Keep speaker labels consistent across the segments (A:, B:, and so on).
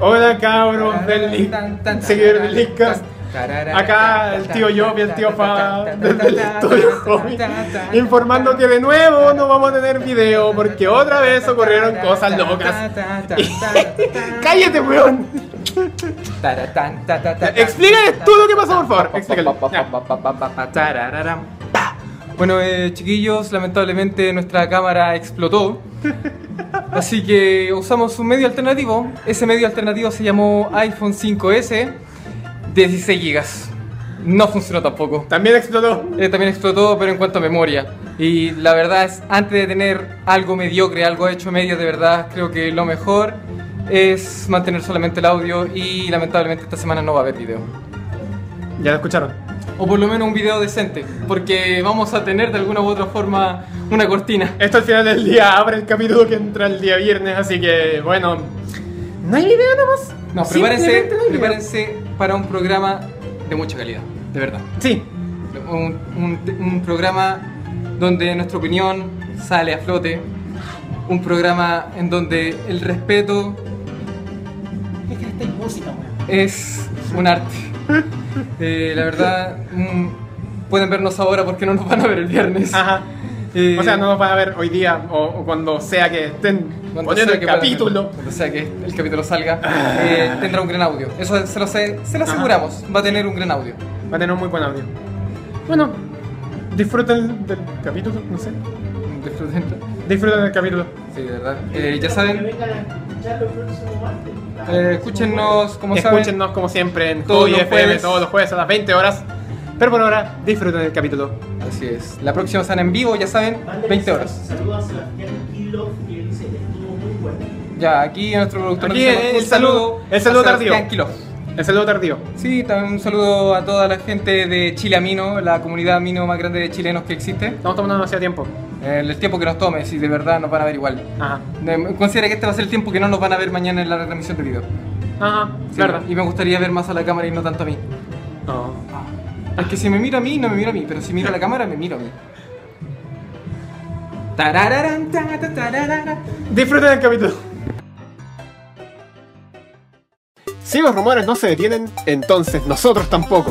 A: Hola cabros del link, seguidores del Linkcast. Acá el tío Job y el tío Fa del estudio Hobby, informándote de nuevo no vamos a tener video porque otra vez ocurrieron cosas locas. ¡Cállate, weón! Explícales tú lo que pasó, por favor. Explícale. Ya.
B: Bueno, eh, chiquillos, lamentablemente nuestra cámara explotó. Así que usamos un medio alternativo. Ese medio alternativo se llamó iPhone 5S, 16 GB. No funcionó tampoco.
A: También explotó.
B: Eh, también explotó, pero en cuanto a memoria. Y la verdad es, antes de tener algo mediocre, algo hecho medio de verdad, creo que lo mejor es mantener solamente el audio y lamentablemente esta semana no va a haber video.
A: Ya lo escucharon.
B: O por lo menos un video decente, porque vamos a tener de alguna u otra forma una cortina.
A: Esto al final del día abre el capítulo que entra el día viernes, así que bueno. No hay video nomás.
B: No, prepárense,
A: Simplemente no hay video.
B: prepárense para un programa de mucha calidad, de verdad.
A: Sí,
B: Un, un- un programa donde nuestra opinión sale a flote. Un programa en donde el respeto
C: ¿Qué crees que hay música, weón?
B: es un arte. Eh, la verdad, mm, pueden vernos ahora porque no nos van a ver el viernes.
A: ajá.
B: Eh,
A: O sea, no nos van a ver hoy día o, o cuando sea que estén
B: cuando
A: poniendo
B: sea
A: el
B: que puedan
A: capítulo.
B: verlo, Cuando sea que el capítulo salga, eh, tendrá un gran audio. Eso se lo, sé- se lo
A: Ajá.
B: aseguramos, va a tener un gran audio.
A: Va a tener un muy buen audio. Bueno, disfruten del capítulo, no sé.
B: Disfruten.
A: Disfruten del capítulo.
B: Sí, de verdad. Eh, ya saben,
C: vengan a escuchar los próximos martes.
B: eh, escúchenos, como saben,
A: Escúchennos como siempre en
B: todos
A: Hobby
B: los
A: FM
B: jueves.
A: todos los jueves a las 20 horas. Pero por ahora, disfruten del capítulo.
B: Así es. La próxima semana en vivo, ya saben,
C: Mándenle
B: 20 horas.
C: Saludos a Sebastián Kilo que dice que estuvo muy bueno.
B: Ya, aquí a nuestro productor
A: Aquí
B: le hacemos
A: el
B: un saludo.
A: saludo- el saludo
B: a Sebastián
A: tardío.
B: Quilós.
A: El saludo tardío.
B: Sí, también un saludo a toda la gente de Chile Amino, la comunidad amino más grande de chilenos que existe.
A: Estamos tomando demasiado tiempo.
B: Eh, el tiempo que nos tome, si de verdad nos van a ver igual.
A: Ajá.
B: Eh, Considera que este va a ser el tiempo que no nos van a ver mañana en la transmisión de video.
A: Ajá,
B: Sí,
A: verdad. Oh.
B: Y me gustaría ver más a la cámara y no tanto a mí.
A: No.
B: Es que si me miro a mí, no me miro a mí, pero si miro a la cámara, me miro a mí. Tarararán, ta, ta, tararara.
A: Disfruten del capítulo. Si los rumores no se detienen, entonces nosotros tampoco.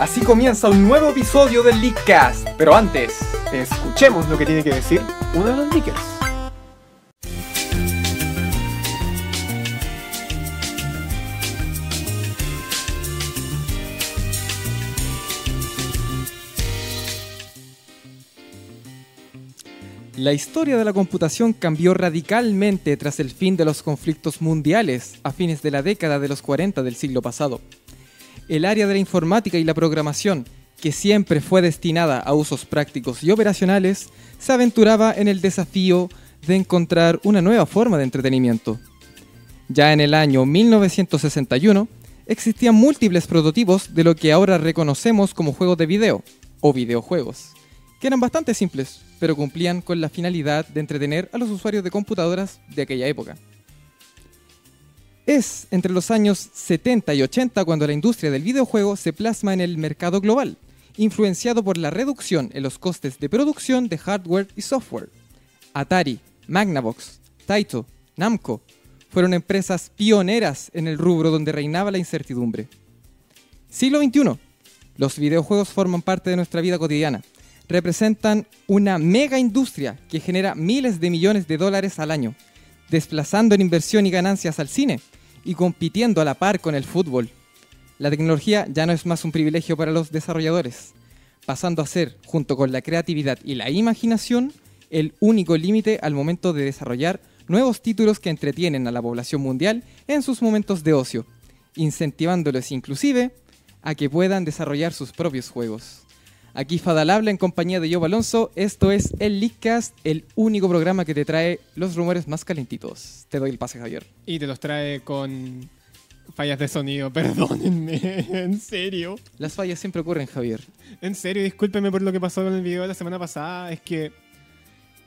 B: Así comienza un nuevo episodio del Leakcast. Pero antes,
A: Escuchemos lo que tiene que decir uno de los leakers.
B: La historia de la computación cambió radicalmente tras el fin de los conflictos mundiales a fines de la década de los 40 del siglo pasado. El área de la informática y la programación, que siempre fue destinada a usos prácticos y operacionales, se aventuraba en el desafío de encontrar una nueva forma de entretenimiento. Ya en el año 1961 existían múltiples prototipos de lo que ahora reconocemos como juegos de video o videojuegos, que eran bastante simples, pero cumplían con la finalidad de entretener a los usuarios de computadoras de aquella época. Es entre los años 70 y 80 cuando la industria del videojuego se plasma en el mercado global, influenciado por la reducción en los costes de producción de hardware y software. Atari, Magnavox, Taito, Namco fueron empresas pioneras en el rubro donde reinaba la incertidumbre. Siglo XXI. Los videojuegos forman parte de nuestra vida cotidiana. Representan una mega industria que genera miles de millones de dólares al año, desplazando en inversión y ganancias al cine y compitiendo a la par con el fútbol. La tecnología ya no es más un privilegio para los desarrolladores, pasando a ser, junto con la creatividad y la imaginación, el único límite al momento de desarrollar nuevos títulos que entretienen a la población mundial en sus momentos de ocio, incentivándoles inclusive a que puedan desarrollar sus propios juegos. Aquí Fadal habla en compañía de Job Alonso, esto es el Leakcast, el único programa que te trae los rumores más calentitos. Te doy el pase, Javier.
A: Y te los trae con fallas de sonido, perdónenme. En serio.
B: Las fallas siempre ocurren, Javier.
A: En serio, discúlpenme por lo que pasó con el video de la semana pasada. Es que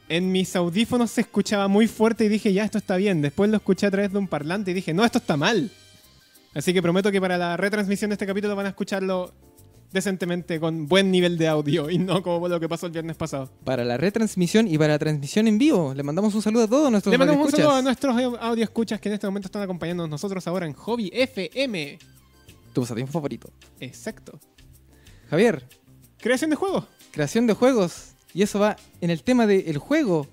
A: en mis audífonos se escuchaba muy fuerte y dije, ya, esto está bien. Después lo escuché a través de un parlante y dije, no, esto está mal. Así que prometo que para la retransmisión de este capítulo van a escucharlo decentemente, con buen nivel de audio y no como lo que pasó el viernes pasado.
B: Para la retransmisión y para la transmisión en vivo. Le mandamos un saludo a todos nuestros
A: Le mandamos un
B: radioescuchas.
A: saludo a nuestros audio escuchas que en este momento están acompañándonos nosotros ahora en Hobby FM.
B: Tu pasatiempo favorito.
A: Exacto.
B: Javier,
A: Creación de juegos.
B: creación de juegos. Y eso va en el tema del juego.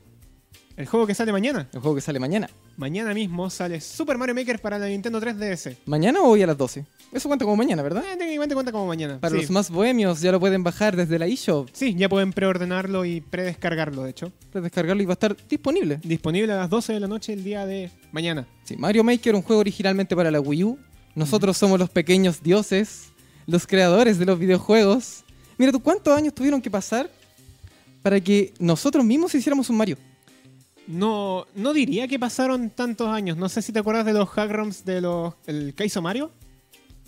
A: El juego que sale mañana.
B: El juego que sale mañana.
A: Mañana mismo sale Super Mario Maker para la Nintendo 3DS.
B: ¿Mañana o hoy a las 12? Eso cuenta como mañana, ¿verdad?
A: Ah, técnicamente cuenta como mañana.
B: Para
A: sí.
B: los más bohemios ya lo pueden bajar desde la eShop,
A: Sí, ya pueden preordenarlo y predescargarlo, de hecho.
B: descargarlo y va a estar disponible.
A: Disponible a las 12 de la noche el día de mañana.
B: Sí, Mario Maker, un juego originalmente para la Wii U. Nosotros somos los pequeños dioses, los creadores de los videojuegos. Mira tú, ¿cuántos años tuvieron que pasar para que nosotros mismos hiciéramos un Mario?
A: No, no diría que pasaron tantos años. No sé si te acuerdas de los hack ROMs de los el Kaizo Mario.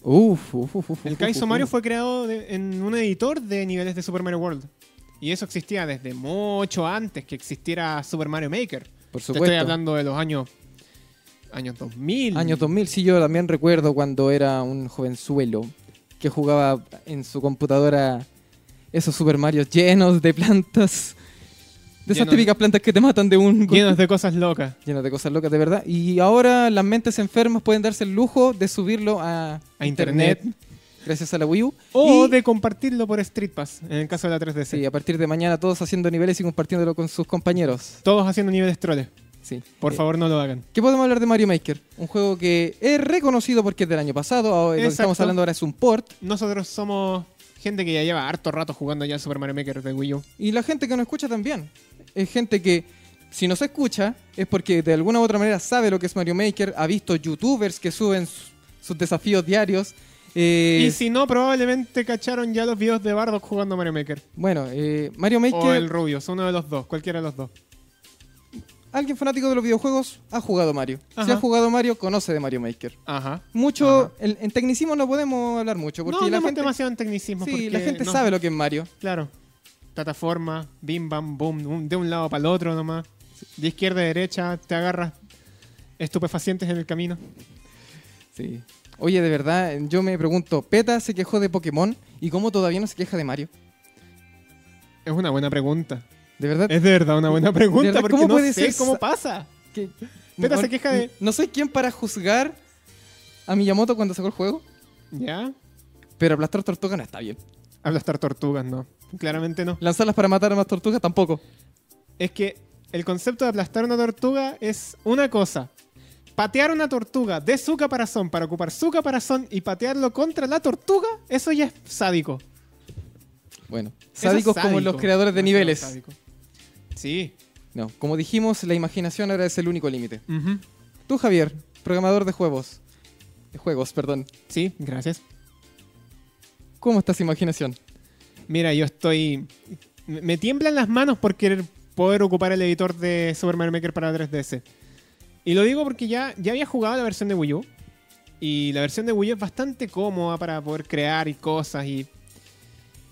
B: Uf, uf, uf, uf,
A: El
B: uf,
A: Kaizo
B: uf,
A: Mario
B: uf.
A: fue creado de- en un editor de niveles de Super Mario World. Y eso existía desde mucho antes que existiera Super Mario Maker.
B: Por
A: Te
B: supuesto.
A: estoy hablando de los años años 2000.
B: Año 2000, sí, yo también recuerdo cuando era un jovenzuelo que jugaba en su computadora esos Super Mario llenos de plantas. De esas
A: Llenos-
B: típicas plantas que te matan de un golpe.
A: Llenos de cosas locas.
B: Llenos de cosas locas, de verdad. Y ahora las mentes enfermas pueden darse el lujo de subirlo a,
A: A internet.
B: gracias a la Wii U.
A: O
B: y,
A: de compartirlo por Street Pass, en el caso de la 3DC.
B: sí, a partir de mañana todos haciendo niveles y compartiéndolo con sus compañeros.
A: Todos haciendo niveles troles.
B: Sí.
A: Por
B: Eh,
A: favor, no lo hagan.
B: ¿Qué podemos hablar de Mario Maker? Un juego que es reconocido porque es del año pasado. ahora- Lo que estamos
A: Exacto.
B: hablando ahora es un port.
A: Nosotros somos gente que ya lleva harto rato jugando ya al Super Mario Maker de Wii U.
B: Y la gente que nos escucha también. Es gente que, si nos escucha, es porque de alguna u otra manera sabe lo que es Mario Maker, ha visto youtubers que suben su- sus desafíos diarios. eh,
A: Y si no, probablemente cacharon ya los videos de Bardock jugando Mario Maker.
B: Bueno, eh, Mario
A: O el
B: Maker,
A: Rubius, uno de los dos, cualquiera de los dos.
B: alguien fanático de los videojuegos, ha jugado Mario. Si
A: Ajá.
B: ha jugado Mario, conoce de Mario Maker.
A: Ajá.
B: Mucho, en, en tecnicismo no podemos hablar mucho, porque
A: no,
B: la
A: no
B: gente,
A: demasiado en tecnicismo.
B: sí,
A: porque
B: la gente
A: no-
B: sabe lo que es Mario.
A: Claro. Plataforma, bim, bam, boom, un- de un lado para el otro nomás. De izquierda a derecha, te agarras estupefacientes en el camino.
B: Sí. Oye, de verdad, yo me pregunto, Peta se quejó de Pokémon y cómo todavía no se queja de Mario.
A: Es una buena pregunta.
B: De verdad,
A: Es de verdad una buena
B: ¿De
A: pregunta
B: verdad?
A: porque
B: ¿Cómo
A: no
B: puede
A: sé
B: ser
A: cómo
B: sa-
A: pasa.
B: que-
A: Peta se
B: no-
A: queja de-
B: No soy quien para juzgar a Miyamoto cuando sacó el juego,
A: ¿Ya?
B: pero aplastar tortugas no está bien.
A: Aplastar tortugas, no. Claramente no.
B: Lanzarlas para matar a más tortugas tampoco.
A: Es que el concepto de aplastar una tortuga es una cosa. Patear una tortuga de su caparazón para ocupar su caparazón y patearlo contra la tortuga, eso ya es sádico.
B: Bueno,
A: Eso es
B: sádicos como
A: sádico.
B: los creadores de
A: Demasiado
B: niveles.
A: sádico. Sí.
B: No, como dijimos, la imaginación ahora es el único límite. Tú, Javier, programador de juegos. De juegos, perdón.
A: Sí, gracias.
B: ¿Cómo está esa imaginación?
A: Mira, yo estoy. me- Me tiemblan las manos por querer poder ocupar el editor de Super Mario Maker para 3DS. Y lo digo porque ya, ya había jugado la versión de Wii U. Y la versión de Wii U es bastante cómoda para poder crear y cosas y.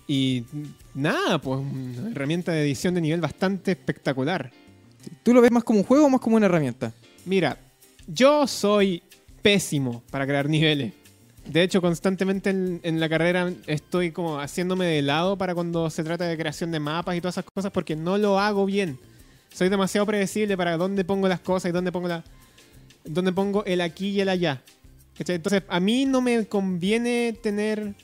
A: Y nada, pues una herramienta de edición de nivel bastante espectacular.
B: ¿Tú lo ves más como un juego o más como una herramienta?
A: Mira, yo soy pésimo para crear niveles. De hecho, constantemente en, en la carrera estoy como haciéndome de lado para cuando se trata de creación de mapas y todas esas cosas porque no lo hago bien. Soy demasiado predecible para dónde pongo las cosas y dónde pongo la dónde pongo el aquí y el allá. ¿Cachai? Entonces, a mí no me conviene tener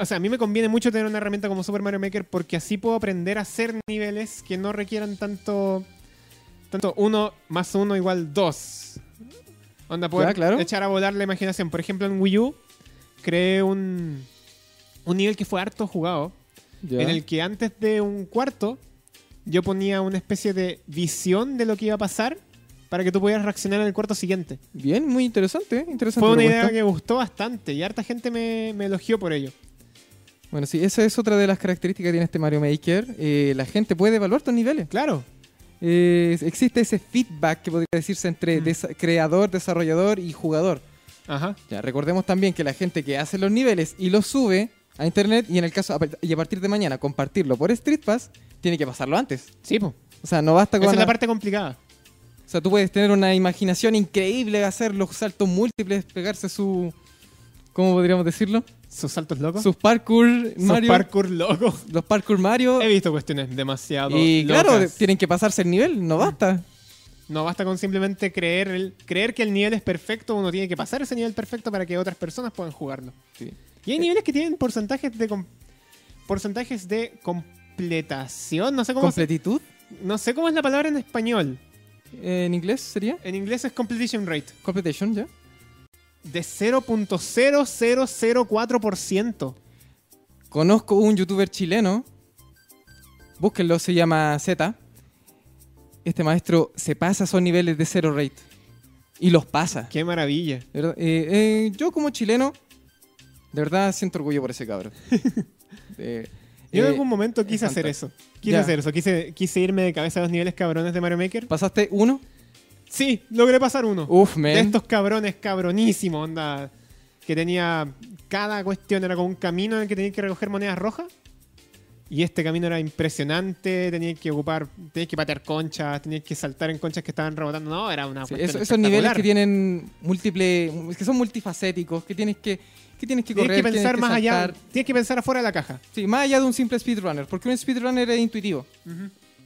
A: o sea, a mí me conviene mucho tener una herramienta como Super Mario Maker porque así puedo aprender a hacer niveles que no requieran tanto tanto 1 más 1 igual 2. Onda, poder
B: Ya, claro.
A: echar a volar la imaginación. Por ejemplo, en Wii U creé un, un nivel que fue harto jugado, en el que antes de un cuarto yo ponía una especie de visión de lo que iba a pasar para que tú pudieras reaccionar en el cuarto siguiente.
B: Bien, muy interesante, ¿eh? interesante.
A: Fue una idea
B: propuesta.
A: que gustó bastante y harta gente me, me elogió por ello.
B: Bueno, sí, esa es otra de las características que tiene este Mario Maker. Eh, la gente puede evaluar tus niveles.
A: Claro,
B: Eh, existe ese feedback que podría decirse entre
A: Mm.
B: desa- creador, desarrollador y jugador.
A: ajá.
B: Ya, recordemos también que la gente que hace los niveles y los sube a internet y en el caso a par- y a partir de mañana compartirlo por Street Pass, tiene que pasarlo antes.
A: Sí, po.
B: O sea, no basta con
A: Esa es la
B: una-
A: parte complicada.
B: O sea, tú puedes tener una imaginación increíble, hacer los saltos múltiples, pegarse su ¿cómo podríamos decirlo?
A: Sus saltos locos.
B: Sus parkour
A: Sus
B: Mario.
A: parkour locos.
B: Los parkour Mario.
A: He visto cuestiones demasiado
B: Y
A: locas.
B: claro, tienen que pasarse el nivel, no basta.
A: No basta con simplemente creer, el- creer que el nivel es perfecto, uno tiene que pasar ese nivel perfecto para que otras personas puedan jugarlo. Y hay niveles que tienen porcentajes de com- porcentajes de completación, no sé cómo se-
B: ¿Completitud? eh,
A: no sé cómo es la palabra en español.
B: ¿En inglés sería?
A: En inglés es completion rate
B: Completion, ¿ya?
A: de 0.0004%.
B: Conozco un youtuber chileno. Búsquenlo, se llama Z. Este maestro se pasa esos niveles de zero rate. Y los pasa.
A: Qué maravilla.
B: De verdad, eh, eh, yo como chileno, de verdad siento orgullo por ese cabrón. Eh,
A: Yo
B: eh,
A: en algún momento
B: es
A: quise hacer
B: fantástico.
A: eso. Quise
B: Ya.
A: hacer eso. Quise, quise irme de cabeza a los niveles cabrones de Mario Maker.
B: ¿Pasaste uno?
A: Sí, logré pasar uno.
B: Uf, men.
A: De estos cabrones, cabronísimo, onda. Que tenía. Cada cuestión era como un camino en el que tenías que recoger monedas rojas. Y este camino era impresionante. Tenías que ocupar. Tenías que patear conchas. Tenías que saltar en conchas que estaban rebotando. No, era una.
B: Sí,
A: cuestión
B: eso- esos niveles
A: espectacular.
B: que tienen múltiples, que son multifacéticos, que tienes que, que tienes que
A: Tienes
B: correr,
A: que pensar más allá.
B: saltar.
A: Tienes que pensar afuera de la caja.
B: Sí, más allá de un simple speedrunner, porque un speedrunner es intuitivo.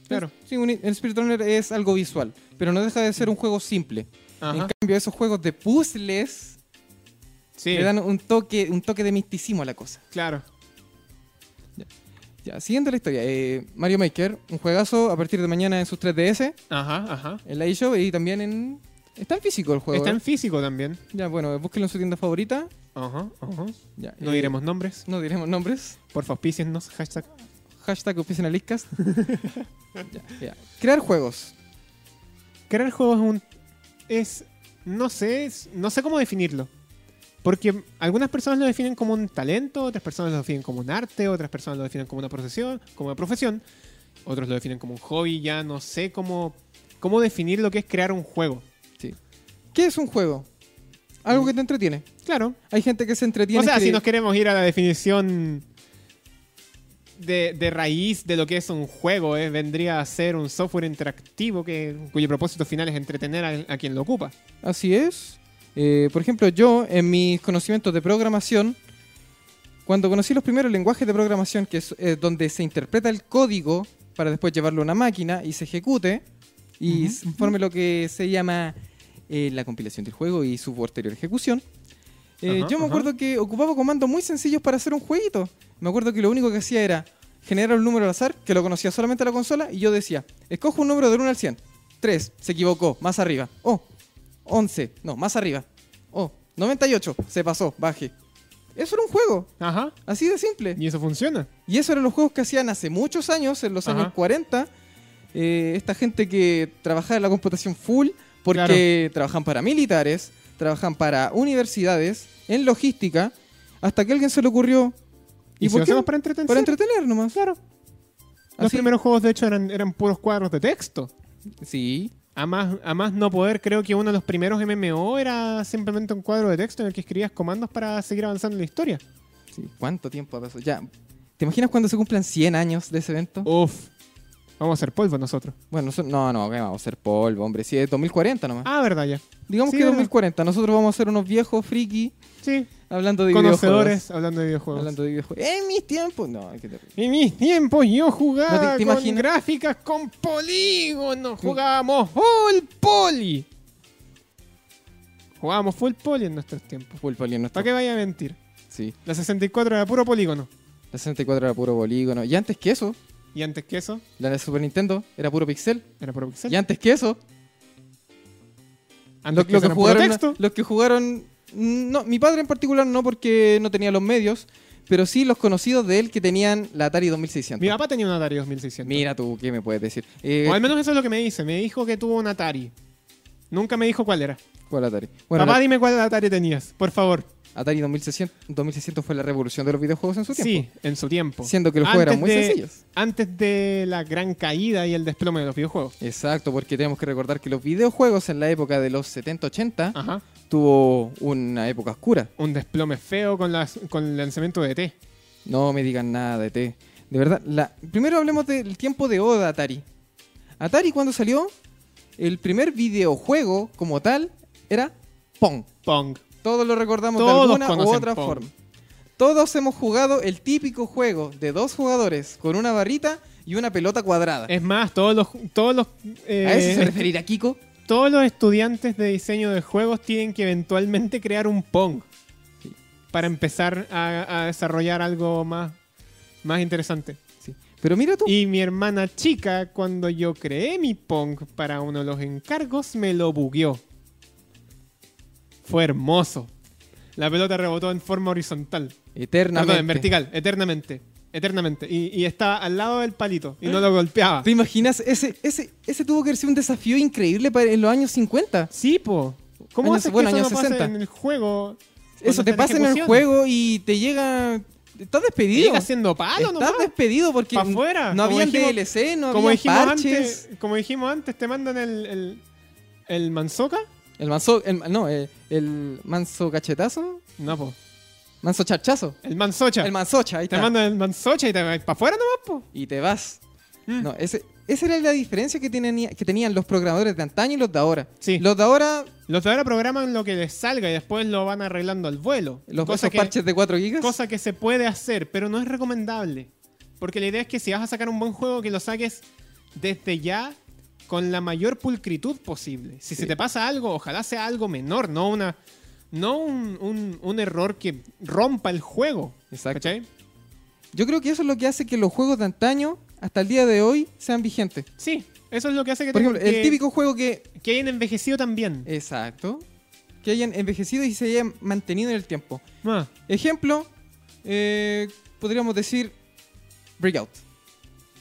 A: Claro.
B: Sí, un, el speedrunner es algo visual, pero no deja de ser un juego simple. En
A: Ajá.
B: cambio, esos juegos de puzzles
A: Sí,
B: le dan un toque, un toque de misticismo a la cosa.
A: claro.
B: Ya, siguiendo la historia, eh, Mario Maker, un juegazo a partir de mañana en sus 3DS,
A: Ajá, ajá.
B: en la eShop y también en... Está en físico el juego.
A: Está en
B: ¿eh?
A: físico también.
B: Ya, bueno, búsquenlo en su tienda favorita.
A: Ajá, ajá.
B: Ya,
A: No
B: eh,
A: diremos nombres.
B: No diremos nombres.
A: Por favor, auspíciennos, hashtag.
B: Hashtag oficinalistas. Ya, ya. Crear juegos.
A: Crear juegos es un. Es. No sé, es- no sé cómo definirlo. Porque algunas personas lo definen como un talento, otras personas lo definen como un arte, otras personas lo definen como una profesión, como una profesión, otros lo definen como un hobby, ya no sé cómo, cómo definir lo que es crear un juego.
B: Sí. ¿Qué es un juego? Algo que te entretiene.
A: Claro.
B: Hay gente que se entretiene.
A: Mm. o sea,
B: cre-
A: si nos queremos ir a la definición de, de raíz de lo que es un juego, eh, vendría a ser un software interactivo que, cuyo propósito final es entretener a- a quien lo ocupa.
B: Así es. Eh, por ejemplo, yo en mis conocimientos de programación, cuando conocí los primeros lenguajes de programación, que es eh, donde se interpreta el código para después llevarlo a una máquina y se ejecute, y se forme lo que se llama eh, la compilación del juego y su posterior ejecución, eh,
A: Ajá,
B: yo me
A: ajá.
B: acuerdo que ocupaba comandos muy sencillos para hacer un jueguito. Me acuerdo que lo único que hacía era generar un número al azar, que lo conocía solamente la consola, y yo decía, escojo un número del 1 al 100. 3, se equivocó, más arriba. Oh, 11, no, más arriba. Oh, 98, se pasó, baje. Eso era un juego,
A: Ajá.
B: así de simple.
A: Y eso funciona.
B: Y eso eran los juegos que hacían hace muchos años, en los
A: Ajá.
B: años 40. eh, esta gente que trabajaba en la computación full, porque trabajan para militares, trabajan para universidades, en logística, hasta que alguien se le ocurrió.
A: ¿Y, si
B: por
A: lo
B: qué?
A: hacemos para entretener?
B: Para entretener nomás. Claro.
A: Los primeros juegos, de hecho, eran, eran puros cuadros de texto.
B: Sí,
A: A más, a más no poder, creo que uno de los primeros MMO era simplemente un cuadro de texto en el que escribías comandos para seguir avanzando en la historia.
B: sí. ¿Cuánto tiempo pasó? Ya. ¿Te imaginas cuando se cumplan 100 años de ese evento?
A: Uf. Vamos a hacer polvo nosotros.
B: Bueno, nosotros- no, no, que vamos a hacer polvo, hombre. Sí, es 2040 nomás.
A: Ah, verdad, ya.
B: Digamos
A: sí,
B: que
A: verdad.
B: 2040. Nosotros vamos a ser unos viejos friki
A: Sí.
B: hablando de
A: Conocedores pues. hablando de
B: videojuegos.
A: videojuegos.
B: Hablando de videojuegos. En mis tiempos. No, qué terrible.
A: En mis tiempos yo jugaba
B: ¿No te- te
A: con
B: imaginas? Mm.
A: gráficas con polígonos. Jugábamos full poly. Jugábamos full poly en nuestros tiempos.
B: Full polio, nuestro-
A: ¿Para qué vaya a mentir?
B: Sí.
A: La 64 era puro polígono.
B: La 64 era puro polígono. Y antes que eso,
A: Y antes que eso,
B: la de Super Nintendo era puro pixel.
A: era puro pixel.
B: Y antes que eso,
A: antes
B: lo- lo que
A: era puro
B: jugaron,
A: texto.
B: los que jugaron. No, mi padre en particular no porque no tenía los medios, pero sí los conocidos de él que tenían la Atari 2600.
A: Mi papá tenía un Atari 2600.
B: Mira tú, ¿qué me puedes decir? Eh,
A: O al menos eso es lo que me dice. Me dijo que tuvo un Atari. Nunca me dijo cuál era.
B: ¿Cuál Atari? Bueno,
A: papá,
B: la-
A: dime cuál Atari tenías, por favor.
B: Atari 2600, 2600 fue la revolución de los videojuegos en su tiempo.
A: Sí, en su tiempo.
B: Siendo que los juegos eran muy
A: Antes de-
B: sencillos.
A: Antes de la gran caída y el desplome de los videojuegos.
B: Exacto, porque tenemos que recordar que los videojuegos en la época de los 70-80
A: Ajá.
B: tuvo una época oscura.
A: Un desplome feo con, las, con el lanzamiento de E T.
B: No me digan nada de té. De verdad, la... primero hablemos del tiempo de Oda Atari. Atari cuando salió, el primer videojuego como tal era Pong.
A: Pong.
B: Todos lo recordamos
A: Todos
B: de alguna u
A: conocen
B: otra
A: Pong.
B: forma. Todos hemos jugado el típico juego de dos jugadores con una barrita y una pelota cuadrada.
A: Es más, todos los todos los
B: Ah. ¿A eso se
A: eh,
B: referirá Kiko?
A: todos los estudiantes de diseño de juegos tienen que eventualmente crear un Pong para empezar a, a desarrollar algo más, más interesante.
B: Sí. Pero mira tú.
A: Y mi hermana chica, cuando yo creé mi Pong para uno de los encargos, me lo bugueó. Fue hermoso. La pelota rebotó en forma horizontal.
B: Eternamente.
A: Perdón, en vertical, eternamente. Eternamente. Y, y estaba al lado del palito y no lo golpeaba.
B: ¿Te imaginas? Ese, ese, ese tuvo que ser un desafío increíble para, en los años 50.
A: Sí, po. ¿Cómo
B: Años-
A: haces
B: bueno,
A: que eso
B: años
A: no pase
B: 60.
A: en el juego?
B: Eso
A: cuando
B: te
A: está
B: pasa en el
A: ejecución?
B: juego y te llega. Estás despedido.
A: Llega siendo palo, ¿no?
B: Estás
A: Pa-
B: despedido porque
A: pa' afuera.
B: no
A: Como
B: había
A: dijimos-
B: DLC, no
A: como
B: había
A: dijimos
B: parches.
A: antes, como dijimos antes, te mandan el, el, el manzoca.
B: El manso. el- no, el, el manso cachetazo.
A: No, po.
B: Manso charchazo.
A: El manzocha.
B: El mansocha, ahí
A: te
B: está.
A: mandan el manzocha y te para afuera nomás, po.
B: Y te vas.
A: Mm.
B: No, ese, esa era la diferencia que, tenía- que tenían los programadores de antaño y los de ahora.
A: Sí.
B: Los de ahora,
A: Los de ahora programan lo que les salga y después lo van arreglando al vuelo.
B: los
A: cosa
B: esos
A: que,
B: parches de 4 gigas.
A: cosa que se puede hacer, pero no es recomendable. Porque la idea es que si vas a sacar un buen juego, que lo saques desde ya con la mayor pulcritud posible. Si se te pasa algo, ojalá sea algo menor, no una. No un, un- un error que rompa el juego.
B: Exacto.
A: ¿Cachai?
B: Yo creo que eso es lo que hace que los juegos de antaño, hasta el día de hoy, sean vigentes.
A: Sí, eso es lo que hace que,
B: Por
A: te-
B: ejemplo, el
A: que-
B: típico Eh, juego que.
A: que hayan envejecido también.
B: Exacto. Que hayan envejecido y se hayan mantenido en el tiempo.
A: Ah,
B: Ejemplo, eh, podríamos decir Breakout.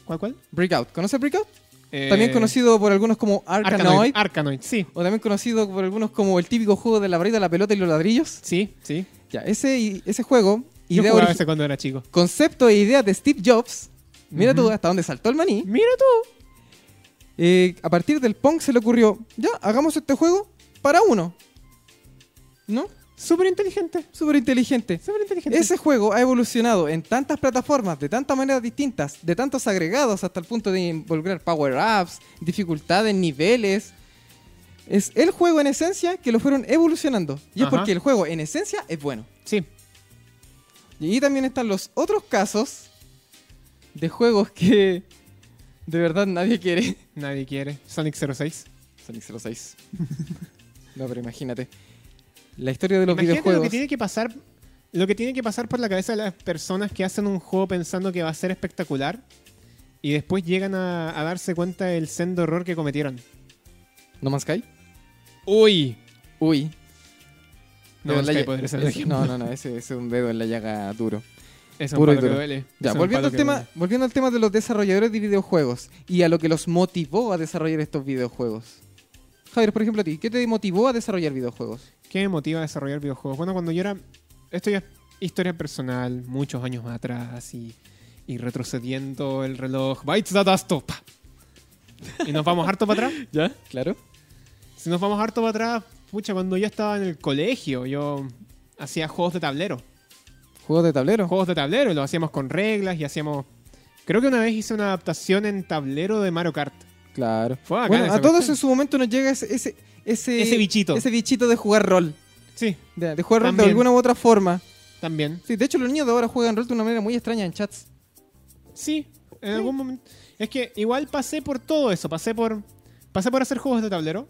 A: ¿Cuál, cuál?
B: Breakout. ¿Conoces Breakout? eh, También conocido por algunos como Arkanoid.
A: Eh, Arkanoid. Ah. Arkanoid, sí.
B: o también conocido por algunos como el típico juego de la varita, la pelota y los ladrillos.
A: Sí, sí.
B: Ya, ese, y- ese juego,
A: Yo
B: idea
A: jugaba
B: origi-
A: ese cuando era chico.
B: concepto e idea de Steve Jobs. Mira tú
A: Ujú.
B: hasta dónde saltó el maní.
A: Mira tú.
B: Eh, a partir del Pong se le ocurrió, ya, hagamos este juego para uno. ¿No?
A: Súper inteligente.
B: Súper inteligente.
A: Súper inteligente.
B: Ese juego ha evolucionado en tantas plataformas, de tantas maneras distintas, de tantos agregados hasta el punto de involucrar power-ups, dificultades, niveles. Es el juego en esencia que lo fueron evolucionando. Y es
A: Ajá.
B: porque el juego en esencia es bueno.
A: Sí.
B: Y ahí también están los otros casos de juegos que de verdad nadie quiere.
A: Nadie quiere. Sonic 06.
B: Sonic 06. no, pero imagínate. La historia de los
A: Imagínate lo
B: videojuegos.
A: que tiene que pasar. Lo que tiene que pasar por la cabeza de las personas que hacen un juego pensando que va a ser espectacular y después llegan a, a darse cuenta del sendo error que cometieron.
B: No Man's Sky.
A: Uy.
B: Uy.
A: No,
B: De
A: Sky
B: verdad, ya-
A: podría ser el
B: ese-
A: ejemplo.
B: no, no, no, ese ese es un dedo en la llaga duro.
A: Es un
B: Puro y
A: palo que
B: duro.
A: duele.
B: Ya,
A: Es un
B: volviendo
A: palo
B: al,
A: que
B: tema,
A: duele.
B: volviendo al tema de los desarrolladores de videojuegos y a lo que los motivó a desarrollar estos videojuegos. Javier, por ejemplo, a ti, ¿qué te motivó a desarrollar videojuegos?
A: ¿Qué me motiva a desarrollar videojuegos? Bueno, cuando yo era. Esto ya es historia personal, muchos años atrás y, y retrocediendo el reloj. Bytes datasto. pa. Y nos vamos harto para atrás.
B: ¿Ya? Claro.
A: Si nos vamos harto para atrás, pucha, cuando yo estaba en el colegio, yo hacía juegos de tablero.
B: ¿Juegos de tablero?
A: Juegos de tablero, los hacíamos con reglas y hacíamos. Creo que una vez hice una adaptación en tablero de Mario Kart.
B: Claro.
A: Fue bacán
B: Bueno,
A: esa
B: a todos
A: cuestión.
B: en su momento nos llega ese... Ese, ese,
A: Ese bichito.
B: Ese bichito de jugar rol.
A: Sí,
B: De, de jugar rol de
A: También.
B: alguna u otra forma.
A: también.
B: Sí, de hecho los niños de ahora juegan rol de una manera muy extraña en chats.
A: Sí, en algún momento. Es que igual pasé por todo eso. Pasé por. Pasé por hacer juegos de tablero.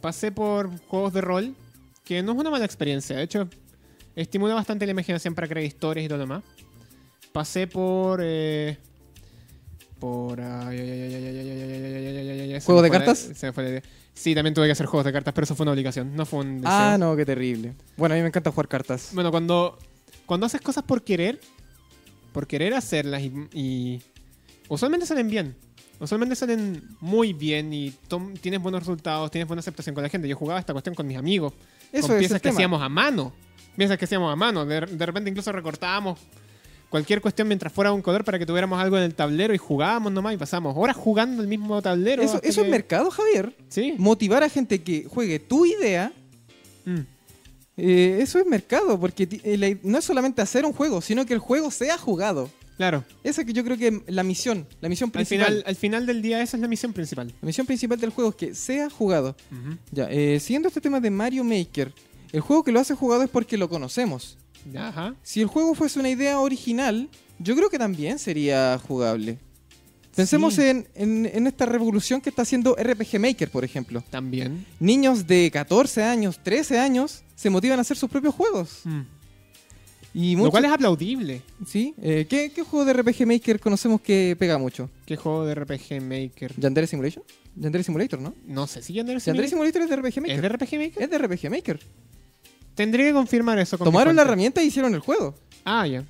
A: Pasé por juegos de rol. Que no es una mala experiencia. De hecho, estimula bastante la imaginación para crear historias y todo lo demás. Pasé por. eh, por. ay, ay, ay, ay, ay, ay, ay, ay, ay, ay, ay, ay, ay, ay, se
B: ¿Juegos de
A: me fue la-
B: cartas?
A: se me fue la idea. Sí, también tuve que hacer juegos de cartas, pero eso fue una obligación, no fue un deseo.
B: Ah, no, qué terrible. Bueno, a mí me encanta jugar cartas.
A: Bueno, cuando, cuando haces cosas por querer, por querer hacerlas y, y usualmente salen bien. Usualmente salen muy bien y tom- tienes buenos resultados, tienes buena aceptación con la gente. Yo jugaba esta cuestión con mis amigos.
B: Eso
A: con
B: es
A: piezas
B: el
A: que
B: tema.
A: hacíamos a mano. Piezas que hacíamos a mano. De, de repente incluso recortábamos cualquier cuestión mientras fuera un color para que tuviéramos algo en el tablero y jugábamos nomás y pasábamos horas jugando el mismo tablero.
B: Eso,
A: hasta
B: eso
A: que-
B: es mercado, Javier.
A: Sí.
B: Motivar a gente que juegue tu idea,
A: Mm.
B: eh, eso es mercado, porque ti- eh, la- no es solamente hacer un juego, sino que el juego sea jugado.
A: Claro.
B: Esa que yo creo que es la misión, la misión
A: Al
B: principal.
A: final, al final del día esa es la misión principal.
B: La misión principal del juego es que sea jugado.
A: Ujú.
B: Ya, eh, siguiendo este tema de Mario Maker, el juego que lo hace jugado es porque lo conocemos.
A: Ajá.
B: Si el juego fuese una idea original, yo creo que también sería jugable. Pensemos
A: Sí.
B: en, en- en esta revolución que está haciendo RPG Maker, por ejemplo.
A: También.
B: Niños de 14 años, 13 años, se motivan a hacer sus propios juegos. Y
A: Mm. Lo
B: muchos-
A: cual es aplaudible.
B: ¿Sí? eh, ¿qué, qué juego de RPG Maker conocemos que pega mucho?
A: ¿Qué juego de RPG Maker?
B: ¿Yandere Simulation? ¿Yandere Simulator, no?
A: No sé si Yandere
B: ¿Yandere
A: Simulator-
B: Simulator es de RPG
A: ¿Es
B: Maker?
A: de RPG Maker?
B: Es de RPG Maker.
A: Tendría que confirmar eso. con mi
B: Tomaron la
A: fuente.
B: herramienta y hicieron el juego.
A: Ah, ya.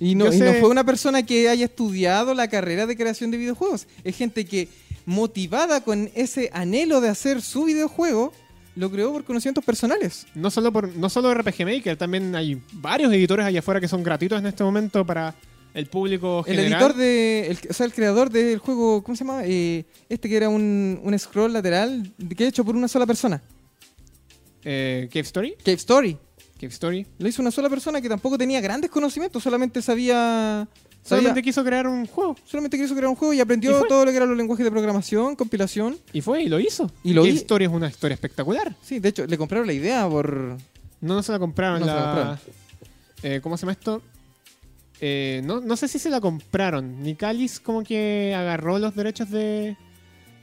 B: Y no,
A: Yo
B: y no
A: sé-
B: fue una persona que haya estudiado la carrera de creación de videojuegos. Es gente que, motivada con ese anhelo de hacer su videojuego, lo creó por conocimientos personales.
A: No solo, por, no solo RPG Maker, también hay varios editores allá afuera que son gratuitos en este momento para el público general.
B: El editor de. el- o sea, el creador del juego. ¿Cómo se llama? Eh, este que era un, un scroll lateral que hecho por una sola persona.
A: Eh, Cave Story.
B: Cave Story.
A: Cave Story.
B: Lo hizo una sola persona que tampoco tenía grandes conocimientos, solamente sabía. sabía
A: Solamente quiso crear un juego.
B: solamente quiso crear un juego y
A: Y
B: aprendió
A: fue.
B: todo lo que eran los lenguajes de programación, compilación.
A: Y fue y lo hizo.
B: Y lo
A: Cave
B: hi-
A: Story es una historia espectacular.
B: Sí, de hecho, le compraron la idea por.
A: No, no se la compraron.
B: No se la
A: la-
B: compraron.
A: Eh, ¿Cómo se llama esto? Eh, no, no sé si se la compraron. Nicalis como que agarró los derechos de,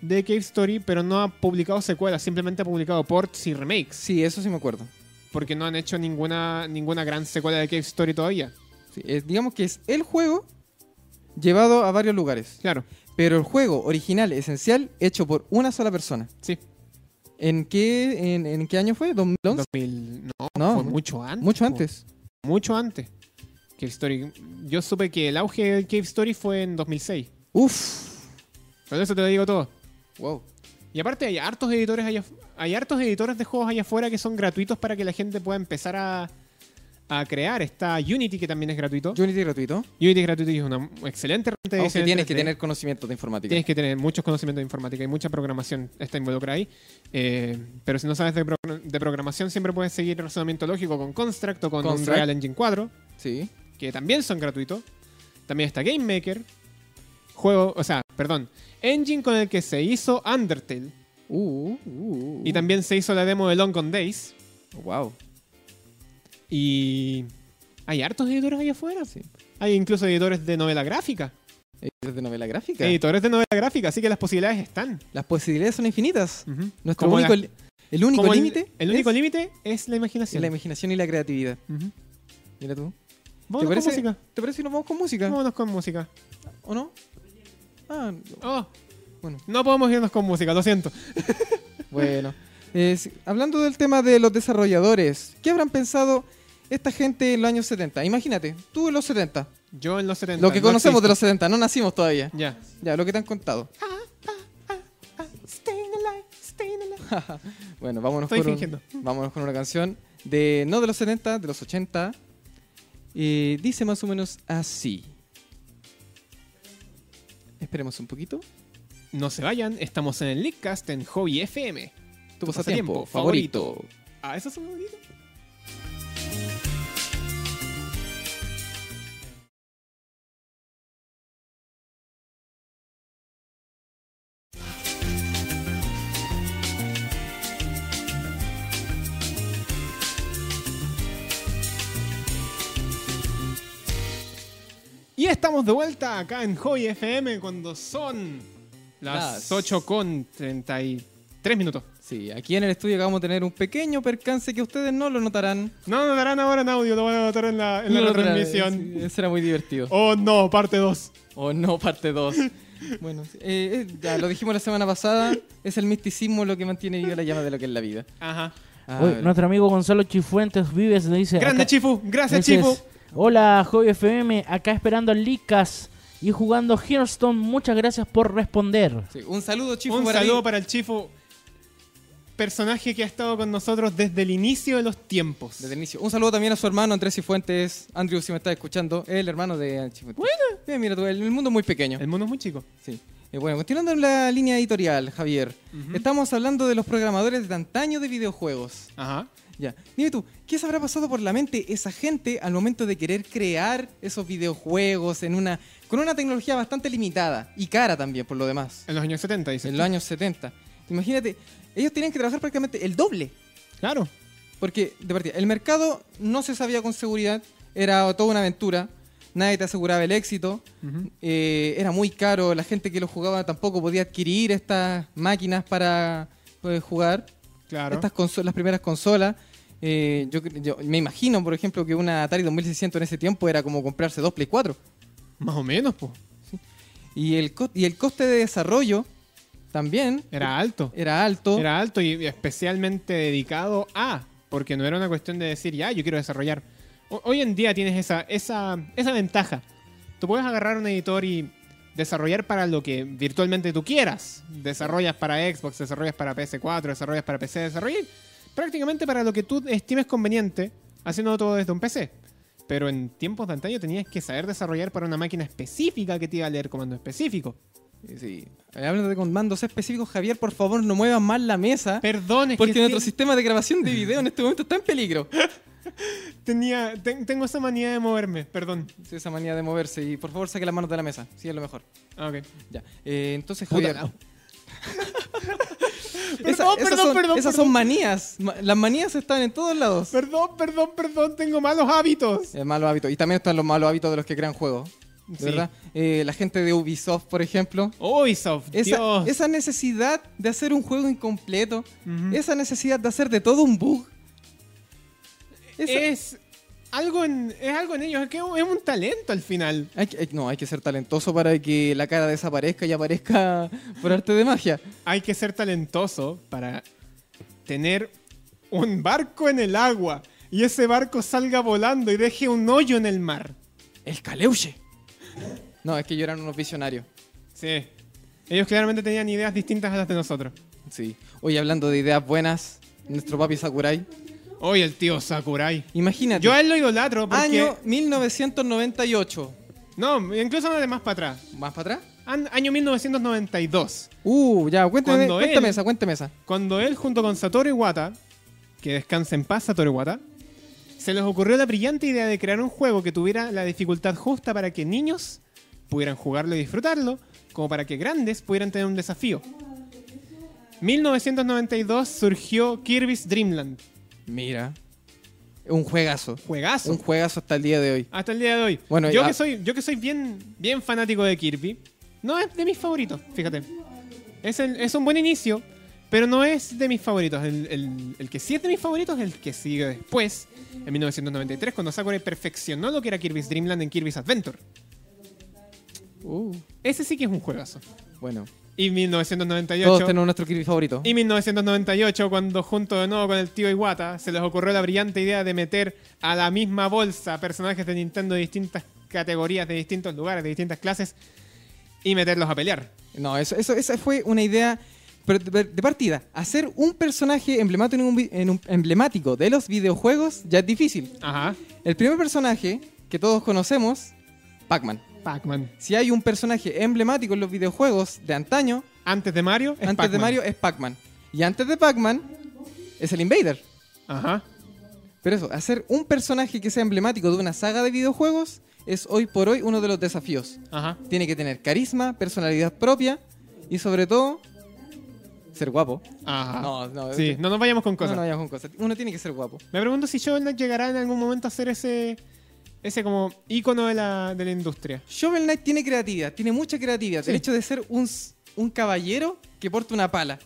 A: de Cave Story, pero no ha publicado secuelas, simplemente ha publicado ports y remakes.
B: Sí, eso sí me acuerdo.
A: Porque no han hecho ninguna, ninguna gran secuela de Cave Story todavía.
B: Sí, es- digamos que es el juego llevado a varios lugares.
A: Claro,
B: Pero el juego original, esencial, hecho por una sola persona.
A: sí.
B: ¿En qué, en, en qué año fue? ¿2011?
A: 2000, no,
B: No,
A: fue mucho antes.
B: Ah, Mucho
A: po.
B: antes.
A: Mucho antes. Cave Story. Yo supe que el auge de Cave Story fue en 2006.
B: Uf.
A: Con eso te lo digo todo.
B: Wow.
A: Y aparte hay hartos editores allá, hay hartos editores de juegos allá afuera que son gratuitos para que la gente pueda empezar a, a crear. Está Unity que también es gratuito.
B: Unity gratuito.
A: Unity es gratuito y es una excelente herramienta de
B: Aunque
A: diseño
B: tienes que
A: 3D.
B: tener conocimiento de informática.
A: Tienes que tener muchos conocimientos de informática y mucha programación está involucrada ahí. Eh, pero si no sabes de, pro- de programación, siempre puedes seguir razonamiento lógico con Construct o con
B: Construct.
A: Unreal Engine 4,
B: Sí.
A: que también son gratuitos. También está Game Maker, juego, o sea, perdón, engine con el que se hizo Undertale.
B: Uh, uh,
A: Y también se hizo la demo de Long Gone Days.
B: Wow.
A: Y hay hartos editores ahí afuera. Hay incluso editores de novela gráfica.
B: Editores de Eh, novela gráfica.
A: Editores de novela gráfica, así que las posibilidades están.
B: Las posibilidades son infinitas.
A: Ujú.
B: Nuestro
A: Mm. Como
B: único,
A: la-
B: li- el único
A: como el-
B: límite.
A: El, único
B: es
A: límite es la imaginación.
B: La imaginación y la creatividad.
A: Ujú.
B: Mira tú. ¿Te
A: Vámonos
B: parece,
A: con música.
B: ¿Te parece si nos vamos con música?
A: Vámonos con música.
B: ¿O no? Ah,
A: Oh,
B: bueno.
A: no podemos irnos con música, lo siento.
B: Bueno, es- hablando del tema de los desarrolladores, ¿qué habrán pensado esta gente en los años 70? Imagínate, tú en los 70,
A: Yo en los 70.
B: lo que
A: no
B: conocemos de
A: existo.
B: los 70, no nacimos todavía.
A: Ya.
B: Ya, lo que te han contado. bueno, vámonos
A: Estoy
B: con, un-
A: fingiendo.
B: vámonos con una canción de, no de los 70, de los 80. Eh, dice más o menos así. Esperemos un poquito.
A: No se vayan, estamos en el Leakcast en Hobby FM.
B: Tu
A: pasatiempo
B: pasatiempo favorito.
A: Ah, eso es un bonito. Y estamos de vuelta acá en Hobby FM cuando son las
B: Las-
A: 8 con 33 minutos.
B: Sí, aquí en el estudio acabamos de tener un pequeño percance que ustedes no lo notarán.
A: No lo darán ahora en audio, lo van a notar en la, en
B: No
A: la
B: lo notarán,
A: retransmisión.
B: sí, Eso era muy divertido.
A: Oh no, parte 2.
B: O no, parte 2. bueno, sí, eh, eh, ya lo dijimos la semana pasada, es el misticismo lo que mantiene viva la llama de lo que es la vida.
A: Ajá.
B: Ah,
D: Oye,
B: bueno.
D: nuestro amigo Gonzalo Chifuentes Vives le dice...
A: Grande
D: acá-
A: Chifu, gracias
D: Ese
A: Chifu.
D: es. Hola, Hobby FM, acá esperando Licas y jugando Hearthstone. Muchas gracias por responder.
B: Sí, un saludo, Chifu.
A: Un
B: para ti.
A: saludo para el Chifu, personaje que ha estado con nosotros desde el inicio de los tiempos.
B: Desde el inicio. Un saludo también a su hermano Andrés Cifuentes. Andrew, si me estás escuchando, es el hermano de Cifuentes. Bueno. mira tú, el, el mundo es muy pequeño.
A: El mundo es muy chico.
B: Sí. Eh, bueno, continuando en la línea editorial, Javier. Estamos hablando de los programadores de antaño de videojuegos.
A: Ajá.
B: Ya. Dime tú, ¿qué se habrá pasado por la mente esa gente al momento de querer crear esos videojuegos en una con una tecnología bastante limitada y cara también por lo demás?
A: En los años 70, dice.
B: En los años 70. Imagínate, ellos tenían que trabajar prácticamente el doble
A: Claro.
B: Porque, de partida, el mercado no se sabía con seguridad, era toda una aventura, nadie te aseguraba el éxito, eh, era muy caro, la gente que lo jugaba tampoco podía adquirir estas máquinas para pues, jugar,
A: Claro.
B: estas conso- las primeras consolas. eh, yo, cre- yo me imagino, por ejemplo, que una Atari 2600 en ese tiempo era como comprarse dos Play 4.
A: Más o menos, pues.
B: Y el, co- y el coste de desarrollo también
A: Era alto.
B: era alto.
A: Era alto y especialmente dedicado a, porque no era una cuestión de decir, ya, yo quiero desarrollar. Ho- Hoy en día tienes esa, esa, esa ventaja. Tú puedes agarrar un editor y desarrollar para lo que virtualmente tú quieras. Desarrollas para Xbox, desarrollas para PS4, desarrollas para PC, desarrollas prácticamente para lo que tú estimes conveniente, haciendo todo desde un PC. Pero en tiempos de antaño tenías que saber desarrollar para una máquina específica que te iba a leer comando específico.
B: Eh, Sí. Hablando de comandos específicos, Javier, por favor, no muevas más la mesa.
A: Perdón, es
B: porque
A: que
B: nuestro
A: te-
B: sistema de grabación de video en este momento está en peligro.
A: tenía, ten- tengo esa manía de moverme, perdón.
B: Sí, esa manía de moverse. Y por favor, saque las manos de la mesa. Sí, es lo mejor.
A: Ah, ok.
B: Ya. Eh, entonces,
A: Puta
B: Javier.
A: la-
B: Esa-
A: Perdón,
B: esas
A: perdón,
B: son,
A: perdón,
B: Esas son manías. Ma- Las manías están en todos lados.
A: Perdón, perdón, perdón, tengo malos hábitos.
B: Eh, malos hábitos. Y también están los malos hábitos de los que crean juegos. De
A: Sí.
B: ¿Verdad? Eh, la gente de Ubisoft, por ejemplo.
A: Ubisoft,
B: Esa,
A: Dios.
B: esa necesidad de hacer un juego incompleto.
A: Ujú.
B: Esa necesidad de hacer de todo un bug.
A: Es,
B: Esa-
A: algo en, es algo en ellos, es que es un talento al final.
B: Hay que- hay- no, hay que ser talentoso para que la cara desaparezca y aparezca por arte de magia.
A: Hay que ser talentoso para tener un barco en el agua y ese barco salga volando y deje un hoyo en el mar.
B: El caleuche. No, es que ellos eran unos visionarios.
A: Sí. Ellos claramente tenían ideas distintas a las de nosotros.
B: Sí. Hoy hablando de ideas buenas, nuestro papi Sakurai.
A: Hoy el tío Sakurai.
B: Imagínate.
A: Yo a él lo
B: Ah,
A: idolatro porque...
B: año 1998.
A: No, incluso nada más para atrás.
B: ¿Más para atrás?
A: An- año 1992.
B: Uh, ya, cuéntame,
A: Cuando
B: cuéntame
A: él-
B: esa, cuéntame esa.
A: Cuando él junto con Satoru Iwata, que descansa en paz Satoru Iwata, se les ocurrió la brillante idea de crear un juego que tuviera la dificultad justa para que niños pudieran jugarlo y disfrutarlo, como para que grandes pudieran tener un desafío. 1992 surgió Kirby's Dreamland.
B: Mira. Un juegazo.
A: Juegazo.
B: Un juegazo hasta el día de hoy.
A: Hasta el día de hoy.
B: Bueno,
A: yo,
B: ya-
A: que soy, yo que soy bien, bien fanático de Kirby, no es de mis favoritos, fíjate. Es, el- es un buen inicio, pero no es de mis favoritos. El, el- el que sí es de mis favoritos es el que sigue después, en 1993, cuando Sakurai perfeccionó lo que era Kirby's Dreamland en Kirby's Adventure.
B: Uh,
A: Ese sí que es un juegazo.
B: bueno.
A: Y 1998...
B: Todos tenemos nuestro Kirby favorito.
A: Y 1998, cuando junto de nuevo con el tío Iwata, se les ocurrió la brillante idea de meter a la misma bolsa personajes de Nintendo de distintas categorías, de distintos lugares, de distintas clases, y meterlos a pelear.
B: No, eso, eso- esa fue una idea pero de, de partida. Hacer un personaje emblemático en un vi- en un- emblemático de los videojuegos ya es difícil.
A: Ajá.
B: El primer personaje que todos conocemos, Pac-Man.
A: Pac-Man.
B: Si hay un personaje emblemático en los videojuegos de antaño,
A: Antes de Mario, es
B: antes de
A: Pac-Man.
B: Mario es Pac-Man. Y antes de Pac-Man es el Invader.
A: Ajá.
B: Pero eso, hacer un personaje que sea emblemático de una saga de videojuegos es hoy por hoy uno de los desafíos.
A: Ajá.
B: Tiene que tener carisma, personalidad propia y sobre todo ser guapo.
A: Ajá.
B: No, no,
A: Ah, Sí,
B: ok.
A: no nos vayamos con
B: No,
A: cosas.
B: no vayamos con cosas. Uno tiene que ser guapo.
A: Me pregunto si Shovel Knight llegará en algún momento a ser ese. Ese como ícono de la, de la industria.
B: Shovel Knight tiene creatividad, tiene mucha creatividad.
A: Sí.
B: El hecho de ser un, s- un caballero que porta una pala.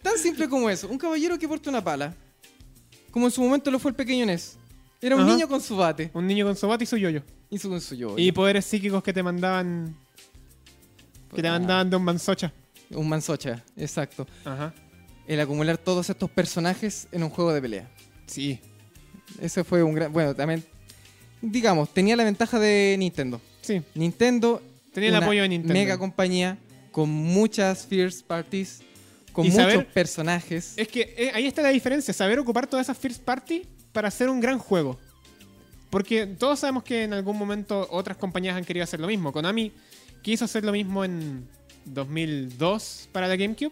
B: Tan simple como eso, un caballero que porta una pala. Como en su momento lo fue el pequeño Ness. Era un
A: Ajá.
B: niño con su bate
A: Un niño con su bata y su yoyo.
B: y su, su yo.
A: Y poderes psíquicos que te mandaban. Que te
B: Ah,
A: mandaban de un manzocha.
B: Un manzocha, exacto.
A: Ajá.
B: El acumular todos estos personajes en un juego de pelea.
A: Sí.
B: Ese fue un gran... Bueno, también... Digamos, tenía la ventaja de Nintendo.
A: Sí.
B: Nintendo.
A: Tenía el
B: una
A: apoyo de Nintendo.
B: Mega compañía con muchas first parties, con
A: Y
B: muchos
A: saber-
B: personajes.
A: Es que eh, ahí está la diferencia, saber ocupar todas esas first party para hacer un gran juego. Porque todos sabemos que en algún momento otras compañías han querido hacer lo mismo. Konami quiso hacer lo mismo en 2002 para la GameCube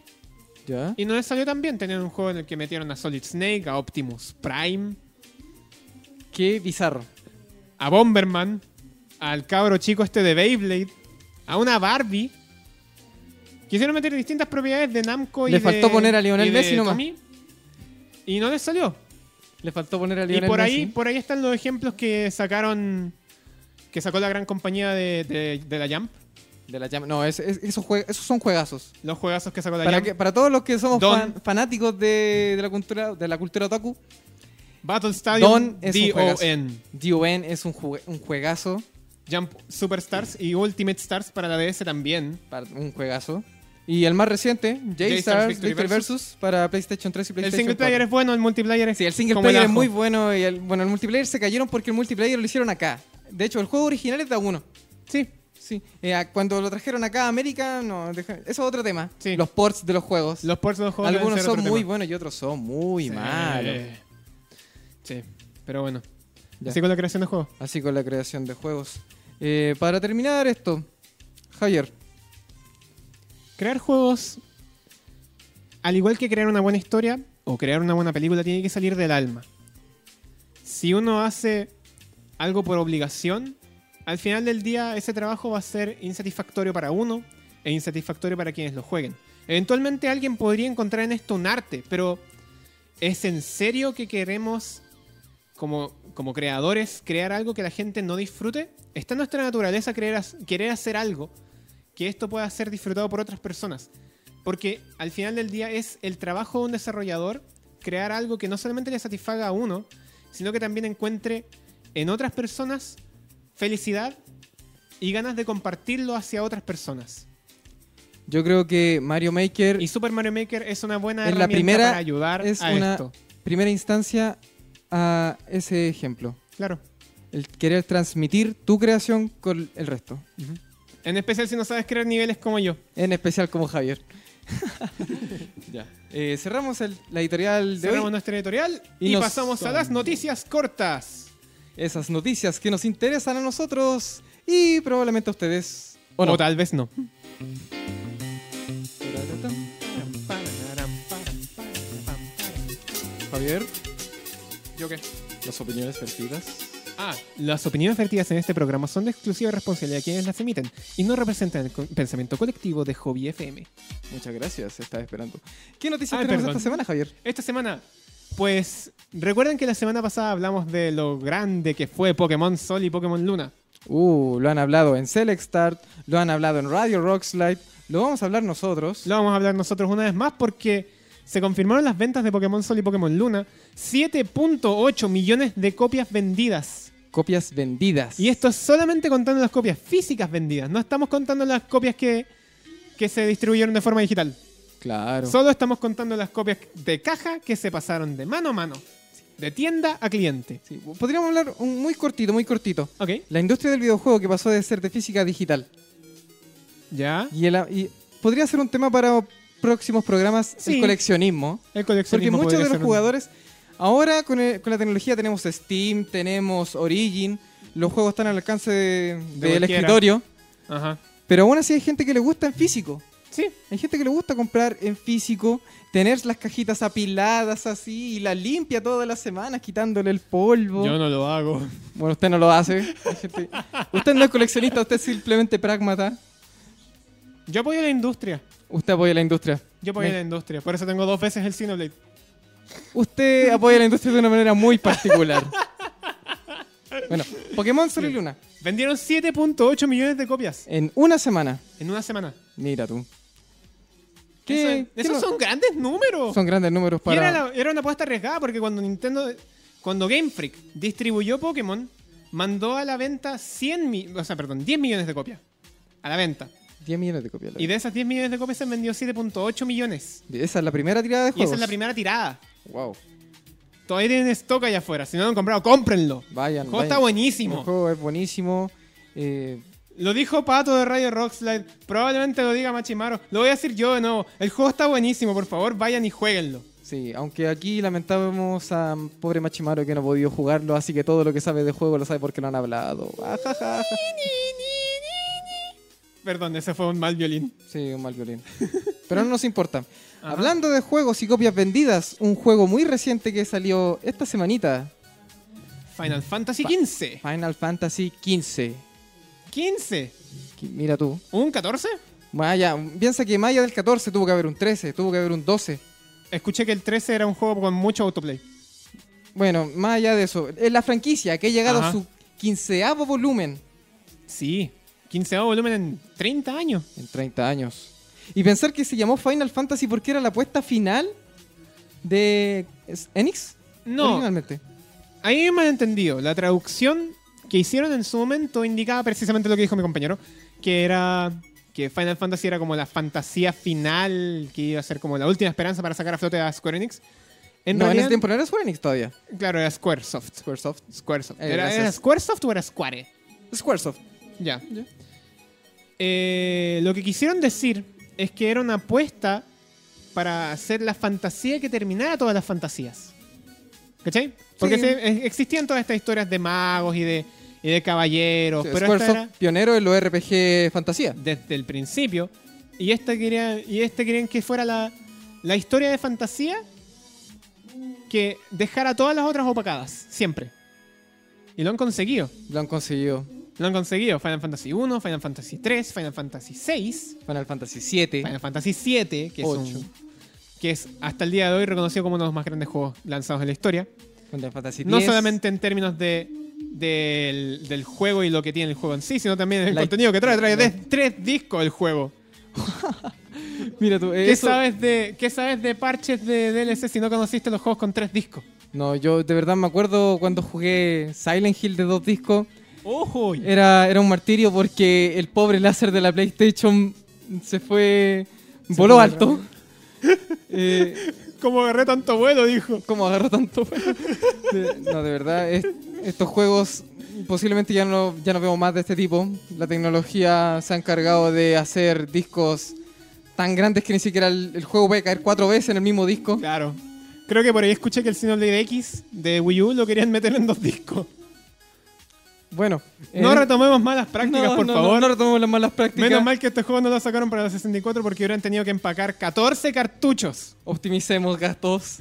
B: ¿Ya?
A: y no les salió tan bien tener un juego en el que metieron a Solid Snake, a Optimus Prime,
B: Qué bizarro.
A: a Bomberman, al cabro chico este de Beyblade, a una Barbie. Quisieron meter distintas propiedades de Namco y
B: Le
A: de-
B: faltó poner a Lionel
A: y de
B: Messi nomás.
A: Konami, Y no les salió.
B: Le faltó poner a
A: Y
B: Lionel
A: por ahí,
B: Messi.
A: por ahí están los ejemplos que sacaron. Que sacó la gran compañía de, de- de la Jump.
B: De la llama- No, es- es- esos, jue- esos son juegazos.
A: Los juegazos que sacó la
B: Para,
A: Jump.
B: que- para todos los que somos
A: Don-
B: fan- fanáticos de, de la cultura de la cultura otaku,
A: Battle Stadium
B: Don es un juegazo.
A: D.O.N.
B: D.O.N. es un, jugue- un juegazo,
A: Jump Superstars y Ultimate Stars para la DS también.
B: para- un juegazo. Y el más reciente, J-Stars Victory Versus, para PlayStation 3 y
A: El
B: PlayStation
A: single player
B: 4.
A: es bueno, el multiplayer es
B: Sí, el single
A: como el
B: player es
A: ajo.
B: muy bueno y el, bueno, el multiplayer se cayeron porque el multiplayer lo hicieron acá. De hecho, el juego original es de uno.
A: Sí,
B: Sí, eh, a- cuando lo trajeron acá a América, no, deja- eso es otro tema.
A: Sí.
B: Los ports de los juegos.
A: los ports de los juegos
B: Algunos
A: deben ser
B: son
A: otro
B: muy
A: tema.
B: buenos y otros son muy
A: Sí.
B: malos.
A: Sí, pero bueno.
B: Ya.
A: Así con la creación de juegos.
B: Así con la creación de juegos. Eh, para terminar esto, Javier,
A: Crear juegos, al igual que crear una buena historia o crear una buena película, tiene que salir del alma. Si uno hace algo por obligación, al final del día ese trabajo va a ser insatisfactorio para uno e insatisfactorio para quienes lo jueguen. Eventualmente alguien podría encontrar en esto un arte, pero ¿es en serio que queremos como, como creadores crear algo que la gente no disfrute? Está en nuestra naturaleza creer as- querer hacer algo que esto pueda ser disfrutado por otras personas. Porque al final del día es el trabajo de un desarrollador crear algo que no solamente le satisfaga a uno, sino que también encuentre en otras personas felicidad y ganas de compartirlo hacia otras personas.
B: yo creo que Mario Maker
A: Y Super Mario Maker es una buena
B: Es la
A: herramienta
B: primera-
A: para ayudar
B: es
A: a
B: una-
A: esto.
B: primera instancia a ese ejemplo.
A: Claro.
B: El querer transmitir tu creación con el resto.
A: En especial si no sabes crear niveles como yo.
B: En especial como Javier. Eh, cerramos el- la editorial de hoy.
A: Cerramos nuestro editorial
B: Y
A: y,
B: nos-
A: pasamos a las noticias cortas.
B: Esas noticias que nos interesan a nosotros y probablemente a ustedes. ¿O no?
A: o tal vez no.
B: Javier,
A: ¿Yo qué?
B: las opiniones vertidas.
A: Ah, las opiniones vertidas en este programa son de exclusiva responsabilidad de quienes las emiten y no representan el co- pensamiento colectivo de Hobby FM.
B: Muchas gracias, estaba esperando. ¿Qué noticias
A: Ay,
B: tenemos
A: perdón.
B: esta semana, Javier?
A: Esta semana, pues, recuerden que la semana pasada hablamos de lo grande que fue Pokémon Sol y Pokémon Luna.
B: Uh, lo han hablado en Select Start, lo han hablado en Radio Rock Slide, lo vamos a hablar nosotros.
A: Lo vamos a hablar nosotros una vez más porque se confirmaron las ventas de Pokémon Sol y Pokémon Luna. 7.8 millones de copias vendidas.
B: Copias vendidas.
A: Y esto es solamente contando las copias físicas vendidas. No estamos contando las copias que, que se distribuyeron de forma digital.
B: Claro.
A: Solo estamos contando las copias de caja que se pasaron de mano a mano, de tienda a cliente.
B: Sí, podríamos hablar un- muy cortito, muy cortito.
A: Ok,
B: La industria del videojuego que pasó de ser de física a digital.
A: ya.
B: Y, el- y podría ser un tema para próximos programas, el
A: Sí.
B: coleccionismo.
A: El
B: Porque
A: coleccionismo
B: muchos
A: podría
B: de los
A: ser un-
B: jugadores, ahora con, el- con la tecnología tenemos Steam, tenemos Origin, los juegos están al alcance de- del
A: cualquiera.
B: escritorio,
A: Ajá.
B: pero aún así hay gente que le gusta en físico.
A: Sí,
B: Hay gente que le gusta comprar en físico, tener las cajitas apiladas así y las limpia todas las semanas quitándole el polvo.
A: yo no lo hago.
B: Bueno, usted no lo hace. Hay gente- Usted no es coleccionista, usted es simplemente pragmata.
A: Yo apoyo la industria.
B: Usted apoya la industria.
A: Yo apoyo
B: Me-
A: la industria. Por eso tengo dos veces el Xenoblade.
B: Usted apoya la industria de una manera muy particular. Bueno, Pokémon Sol y Luna.
A: Vendieron 7.8 millones de copias
B: En una semana.
A: en una semana.
B: Mira tú.
A: Eso-
B: ¿Qué- qué
A: esos
B: no-
A: son grandes números.
B: son grandes números
A: Y era,
B: para...
A: la- era una apuesta arriesgada porque cuando Nintendo, cuando Game Freak distribuyó Pokémon, mandó a la venta 100 mi- o sea, perdón, 10 millones de copias. A la venta.
B: 10 millones de copias. la
A: Y de esas 10 millones de copias se han vendido 7.8 millones.
B: verdad. Esa es la primera tirada de
A: Y
B: juegos.
A: esa es la primera tirada.
B: Wow.
A: Todavía tienen stock allá afuera. Si no lo han comprado, cómprenlo.
B: Vayan,
A: El juego está
B: vayan.
A: buenísimo.
B: El juego es buenísimo. Eh,
A: Lo dijo Pato de Radio Rockslide. Probablemente lo diga Machimaro. Lo voy a decir yo de nuevo. El juego está buenísimo. Por favor, vayan y jueguenlo.
B: sí, aunque aquí lamentábamos a pobre Machimaro que no ha podido jugarlo, así que todo lo que sabe de juego lo sabe porque lo han hablado. Ah, Ajaja.
A: Perdón, ese fue un mal violín.
B: Sí, un mal violín. Pero no nos importa.
A: Ajá.
B: Hablando de juegos y copias vendidas, un juego muy reciente que salió esta semanita,
A: Final Fantasy
B: Pa-
A: 15.
B: Final Fantasy XV.
A: 15.
B: Que- Mira tú.
A: ¿Un 14?
B: Maya, piensa que Maya del 14 tuvo que haber un 13, tuvo que haber un 12.
A: Escuché que el 13 era un juego con mucho autoplay.
B: Bueno, más allá de eso, es la franquicia que ha llegado
A: Ajá.
B: a su quinceavo volumen
A: Sí, 15 volumen en 30 años.
B: en 30 años. Y pensar que se llamó Final Fantasy porque era la apuesta final de ¿es Enix.
A: No.
B: Originalmente.
A: Ahí me han entendido. La traducción que hicieron en su momento indicaba precisamente lo que dijo mi compañero, que era que Final Fantasy era como la fantasía final, que iba a ser como la última esperanza para sacar a flote a Square Enix. En
B: no, en
A: realidad,
B: ese tiempo no era Square Enix todavía.
A: claro, era Squaresoft.
B: Squaresoft.
A: Squaresoft.
B: Eh,
A: ¿Era,
B: gracias.
A: ¿Era Squaresoft o era Square?
B: Squaresoft.
A: Ya.
B: Ya.
A: Eh, lo que quisieron decir es que era una apuesta para hacer la fantasía que terminara todas las fantasías. ¿Cachai? Porque
B: Sí.
A: se- e- existían todas estas historias de magos y de, y de caballeros,
B: Sí,
A: pero esta
B: Squaresoft,
A: era
B: pionero de los RPG fantasía.
A: desde el principio. Y esta querían, y esta querían que fuera la, la historia de fantasía que dejara todas las otras opacadas, siempre. Y lo han conseguido.
B: Lo han conseguido.
A: Lo han conseguido. Final Fantasy 1, Final Fantasy 3, Final Fantasy 6,
B: Final Fantasy VII.
A: Final Fantasy 7, que es,
B: Ocho.
A: un- que es hasta el día de hoy reconocido como uno de los más grandes juegos lanzados en la historia.
B: Final Fantasy
A: No
B: 10.
A: solamente en términos de, del, del juego y lo que tiene el juego en sí, sino también el
B: La-
A: contenido que trae. Trae
B: la-
A: tres, tres discos el juego.
B: Mira tú,
A: ¿Qué
B: eso-
A: sabes, de, ¿Qué sabes de parches de DLC si no conociste los juegos con tres discos?
B: No, yo de verdad me acuerdo cuando jugué Silent Hill de dos discos.
A: ¡Ojo!
B: Era, era un martirio porque el pobre láser de la PlayStation se fue. voló
A: fue
B: alto. Eh,
A: Como agarré tanto vuelo, dijo.
B: ¿Cómo agarró tanto? De- no, de verdad, es- estos juegos posiblemente ya no, ya no vemos más de este tipo. La tecnología se ha encargado de hacer discos tan grandes que ni siquiera el, el juego puede caer cuatro veces en el mismo disco.
A: Claro. Creo que por ahí escuché que el Xenoblade X de Wii U lo querían meter en dos discos.
B: Bueno,
A: No
B: eh,
A: retomemos malas prácticas,
B: no,
A: por
B: no, no,
A: favor.
B: No, retomemos las malas prácticas.
A: Menos mal que este juego no lo sacaron para la 64 porque hubieran tenido que empacar 14 cartuchos.
B: Optimicemos gastos.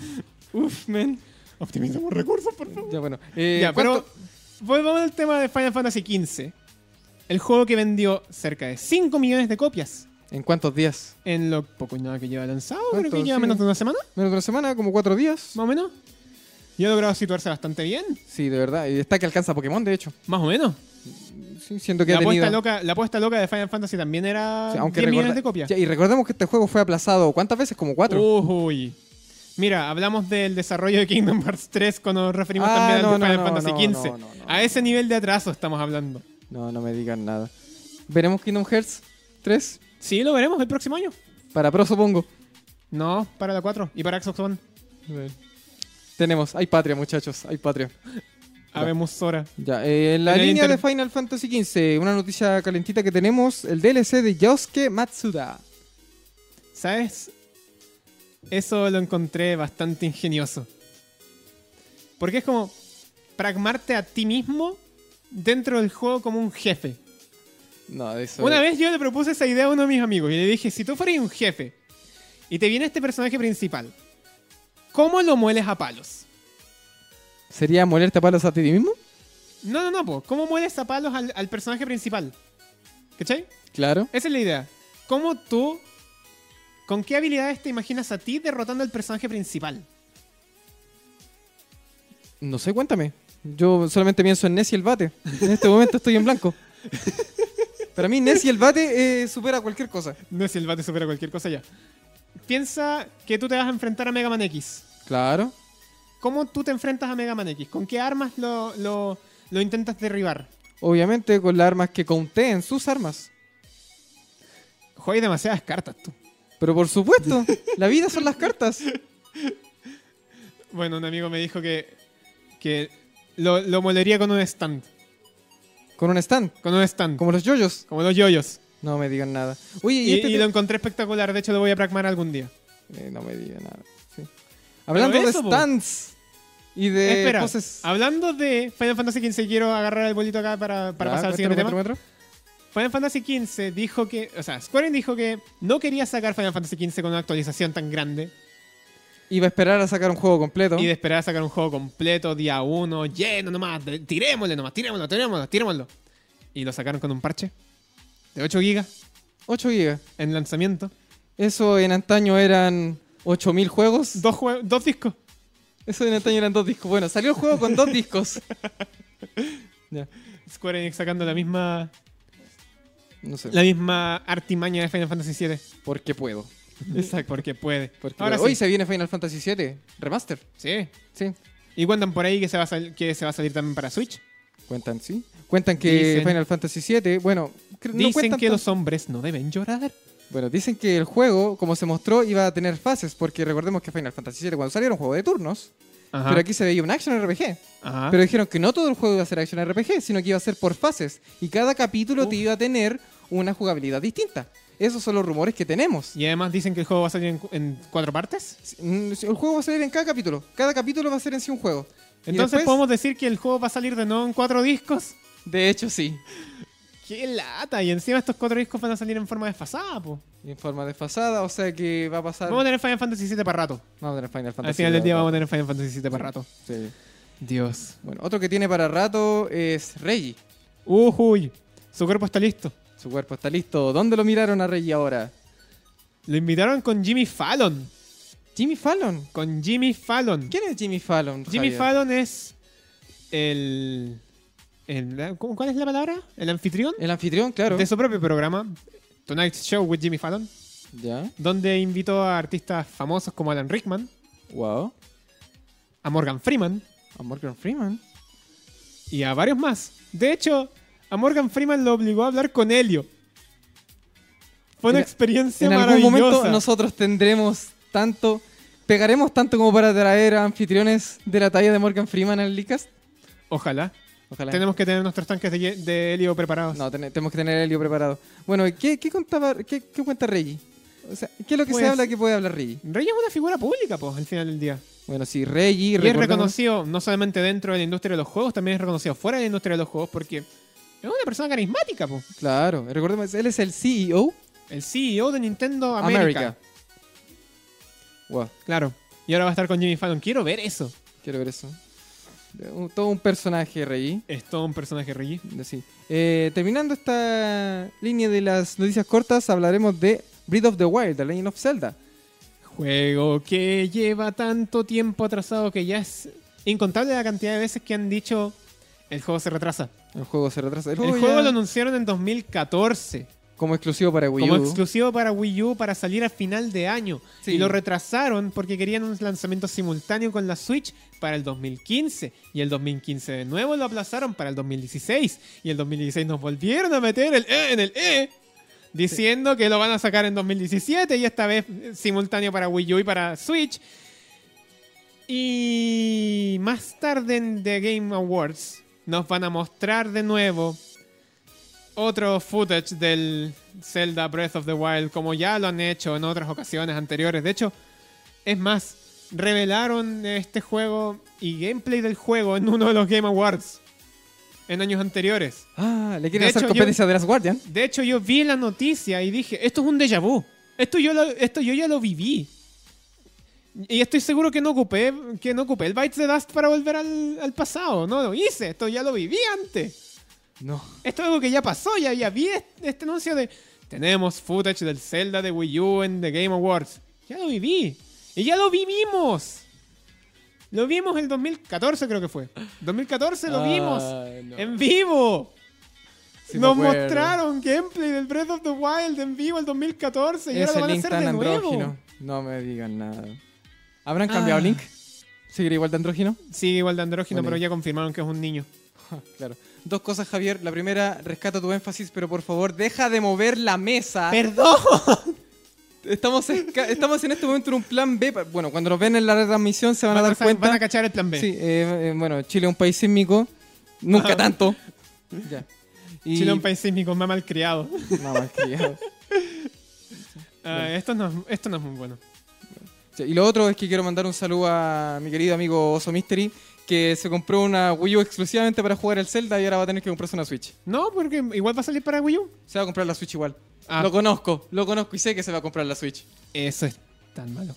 B: Uf, men.
A: Optimizamos recursos, por favor.
B: Ya, bueno. eh,
A: ya, pero
B: ¿cuánto-
A: volvamos al tema de Final Fantasy XV. El juego que vendió cerca de 5 millones de copias
B: ¿En cuántos días?
A: en lo poco y nada que lleva lanzado. Creo
B: ¿Cuánto?
A: que lleva
B: Sí.
A: menos de una semana,
B: ¿Menos de una semana? ¿Como cuatro días?
A: más o menos. Y ha logrado situarse bastante bien,
B: Sí, de verdad. Y está que alcanza Pokémon, de hecho.
A: más o menos.
B: Sí, siento que
A: La
B: ha tenido...
A: apuesta, loca, la apuesta loca de Final Fantasy también era
B: O sea, aunque
A: 10 millones
B: recorda-
A: de copias. Uh.
B: Ya, y recordemos que este juego fue aplazado ¿cuántas veces? Como cuatro.
A: Uy. Mira, hablamos del desarrollo de Kingdom Hearts 3 cuando nos referimos
B: Ah,
A: también
B: no,
A: al de
B: no,
A: Final
B: no,
A: Fantasy
B: no,
A: XV.
B: no, no, no.
A: A ese nivel de atraso estamos hablando.
B: No, no me digan nada. Veremos Kingdom Hearts 3
A: Sí, lo veremos el próximo año.
B: para Pro, supongo.
A: No, para la 4 y para Xbox One.
B: Tenemos, hay patria, muchachos, hay patria.
A: Habemos Sora.
B: Ya, eh, en la
A: En el
B: línea
A: inter-
B: de Final Fantasy XV, una noticia calentita que tenemos, el DLC de Yosuke Matsuda.
A: ¿Sabes? Eso lo encontré bastante ingenioso. Porque es como pragmarte a ti mismo dentro del juego como un jefe.
B: No, de eso.
A: Una vez yo le propuse esa idea a uno de mis amigos y le dije, si tú fueras un jefe y te viene este personaje principal, ¿cómo lo mueles a palos?
B: ¿Sería molerte a palos a ti mismo?
A: No, no, no, po. ¿cómo mueles a palos al, al personaje principal? ¿Cachai?
B: Claro.
A: Esa es la idea. ¿Cómo tú, con qué habilidades te imaginas a ti derrotando al personaje principal?
B: No sé, cuéntame. Yo solamente pienso en Nessie el bate. En este momento estoy en blanco. Para mí, Nessie el bate eh, supera cualquier cosa.
A: No si el bate supera cualquier cosa ya. Piensa que tú te vas a enfrentar a Mega Man X.
B: Claro.
A: ¿Cómo tú te enfrentas a Mega Man X? ¿Con qué armas lo, lo- lo intentas derribar?
B: Obviamente con las armas que conteen sus armas.
A: Juegas demasiadas cartas tú.
B: Pero por supuesto, la vida son las cartas.
A: Bueno, un amigo me dijo que, que lo, lo molería con un stand.
B: Con un stand,
A: Con un stand.
B: como los yoyos.
A: Como los yoyos.
B: No me digan nada. Oye, y
A: Y,
B: este
A: y
B: te-
A: lo encontré espectacular. De hecho, lo voy a pragmar algún día.
B: Eh, no me digan nada. sí. Hablando
A: eso,
B: de
A: po.
B: stands y de
A: Espera,
B: poses.
A: hablando de Final Fantasy XV, quiero agarrar el bolito acá para, para
B: Ya,
A: pasar
B: cuéntalo,
A: al siguiente tema.
B: cuéntalo, cuéntalo.
A: Final Fantasy XV dijo que, o sea, Square Enix dijo que no quería sacar Final Fantasy XV con una actualización tan grande
B: Iba a esperar a sacar un juego completo.
A: y de esperar a sacar un juego completo, día uno, lleno nomás, de- tirémosle nomás, tirémoslo, tirémoslo, tirémoslo. Y lo sacaron con un parche de 8 gigas
B: 8 GB.
A: en lanzamiento.
B: Eso en antaño eran 8000 juegos.
A: Dos, jue- dos discos.
B: Eso de antaño eran dos discos. Bueno, salió el juego con dos discos. Ya,
A: Square Enix sacando la misma,
B: no sé.
A: la misma artimaña de Final Fantasy VII.
B: Porque puedo.
A: Exacto. Porque puede.
B: Porque
A: Ahora
B: puedo. Hoy
A: sí.
B: se viene Final Fantasy VII Remaster.
A: Sí.
B: Sí.
A: Y cuentan por ahí que se va a, sal- que se va a salir también para Switch.
B: Cuentan, sí. Cuentan que
A: Dicen-
B: Final Fantasy VII, bueno, cre- no
A: Dicen
B: cuentan
A: que
B: tan-
A: los hombres no deben llorar.
B: Bueno, dicen que el juego, como se mostró, iba a tener fases, porque recordemos que Final Fantasy VII cuando salió era un juego de turnos,
A: Ajá.
B: pero aquí se veía un action RPG.
A: Ajá.
B: Pero dijeron que no todo el juego iba a ser action RPG, sino que iba a ser por fases, y cada capítulo te
A: Uf.
B: iba a tener una jugabilidad distinta. Esos son los rumores que tenemos.
A: Y además dicen que el juego va a salir en, cu- en cuatro partes.
B: Mm, El juego va a salir en cada capítulo. Cada capítulo va a ser en sí un juego. Y
A: Entonces
B: después-
A: podemos decir que el juego va a salir de nuevo en cuatro discos.
B: De hecho, sí.
A: ¡Qué lata! Y encima estos cuatro discos van a salir en forma desfasada, po.
B: En forma desfasada, o sea que va a pasar...
A: Vamos a tener Final Fantasy VII para rato.
B: Vamos a tener Final Fantasy
A: Al final del
B: VII,
A: día vamos a tener Final Fantasy VII para rato.
B: Sí.
A: Dios.
B: Bueno, otro que tiene para rato es Reggie.
A: Uy, su cuerpo está listo.
B: Su cuerpo está listo. ¿Dónde lo miraron a Reggie ahora?
A: Lo invitaron con Jimmy Fallon.
B: Jimmy Fallon.
A: Con Jimmy Fallon.
B: ¿Quién es Jimmy Fallon?
A: Jimmy
B: Javier?
A: Fallon es el, el- ¿cu- ¿Cuál es la palabra? El anfitrión
B: El anfitrión, Eh, claro.
A: de su propio programa, Tonight Show with Jimmy Fallon,
B: Ya.
A: donde invitó a artistas famosos como Alan Rickman,
B: Wow.
A: a Morgan Freeman
B: A Morgan Freeman.
A: y a varios más. De hecho, a Morgan Freeman lo obligó a hablar con Helio. Fue una
B: En-
A: experiencia
B: en algún
A: maravillosa.
B: momento nosotros tendremos tanto. Pegaremos tanto como para traer a anfitriones de la talla de Morgan Freeman al Licas.
A: Ojalá.
B: Ojalá.
A: Tenemos que tener nuestros tanques de, ye- de helio preparados.
B: No, ten- tenemos que tener el lío preparado. Bueno, ¿y ¿qué, qué, contaba, qué, qué cuenta Reggie? O sea, ¿qué es lo que
A: Pues-
B: se habla que puede hablar Reggie?
A: Rey es una figura pública, pues, al final del día.
B: Bueno, sí, Reggie.
A: Y es
B: recordemos-
A: reconocido no solamente dentro de la industria de los juegos, también es reconocido fuera de la industria de los juegos porque es una persona carismática, po.
B: Claro, recordemos, él es el CEO
A: El CEO de Nintendo Oh, América.
B: América. Wow,
A: Claro. Y ahora va a estar con Jimmy Fallon. Quiero ver eso.
B: quiero ver eso. Un- todo un personaje, Reggie.
A: Es todo un personaje, Reggie.
B: Así. Eh, terminando esta línea de las noticias cortas, hablaremos de Breath of the Wild, The Legend of Zelda.
A: Juego que lleva tanto tiempo atrasado que ya es incontable la cantidad de veces que han dicho el juego se retrasa.
B: El juego se retrasa. El
A: El
B: juego,
A: juego
B: Oh, ya
A: lo anunciaron en 2014.
B: como exclusivo para Wii U.
A: como exclusivo para Wii U para salir a final de año.
B: Sí.
A: Y lo retrasaron porque querían un lanzamiento simultáneo con la Switch para el 2015. Y el 2015 de nuevo lo aplazaron para el 2016. Y el 2016 nos volvieron a meter el E en el E. Diciendo que lo van a sacar en 2017 y esta vez eh, simultáneo para Wii U y para Switch. Y más tarde en The Game Awards nos van a mostrar de nuevo otro footage del Zelda Breath of the Wild, como ya lo han hecho en otras ocasiones anteriores. De hecho, es más, revelaron este juego y gameplay del juego en uno de los Game Awards en años anteriores.
B: Ah, le quieren
A: De
B: hacer
A: hecho,
B: competencia de las Guardian.
A: De hecho, yo vi la noticia y dije, esto es un déjà vu. Esto yo, lo- esto yo ya lo viví. Y estoy seguro que no ocupé, que no ocupé el Bytes de Dust para volver al, al pasado. No lo hice, esto ya lo viví antes.
B: No.
A: Esto es algo que ya pasó, ya, ya vi est- este anuncio de tenemos footage del Zelda de Wii U en The Game Awards. Ya lo viví. Y ya lo vivimos. Lo vimos el 2014 creo que fue. 2014 lo vimos
B: Ah, no.
A: en vivo.
B: Sí, me
A: Nos
B: acuerdo.
A: mostraron gameplay del Breath of the Wild en vivo el 2014 y
B: Ese
A: ahora lo van a
B: link
A: hacer
B: tan
A: de nuevo.
B: andrógino. No me digan nada. ¿Habrán cambiado
A: Ah.
B: Link? ¿Seguirá igual de andrógino?
A: Sigue igual de andrógino,
B: Bueno.
A: pero ya confirmaron que es un niño.
B: Ah, Claro. Dos cosas, Javier. La primera, rescata tu énfasis, pero por favor, deja de mover la mesa.
A: ¡Perdón!
B: Estamos, esca- estamos en este momento en un plan B. pa- Bueno, cuando nos ven en la transmisión se van,
A: Van a,
B: a dar
A: sa-
B: cuenta.
A: van a cachar el plan B. Ah.
B: Sí, eh, eh, bueno, Chile es un país sísmico. Nunca tanto. Ya. Y...
A: Chile es un país sísmico, más malcriado.
B: No, más criado.
A: Ah, esto, no, es- esto no es muy bueno.
B: Sí, Y lo otro es que quiero mandar un saludo a mi querido amigo Oso Mystery, que se compró una Wii U exclusivamente para jugar el Zelda y ahora va a tener que comprarse una Switch.
A: No, porque igual va a salir para Wii U.
B: Se va a comprar la Switch igual.
A: Ah.
B: Lo conozco, lo conozco y sé que se va a comprar la Switch.
A: Eso es tan malo.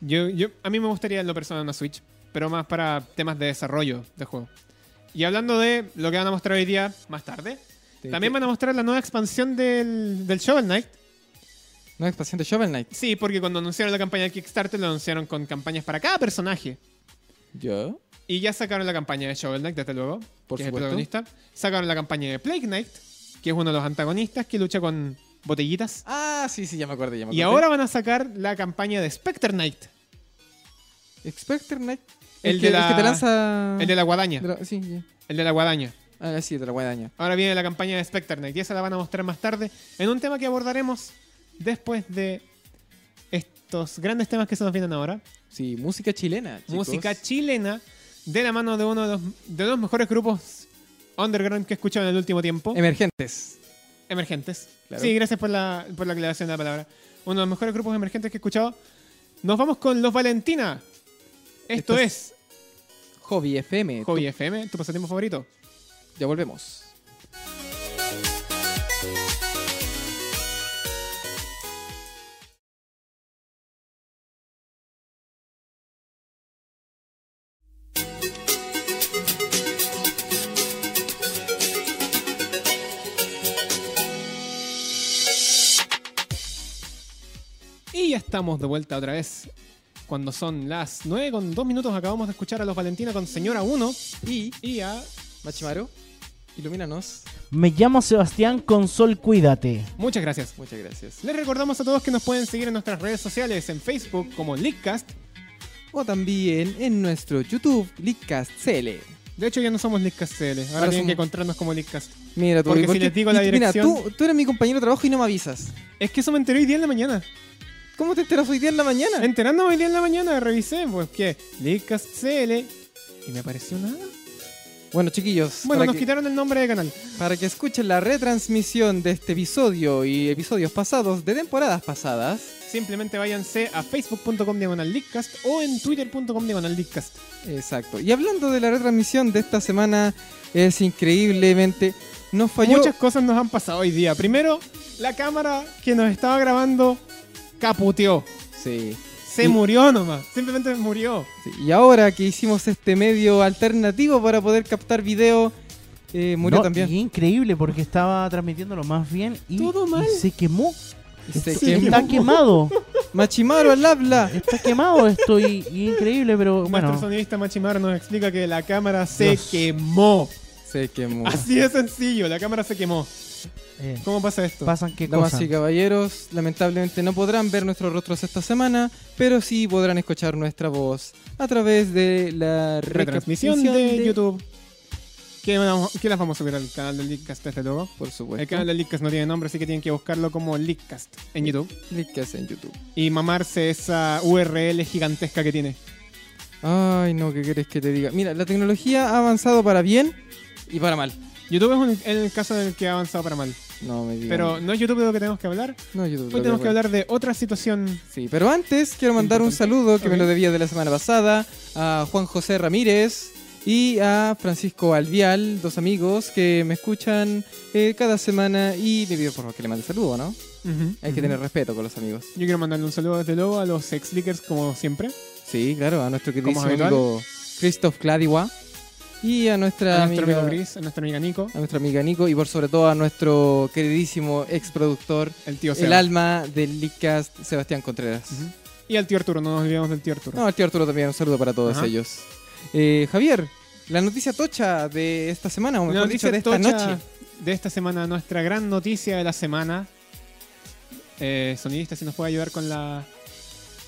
A: Yo, yo, a mí me gustaría en lo personal una Switch, pero más para temas de desarrollo de juego. Y hablando de lo que van a mostrar hoy día, más tarde, también van a mostrar la nueva expansión del, del Shovel Knight.
B: No es paciente Shovel Knight.
A: Sí, porque cuando anunciaron la campaña de Kickstarter lo anunciaron con campañas para cada personaje.
B: ¿Ya?
A: Y ya sacaron la campaña de Shovel Knight, desde luego,
B: Por
A: que es el
B: supuesto.
A: protagonista. Sacaron la campaña de Plague Knight, que es uno de los antagonistas que lucha con botellitas.
B: Ah, sí, sí, ya me acordé, ya me acordé.
A: Y ahora van a sacar la campaña de Spectre Knight,
B: Spectre Knight.
A: El
B: El,
A: de
B: que,
A: la-
B: el que te lanza...
A: el de la guadaña.
B: de la- Sí, ya.
A: El de la guadaña.
B: Ah, sí, de la guadaña.
A: Ahora viene la campaña de Spectre Knight y esa la van a mostrar más tarde en un tema que abordaremos después de estos grandes temas que se nos vienen ahora.
B: Sí, música chilena, chicos.
A: Música chilena de la mano de uno de los, de los mejores grupos underground que he escuchado en el último tiempo.
B: Emergentes.
A: emergentes.
B: Em- Claro.
A: Sí, gracias por la, por la aclaración de la palabra. Uno de los mejores grupos emergentes que he escuchado. Nos vamos con Los Valentina. Esto
B: Esto
A: es
B: es Hobby FM.
A: Hobby FM, tu pasatiempo favorito.
B: Tú- Ya volvemos.
A: Y ya estamos de vuelta otra vez. Cuando son las 9 con 2 minutos acabamos de escuchar a Los Valentina con Señora 1
B: Y,
A: y a...
B: Machimaro, ilumínanos.
D: Me llamo Sebastián Consol Cuídate.
A: Muchas gracias.
B: Muchas gracias.
A: Les recordamos a todos que nos pueden seguir en nuestras redes sociales, en Facebook como Leakcast.
B: O también en nuestro YouTube, Leakcast CL.
A: De hecho ya no somos Leakcast CL, ahora,
B: Ahora
A: tienen
B: somos-
A: que encontrarnos como Leakcast.
B: Mira, tú,
A: Porque si les digo la dirección-
B: Mira, tú, tú eres mi compañero de trabajo y no me avisas.
A: Es que eso me enteré hoy día en la mañana.
B: ¿Cómo te enteras hoy día en la mañana?
A: Enterándome hoy día en la mañana, revisé, pues que Leakcast CL y me apareció nada.
B: Bueno, chiquillos,
A: Bueno,
B: para
A: nos
B: que-
A: quitaron el nombre del canal.
B: Para que escuchen la retransmisión de este episodio y episodios pasados de temporadas pasadas,
A: Simplemente váyanse a facebook.com diagonal Leakcast o en twitter.com diagonal Leakcast.
B: exacto. Y hablando de la retransmisión de esta semana, es increíblemente nos falló.
A: Muchas cosas nos han pasado hoy día. Primero, la cámara que nos estaba grabando caputeó.
B: Sí,
A: Se
B: Y-
A: murió nomás. Simplemente murió.
B: sí. Y ahora que hicimos este medio alternativo para poder captar video, eh, murió
D: No,
B: también.
D: y increíble porque estaba transmitiéndolo más bien y,
A: Todo mal.
D: y se quemó.
B: Y se
A: Sí,
B: quemó.
D: Está quemado.
B: Machimaro al habla.
D: Está quemado esto y, y increíble, pero bueno.
A: Nuestro sonidista Machimar nos explica que la cámara se
D: Dios.
A: quemó.
B: Se quemó.
A: Así de sencillo, la cámara se quemó.
D: eh,
A: ¿Cómo pasa esto?
D: pasan qué
B: Damas
D: cosas.
B: y caballeros, lamentablemente no podrán ver nuestros rostros esta semana, pero sí podrán escuchar nuestra voz a través de la
A: retransmisión de, YouTube. Que, vamos- que las vamos a subir al canal del Leakcast, desde luego.
B: Por
A: El
B: supuesto.
A: canal del Leakcast no tiene nombre, así que tienen que buscarlo como Leakcast en YouTube.
B: Leakcast en YouTube.
A: Y mamarse esa URL gigantesca que tiene.
B: Ay, no, ¿qué querés que te diga? Mira, la tecnología ha avanzado para bien y para mal.
A: YouTube es un- el caso en el que ha avanzado para mal.
B: No me digas.
A: Pero no es YouTube de lo que tenemos que hablar.
B: no, YouTube.
A: Hoy
B: lo
A: tenemos que
B: fue.
A: hablar de otra situación.
B: Sí, pero antes quiero mandar un
A: Importante.
B: saludo que me
A: Ok.
B: lo debía de la semana pasada a Juan José Ramírez y a Francisco Alvial, dos amigos que me escuchan eh, cada semana y me pido por favor que le mande saludo, ¿no?
A: Ujú.
B: Hay que tener respeto con los amigos.
A: Yo quiero mandarle un saludo desde luego a los ex leakers como siempre.
B: Sí, claro, a nuestro queridísimo
A: habitual?
B: amigo Christoph Cladiwa y a nuestra
A: A nuestro
B: amiga,
A: amigo Gris, a nuestra amiga Nico,
B: a nuestra amiga Nico y por sobre todo a nuestro queridísimo ex productor,
A: el tío
B: el
A: Seba.
B: alma del Leadcast, Sebastián Contreras.
A: Ujú. Y al tío Arturo, no nos olvidemos del tío Arturo.
B: No, al tío Arturo también, un saludo para todos
A: Ajá.
B: ellos. Eh, Javier, la noticia tocha de esta semana, o
A: La
B: mejor dicho,
A: noticia
B: de esta
A: tocha
B: noche.
A: De esta semana, nuestra gran noticia de la semana. Eh, sonidista, si nos puede ayudar con la.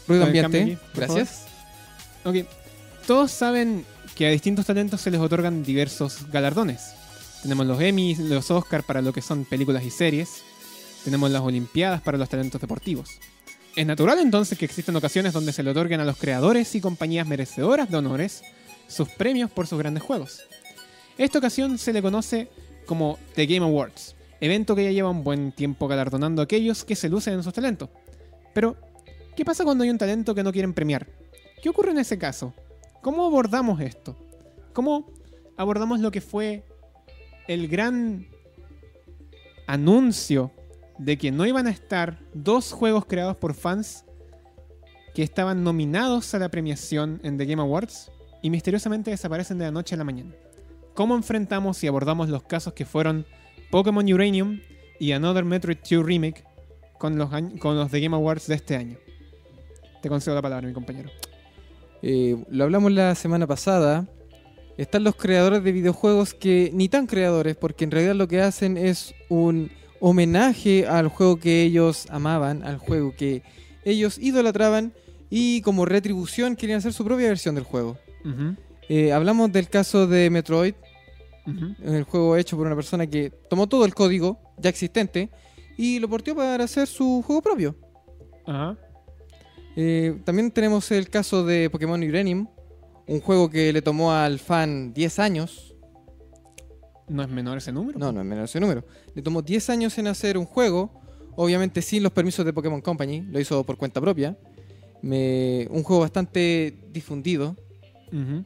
B: Ruido
A: Con el
B: ambiente,
A: cambio aquí, por
B: gracias.
A: Ok. Todos saben que a distintos talentos se les otorgan diversos galardones. Tenemos los Emmys, los Oscar para lo que son películas y series. Tenemos las Olimpiadas para los talentos deportivos. Es natural entonces que existan ocasiones donde se le otorguen a los creadores y compañías merecedoras de honores sus premios por sus grandes juegos. Esta ocasión se le conoce como The Game Awards, evento que ya lleva un buen tiempo galardonando a aquellos que se lucen en sus talentos. Pero, ¿qué pasa cuando hay un talento que no quieren premiar? ¿Qué ocurre en ese caso? ¿Cómo abordamos esto? ¿Cómo abordamos lo que fue el gran anuncio de que no iban a estar dos juegos creados por fans que estaban nominados a la premiación en The Game Awards y misteriosamente desaparecen de la noche a la mañana? ¿Cómo enfrentamos y abordamos los casos que fueron Pokémon Uranium y Another Metroid 2 Remake con los, añ- con los The Game Awards de este año? Te concedo la palabra, mi compañero.
B: eh, lo hablamos la semana pasada, están los creadores de videojuegos que ni tan creadores, porque en realidad lo que hacen es un homenaje al juego que ellos amaban, al juego que ellos idolatraban y como retribución querían hacer su propia versión del juego.
A: Ujú,
B: Eh, hablamos del caso de Metroid,
A: ujú.
B: el juego hecho por una persona que tomó todo el código ya existente y lo portió para hacer su juego propio.
A: Ajá.
B: Eh, también tenemos el caso de Pokémon Uranium, un juego que le tomó al fan 10 años.
A: No es menor ese número.
B: No, no es menor ese número. Le tomó 10 años en hacer un juego, obviamente sin los permisos de Pokémon Company, lo hizo por cuenta propia. Me- un juego bastante difundido.
A: Ujú.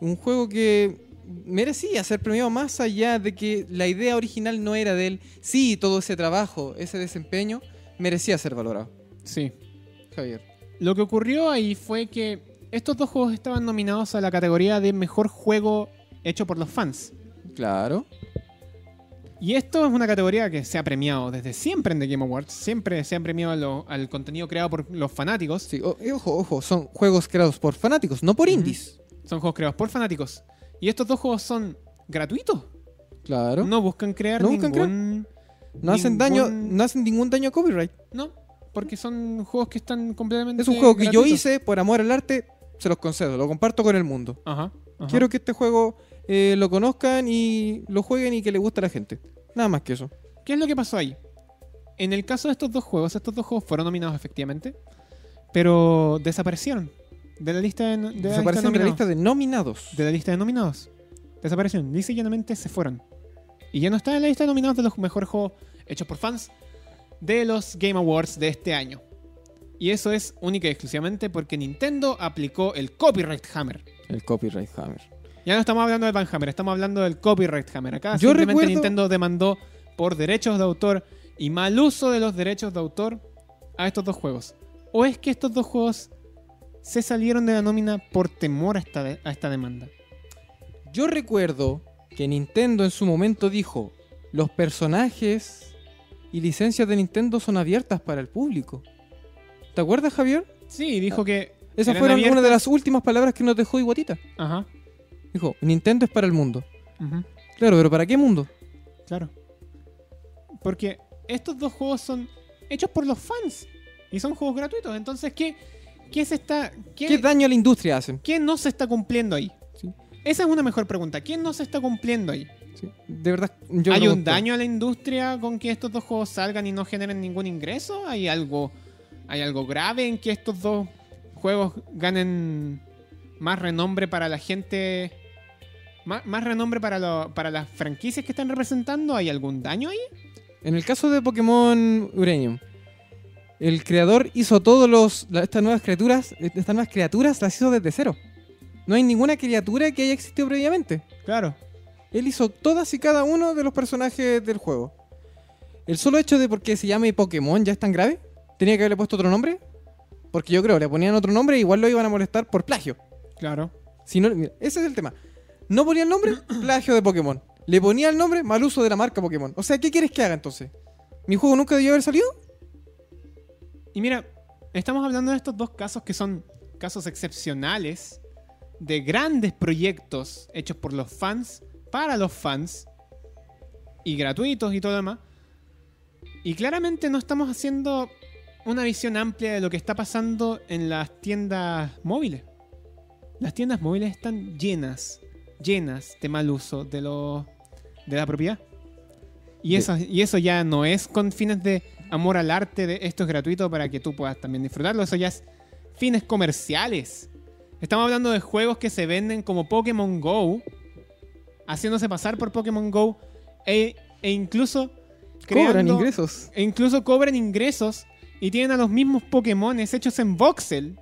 B: Un juego que merecía ser premiado más allá de que la idea original no era de él. Sí, todo ese trabajo, ese desempeño, merecía ser valorado.
A: Sí.
B: Javier.
A: Lo que ocurrió ahí fue que estos dos juegos estaban nominados a la categoría de mejor juego hecho por los fans.
B: Claro.
A: Y esto es una categoría que se ha premiado desde siempre en The Game Awards. Siempre se han premiado a lo- al contenido creado por los fanáticos.
B: Sí, o- y ojo, ojo, son juegos creados por fanáticos, no por
A: Ujú.
B: indies.
A: Son juegos creados por fanáticos. Y estos dos juegos son gratuitos.
B: Claro. No,
A: No buscan crear
B: No buscan
A: ningún...
B: crear. hacen daño,
A: ningún-
B: no hacen ningún daño a copyright.
A: No, porque son juegos que están completamente
B: Es un juego que yo
A: gratuitos.
B: hice por amor al arte, se los concedo, lo comparto con el mundo.
A: Ajá, ajá.
B: Quiero que este juego eh, lo conozcan y lo jueguen y que le guste a la gente. Nada más que eso.
A: ¿Qué es lo que pasó ahí? En el caso de estos dos juegos, estos dos juegos fueron nominados efectivamente, pero desaparecieron de la lista de, de la lista de
B: Desaparecen de la
A: nominados.
B: lista de nominados.
A: De la lista de nominados. Desaparecieron, lisa y llanamente se fueron. Y ya no está en la lista de nominados de los mejores juegos hechos por fans de los Game Awards de este año. Y eso es única y exclusivamente porque Nintendo aplicó el copyright hammer.
B: El copyright hammer.
A: Ya no estamos hablando del Banhammer, estamos hablando del copyright hammer. Acá
B: Yo
A: simplemente
B: recuerdo-
A: Nintendo demandó por derechos de autor y mal uso de los derechos de autor a estos dos juegos. ¿O es que estos dos juegos se salieron de la nómina por temor a esta, de- a esta demanda?
B: Yo recuerdo que Nintendo en su momento dijo, los personajes y licencias de Nintendo son abiertas para el público. ¿Te acuerdas, Javier?
A: Sí, dijo que...
B: Esas
A: eran
B: fueron
A: abiertas.
B: una de las últimas palabras que nos dejó Iguatita.
A: Ajá.
B: Dijo, Nintendo es para el mundo.
A: ujú,
B: Claro, pero ¿para qué mundo?
A: Claro. Porque estos dos juegos son hechos por los fans. Y son juegos gratuitos. Entonces, ¿qué, qué se está...
B: ¿Qué,
A: qué-
B: daño a la industria hacen?
A: ¿Qué no se está cumpliendo ahí?
B: Sí.
A: Esa es una mejor pregunta. ¿Qué no se está cumpliendo ahí?
B: Sí, De verdad, yo
A: ¿Hay un
B: pregunto.
A: daño a la industria con que estos dos juegos salgan y no generen ningún ingreso? ¿Hay algo, ¿Hay algo grave en que estos dos juegos ganen más renombre para la gente? ma- ¿Más, renombre para, lo- para las franquicias que están representando? ¿Hay algún daño ahí?
B: En el caso de Pokémon Uranium, el creador hizo todos los la- estas nuevas criaturas, estas nuevas criaturas las hizo desde cero. No hay ninguna criatura que haya existido previamente.
A: Claro.
B: Él hizo todas y cada uno de los personajes del juego. El solo hecho de porque se llame Pokémon ya es tan grave, tenía que haberle puesto otro nombre, porque yo creo le ponían otro nombre e igual lo iban a molestar por plagio.
A: Claro.
B: Si no- mira, ese es el tema. No ponía el nombre, plagio de Pokémon. Le ponía el nombre, mal uso de la marca Pokémon. O sea, ¿qué quieres que haga entonces? ¿Mi juego nunca debió haber salido?
A: Y mira, estamos hablando de estos dos casos que son casos excepcionales de grandes proyectos hechos por los fans, para los fans, y gratuitos y todo lo demás. Y claramente no estamos haciendo una visión amplia de lo que está pasando en las tiendas móviles. Las tiendas móviles están llenas, llenas de mal uso de, lo, de la propiedad. Y
B: De-
A: eso, y eso ya no es con fines de amor al arte, de esto es gratuito para que tú puedas también disfrutarlo. Eso ya es fines comerciales. Estamos hablando de juegos que se venden como Pokémon Go, haciéndose pasar por Pokémon Go e, e incluso
B: Cobran
A: creando-
B: ingresos.
A: e incluso cobran ingresos y tienen a los mismos Pokémones hechos en voxel.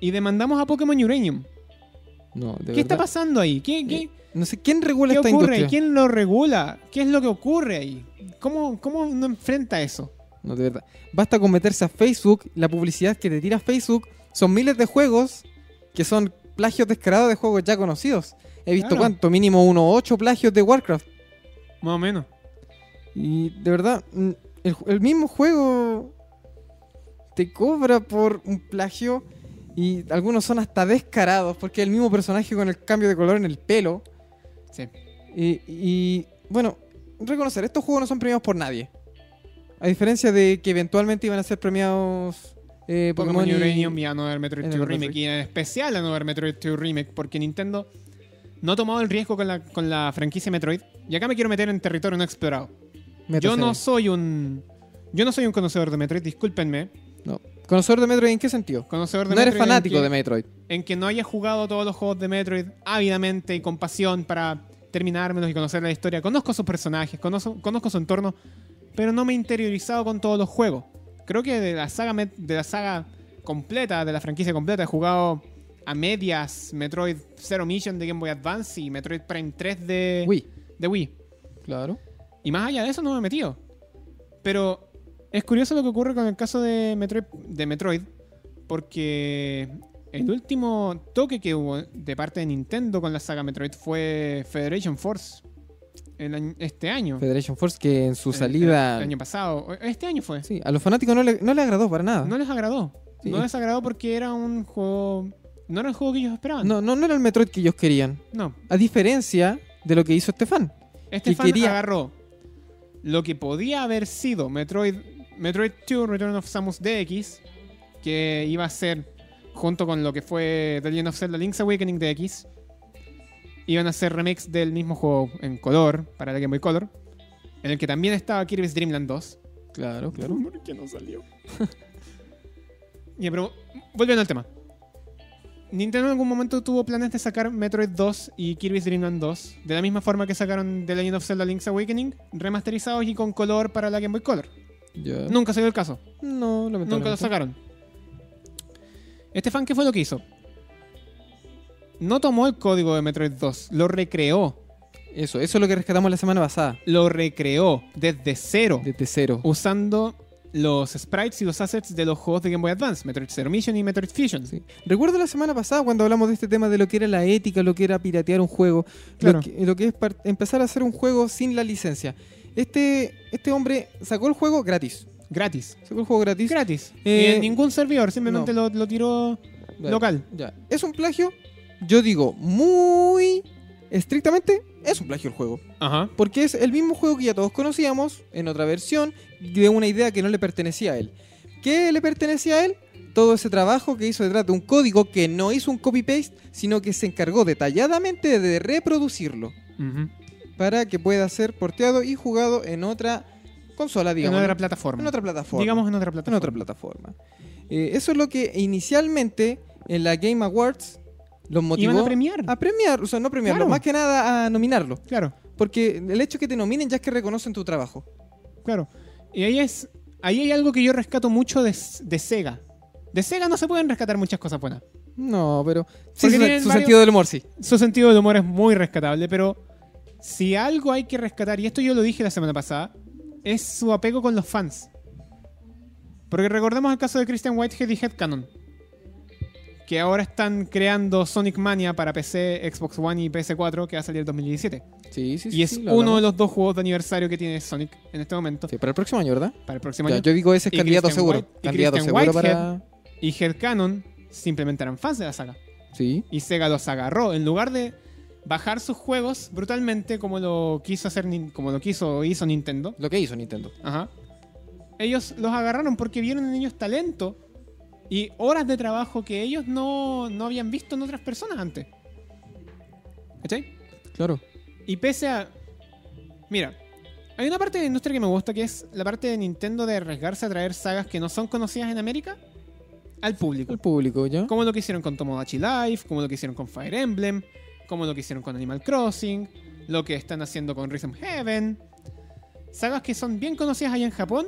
A: Y demandamos a Pokémon Uranium.
B: No, de
A: ¿Qué está pasando ahí? ¿Qué, qué,
B: No sé, ¿quién regula
A: qué
B: esta
A: ocurre?
B: industria?
A: ¿Quién lo regula? ¿Qué es lo que ocurre ahí? ¿Cómo, cómo uno enfrenta eso?
B: No, de verdad. Basta con meterse a Facebook, la publicidad que te tira Facebook. Son miles de juegos que son plagios descarados de juegos ya conocidos. He visto
A: Claro.
B: cuánto, mínimo uno, ocho plagios de Warcraft.
A: Más o menos.
B: Y de verdad, mm, el, ju- el mismo juego te cobra por un plagio Y algunos son hasta descarados, porque es el mismo personaje con el cambio de color en el pelo.
A: Sí.
B: Y, y, bueno, reconocer, estos juegos no son premiados por nadie. A diferencia de que eventualmente iban a ser premiados eh,
A: Pokémon
B: y-
A: Uranium y a no ver Metroid
B: en
A: 2
B: el
A: Remake.
B: Metroid.
A: Y en especial a no ver Metroid 2 Remake, porque Nintendo no ha tomado el riesgo con la, con la franquicia Metroid. Y acá me quiero meter en territorio no explorado.
B: Meta
A: Yo no
B: Series.
A: soy un. Yo no soy un conocedor de Metroid, discúlpenme.
B: No. ¿Conocedor de Metroid en qué sentido?
A: Conocedor de
B: No eres
A: Metroid en
B: fanático
A: que-
B: de Metroid.
A: En que no haya jugado todos los juegos de Metroid ávidamente y con pasión para terminármelos y conocer la historia. Conozco sus personajes, conozco, conozco su entorno, pero no me he interiorizado con todos los juegos. Creo que de la saga Met- de la saga completa, de la franquicia completa, he jugado a medias Metroid Zero Mission de Game Boy Advance y Metroid Prime 3 de
B: Uy,
A: de Wii.
B: claro.
A: Y más allá de eso no me he metido. Pero es curioso lo que ocurre con el caso de Metroid, de Metroid porque el último toque que hubo de parte de Nintendo con la saga Metroid fue Federation Force el año- este año. Eh,
B: Federation Force que en su
A: El-
B: salida...
A: El, año pasado. Este año fue.
B: Sí, a los fanáticos no le, no le agradó para nada.
A: No les agradó.
B: Sí.
A: No les agradó porque era un juego... No era el juego que ellos esperaban.
B: No, no, no era el Metroid que ellos querían.
A: No.
B: A diferencia de lo que hizo este fan.
A: Este
B: que
A: fan
B: quería-
A: agarró lo que podía haber sido Metroid, Metroid 2 Return of Samus DX, que iba a ser junto con lo que fue The Legend of Zelda Link's Awakening DX. Iban a hacer remix del mismo juego en color, para la Game Boy Color, en el que también estaba Kirby's Dream Land 2.
B: Claro, claro.
A: ¿Por qué no salió? Ya, pero volviendo al tema. Nintendo en algún momento tuvo planes de sacar Metroid 2 y Kirby's Dream Land 2, de la misma forma que sacaron The Legend of Zelda Link's Awakening, remasterizados y con color para la Game Boy Color.
B: Ya.
A: Nunca salió el caso,
B: No, lamentablemente.
A: nunca lo sacaron. Este fan, ¿qué fue lo que hizo? No tomó el código de Metroid 2, lo recreó,
B: Eso, eso es lo que rescatamos la semana pasada.
A: lo recreó desde cero.
B: Desde cero.
A: usando los sprites y los assets de los juegos de Game Boy Advance, Metroid Zero Mission y Metroid Fusion.
B: Sí. Recuerdo la semana pasada cuando hablamos de este tema de lo que era la ética, lo que era piratear un juego,
A: Claro.
B: lo, que, lo que es par- empezar a hacer un juego sin la licencia. Este, este hombre sacó el juego gratis.
A: Gratis.
B: Sacó el juego gratis.
A: Gratis.
B: Eh,
A: Y en ningún servidor, simplemente lo, lo tiró
B: Ya,
A: local.
B: ya. ¿Es un plagio? Yo digo, muy estrictamente, es un plagio el juego.
A: Ajá.
B: Porque es el mismo juego que ya todos conocíamos, en otra versión, de una idea que no le pertenecía a él. ¿Qué le pertenecía a él? Todo ese trabajo que hizo detrás de un código que no hizo un copy-paste, sino que se encargó detalladamente de reproducirlo para que pueda ser porteado y jugado en otra consola,
A: En
B: digamos.
A: otra
B: ¿no?
A: plataforma.
B: En otra plataforma.
A: Digamos en otra
B: en
A: plataforma.
B: otra plataforma. Eh, eso es lo que inicialmente en la Game Awards los motivó
A: Iban a premiar.
B: a premiar, o sea, no premiarlo,
A: Claro.
B: más que nada a nominarlo.
A: Claro,
B: Porque el hecho que te nominen ya es que reconocen tu trabajo.
A: claro. Y ahí es. Ahí hay algo que yo rescato mucho de, de Sega. De Sega no se pueden rescatar muchas cosas buenas.
B: No, pero.
A: Porque
B: Sí, su,
A: tienen
B: su
A: varios-
B: sentido del humor, sí.
A: Su sentido del humor es muy rescatable, pero si algo hay que rescatar, y esto yo lo dije la semana pasada, es su apego con los fans. Porque recordemos el caso de Christian Whitehead y Headcanon, que ahora están creando Sonic Mania para PC, Xbox One y PS4, que va a salir en 2017.
B: Sí, sí,
A: y es uno de los dos juegos de aniversario que tiene Sonic en este momento,
B: Sí, para el próximo año, ¿verdad?
A: para el próximo
B: Ya,
A: año.
B: yo digo ese es
A: Y
B: candidato
A: Christian
B: seguro.
A: White- y
B: candidato
A: Christian
B: seguro
A: Whitehead.
B: para.
A: Y Headcanon se implementarán fans de la saga.
B: Sí.
A: y Sega los agarró. En lugar de bajar sus juegos brutalmente como lo quiso hacer Nin- como lo quiso o hizo Nintendo,
B: Lo que hizo Nintendo.
A: ajá, ellos los agarraron porque vieron en ellos talento y horas de trabajo que ellos no, no habían visto en otras personas antes. ¿Cachai?
B: Claro.
A: Y pese a. Mira, hay una parte de la industria que me gusta que es la parte de Nintendo de arriesgarse a traer sagas que no son conocidas en América al público.
B: El público, ¿ya?
A: Como lo que hicieron con Tomodachi Life, como lo que hicieron con Fire Emblem, como lo que hicieron con Animal Crossing, lo que están haciendo con Rhythm Heaven. Sagas que son bien conocidas allá en Japón,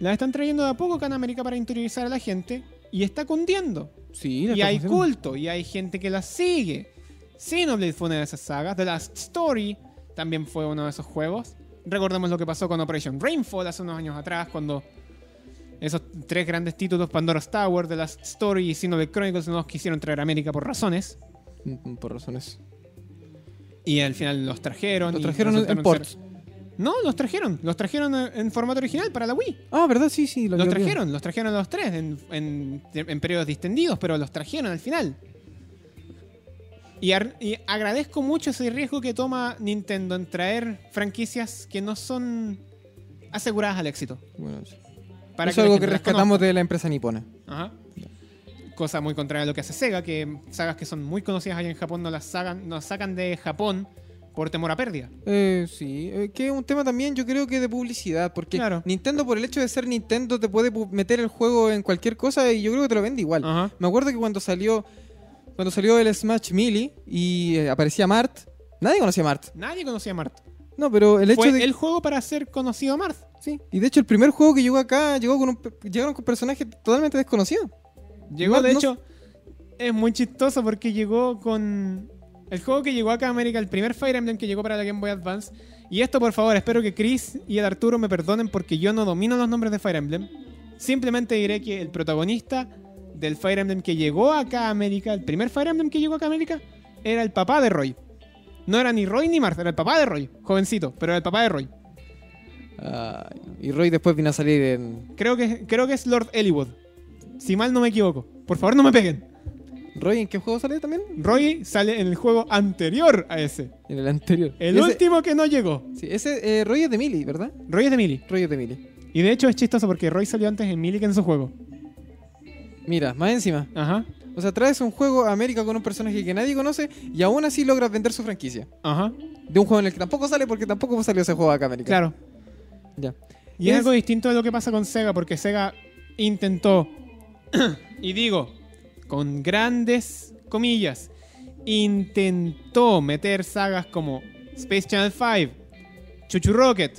A: las están trayendo de a poco acá en América para interiorizar a la gente y está cundiendo.
B: Sí, la
A: Y hay
B: estamos haciendo.
A: culto, y hay gente que las sigue. Xenoblade fue una de esas sagas. The Last Story también fue uno de esos juegos. Recordemos lo que pasó con Operation Rainfall hace unos años atrás, cuando esos tres grandes títulos, Pandora's Tower, The Last Story y Xenoblade Chronicles, no los quisieron traer a América por razones.
B: Mm, mm, Por razones.
A: Y al final los trajeron.
B: Lo
A: y
B: trajeron en
A: resultaron
B: ports.
A: ser- No, los trajeron. Los trajeron eh, en formato original para la Wii.
B: Ah, ¿verdad? Sí, sí.
A: Los
B: yo vi.
A: trajeron, los trajeron los tres en, en- en periodos distendidos, pero los trajeron al final. Y, ar- y agradezco mucho ese riesgo que toma Nintendo en traer franquicias que no son aseguradas al éxito.
B: Bueno, sí.
A: Para
B: eso
A: la
B: es algo que
A: gente las
B: rescatamos de la empresa nipona.
A: Ajá. Cosa muy contraria a lo que hace Sega, que sagas que son muy conocidas allá en Japón no las sacan, no las sacan de Japón por temor a pérdida.
B: Eh, sí, eh, que es un tema también yo creo que de publicidad, porque
A: Claro.
B: Nintendo por el hecho de ser Nintendo te puede pu- meter el juego en cualquier cosa y yo creo que te lo vende igual.
A: Ajá.
B: Me acuerdo que cuando salió cuando salió el Smash Melee y eh, aparecía Mart, nadie conocía a Mart.
A: Nadie conocía a Mart.
B: No, pero el hecho
A: Fue
B: de
A: el juego para ser conocido a Mart.
B: sí, y de hecho el primer juego que llegó acá llegó con un pe- llegaron con personajes totalmente desconocidos.
A: Llegó,
B: No-
A: de
B: no-
A: hecho, es muy chistoso porque llegó con. El juego que llegó acá a América, el primer Fire Emblem que llegó para la Game Boy Advance. Y esto, por favor, espero que Chris y el Arturo me perdonen porque yo no domino los nombres de Fire Emblem. Simplemente diré que el protagonista del Fire Emblem que llegó acá a América, el primer Fire Emblem que llegó acá a América, era el papá de Roy. No era ni Roy ni Martha, era el papá de Roy, jovencito, pero era el papá de Roy.
B: Ah, y Roy después vino a salir en
A: Creo que, creo que es Lord Eliwood, si mal no me equivoco. Por favor, no me peguen.
B: Roy en qué juego salió también?
A: Roy sale en el juego anterior a ese.
B: En el anterior.
A: El
B: Ese-
A: último que no llegó.
B: Sí, ese eh, Roy es de Melee, ¿verdad?
A: Roy es de Mili.
B: Roy es de Melee.
A: Y de hecho es chistoso porque Roy salió antes en Mili que en su juego.
B: Mira, más encima.
A: Ajá,
B: O sea, traes un juego a América con un personaje que nadie conoce y aún así logras vender su franquicia.
A: ajá.
B: De un juego en el que tampoco sale porque tampoco salió ese juego acá, América.
A: Claro.
B: Ya.
A: Y es
B: Es-
A: algo distinto de lo que pasa con Sega porque Sega intentó, y digo, con grandes comillas, intentó meter sagas como Space Channel 5, Chuchu Rocket,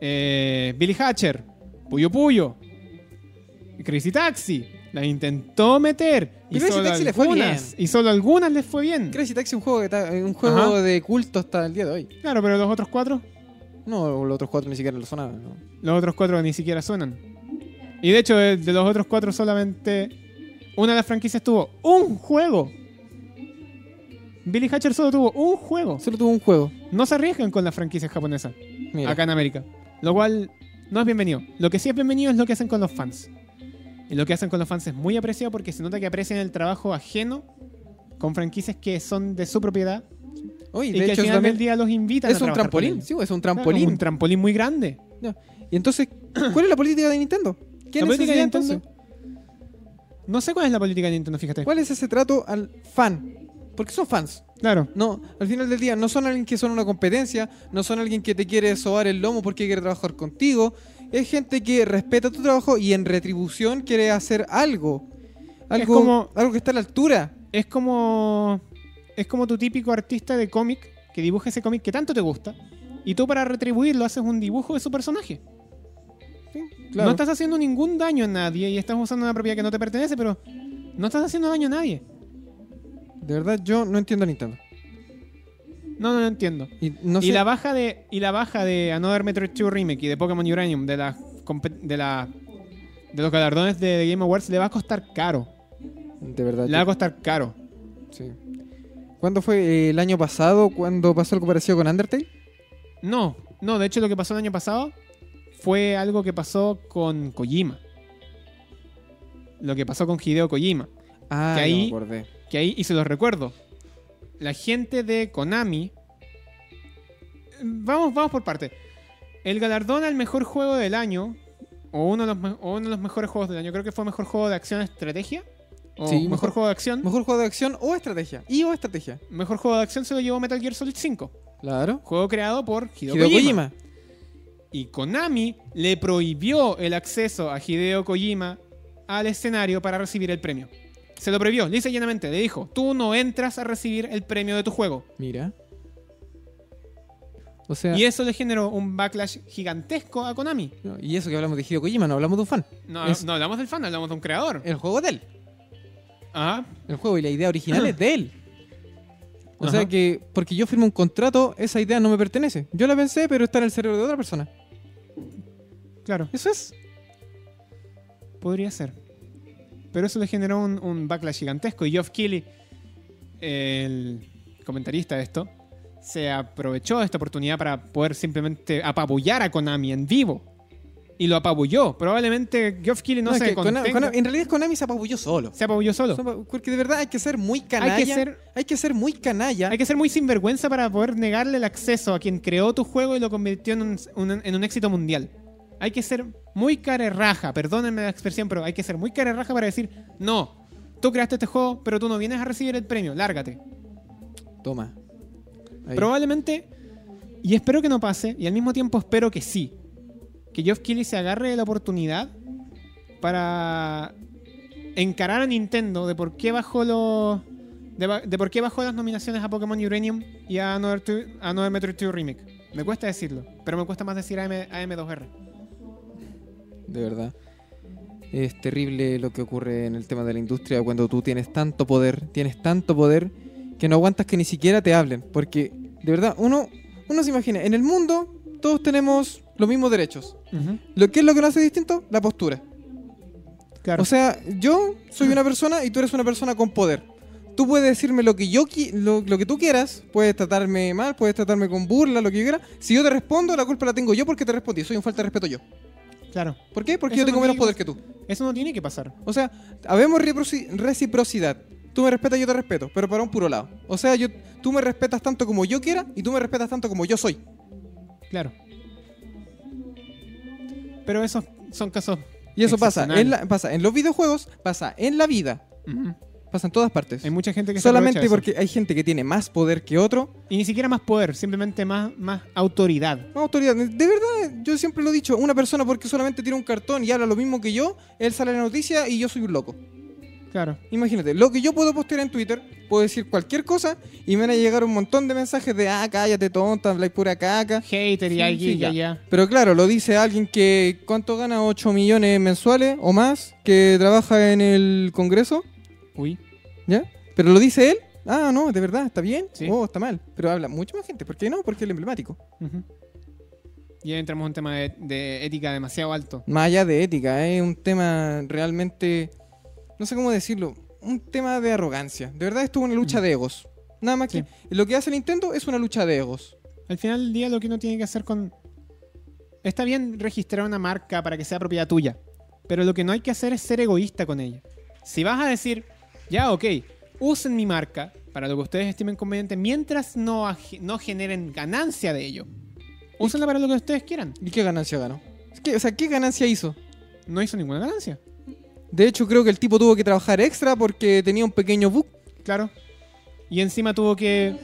A: eh, Billy Hatcher, Puyo Puyo, Crazy Taxi. La intentó meter.
B: Y Crazy
A: solo
B: Taxi le fue
A: algunas- Y solo algunas les fue bien.
B: Crazy Taxi es un juego, que está- un juego
A: Ajá.
B: de culto hasta el día de hoy.
A: Claro, pero los otros cuatro,
B: No, los otros cuatro ni siquiera lo sonaban. ¿no?
A: los otros cuatro ni siquiera suenan. Y de hecho, de, de los otros cuatro solamente una de las franquicias tuvo un juego. Billy Hatcher solo tuvo un juego.
B: Solo tuvo un juego.
A: No se arriesgan con las franquicias japonesas
B: Mira.
A: acá en América. Lo cual no es bienvenido. Lo que sí es bienvenido es lo que hacen con los fans. Y lo que hacen con los fans es muy apreciado porque se nota que aprecian el trabajo ajeno con franquicias que son de su propiedad
B: Oye,
A: y,
B: de
A: que
B: hecho eso
A: al final del
B: también
A: día los invitan a
B: es un
A: trabajar con
B: trampolín.
A: ellos.
B: Sí, es un
A: Claro,
B: trampolín.
A: un trampolín muy grande.
B: Ya. Y entonces, ¿cuál es la política de Nintendo? ¿Qué
A: La política de
B: necesidad
A: Nintendo-
B: entonces?
A: No sé cuál es la política de Nintendo, fíjate.
B: ¿Cuál es ese trato al fan? Porque son fans.
A: Claro.
B: No, al final del día no son alguien que son una competencia, no son alguien que te quiere sobar el lomo porque quiere trabajar contigo. Es gente que respeta tu trabajo y en retribución quiere hacer algo. Algo,
A: como-
B: algo que está a la altura.
A: Es como. Es como tu típico artista de cómic que dibuja ese cómic que tanto te gusta. Y tú para retribuirlo haces un dibujo de su personaje.
B: Claro.
A: No estás haciendo ningún daño a nadie y estás usando una propiedad que no te pertenece, pero no estás haciendo daño a nadie.
B: De verdad, yo no entiendo a Nintendo.
A: No, no, no entiendo.
B: Y no
A: y
B: sé-
A: la baja de. Y la baja de Another Metroid 2 Remake y de Pokémon Uranium de la compe- de la. de los galardones de Game Awards le va a costar caro.
B: De verdad.
A: Le va a
B: yo-
A: costar caro.
B: sí. ¿Cuándo fue? Eh, ¿El año pasado? cuando pasó algo parecido con Undertale?
A: No, no, de hecho lo que pasó el año pasado fue algo que pasó con Kojima. Lo que pasó con Hideo Kojima.
B: Ah,
A: Que
B: no
A: ahí-
B: me acordé.
A: Que ahí, y se los recuerdo, la gente de Konami... Vamos, vamos por parte. El galardón al mejor juego del año, o uno de los, me- o uno de los mejores juegos del año, creo que fue mejor juego de acción estrategia. O
B: Sí,
A: mejor,
B: mejor-
A: juego de acción. Mejor,
B: Mejor juego de acción o estrategia. Y o estrategia.
A: juego de acción se lo llevó Metal Gear Solid 5.
B: Claro.
A: Juego creado por Hideo,
B: Hideo
A: Kojima.
B: Kojima.
A: Y Konami le prohibió el acceso a Hideo Kojima al escenario para recibir el premio. Se lo prohibió, lisa y llanamente. Le dijo, tú no entras a recibir el premio de tu juego.
B: Mira. O sea,
A: Y eso le generó un backlash gigantesco a Konami.
B: no, y eso que hablamos de Hideo Kojima, no hablamos de un fan.
A: No,
B: Es-
A: no hablamos del fan, hablamos de un creador. Ah.
B: El juego de él.
A: Ajá.
B: El juego y la idea original es de él. O sea
A: Ajá.
B: que, porque yo firmo un contrato, esa idea no me pertenece. Yo la pensé, pero está en el cerebro de otra persona.
A: Claro,
B: Eso es.
A: podría ser. Pero eso le generó un, un backlash gigantesco. Y Geoff Keighley, el comentarista de esto, se aprovechó de esta oportunidad para poder simplemente apabullar a Konami en vivo. Y lo apabulló. Probablemente Geoff Keighley no,
B: No, es
A: se
B: que Konami-
A: contenga.
B: Konami- en realidad Konami se apabulló solo.
A: Se apabulló solo.
B: Son- Porque de verdad hay que ser muy canalla. Hay que ser,
A: ser-
B: muy canalla.
A: Hay que ser muy sinvergüenza para poder negarle el acceso a quien creó tu juego y lo convirtió en un, un- en un éxito mundial. Hay que ser muy carerraja, perdónenme la expresión, pero hay que ser muy carerraja para decir, no, tú creaste este juego, pero tú no vienes a recibir el premio, lárgate.
B: Toma. Ahí.
A: Probablemente, y espero que no pase, y al mismo tiempo espero que sí, que Geoff Keighley se agarre de la oportunidad para encarar a Nintendo de por qué bajó los de, ba- de por qué bajó las nominaciones a Pokémon Uranium y a Another, Two- a Another Metroid 2 Remake. Me cuesta decirlo, pero me cuesta más decir AM, AM2R.
B: De verdad. Es terrible lo que ocurre en el tema de la industria cuando tú tienes tanto poder, tienes tanto poder que no aguantas que ni siquiera te hablen. Porque, de verdad, uno, uno se imagina, en el mundo todos tenemos los mismos derechos. Lo que es lo que lo hace distinto, la postura.
A: Claro.
B: O sea, yo soy una persona y tú eres una persona con poder. Tú puedes decirme lo que yo qui- lo, lo que tú quieras, puedes tratarme mal, puedes tratarme con burla, lo que yo quiera. Si yo te respondo, la culpa la tengo yo porque te respondí. Soy un falta de respeto yo.
A: claro.
B: ¿Por qué? Porque
A: Eso
B: yo tengo
A: no
B: menos
A: tiene
B: poder
A: que-
B: que tú.
A: Eso no tiene que pasar.
B: O sea, habemos reproci- reciprocidad. Tú me respetas, yo te respeto, pero para un puro lado. O sea, yo, tú me respetas tanto como yo quiera y tú me respetas tanto como yo soy.
A: Claro. Pero esos son casos.
B: Y eso pasa
A: excepcionales.
B: en, la- pasa en los videojuegos, pasa en la vida,
A: Ujú.
B: pasa en todas partes.
A: Hay mucha gente que se aprovecha de
B: Solamente
A: eso.
B: porque hay gente que tiene más poder que otro.
A: Y ni siquiera más poder, simplemente más, más autoridad.
B: No, autoridad. De verdad, yo siempre lo he dicho, una persona porque solamente tiene un cartón y habla lo mismo que yo, él sale en la noticia y yo soy un loco.
A: Claro.
B: Imagínate, lo que yo puedo postear en Twitter, puedo decir cualquier cosa y me van a llegar un montón de mensajes de, ah, cállate tonta, habláis pura caca.
A: Hater y
B: Sí,
A: allí
B: sí,
A: y
B: ya.
A: allá.
B: Pero claro, lo dice alguien que cuánto gana 8 millones mensuales o más, que trabaja en el Congreso,
A: Uy.
B: ¿ya? Pero lo dice él, ah, no, de verdad, está bien,
A: Sí.
B: o está mal. Pero habla mucha más gente, ¿por qué no? Porque es el emblemático.
A: Ujú. Y ahí entramos en un tema de, de ética demasiado alto.
B: Más allá de ética, es un tema realmente, no sé cómo decirlo, un tema de arrogancia. De verdad, esto es una lucha de egos. Nada más que
A: Sí.
B: lo que hace Nintendo es una lucha de egos.
A: Al final del día lo que uno tiene que hacer con... Está bien registrar una marca para que sea propiedad tuya, pero lo que no hay que hacer es ser egoísta con ella. Si vas a decir, ya, ok, usen mi marca para lo que ustedes estimen conveniente mientras no, ag- no generen ganancia de ello. Úsenla para lo que ustedes quieran.
B: ¿Y qué ganancia ganó? Es que, o sea, ¿qué ganancia hizo?
A: No hizo ninguna ganancia.
B: De hecho, creo que el tipo tuvo que trabajar extra porque tenía un pequeño bug.
A: Claro. Y encima tuvo que.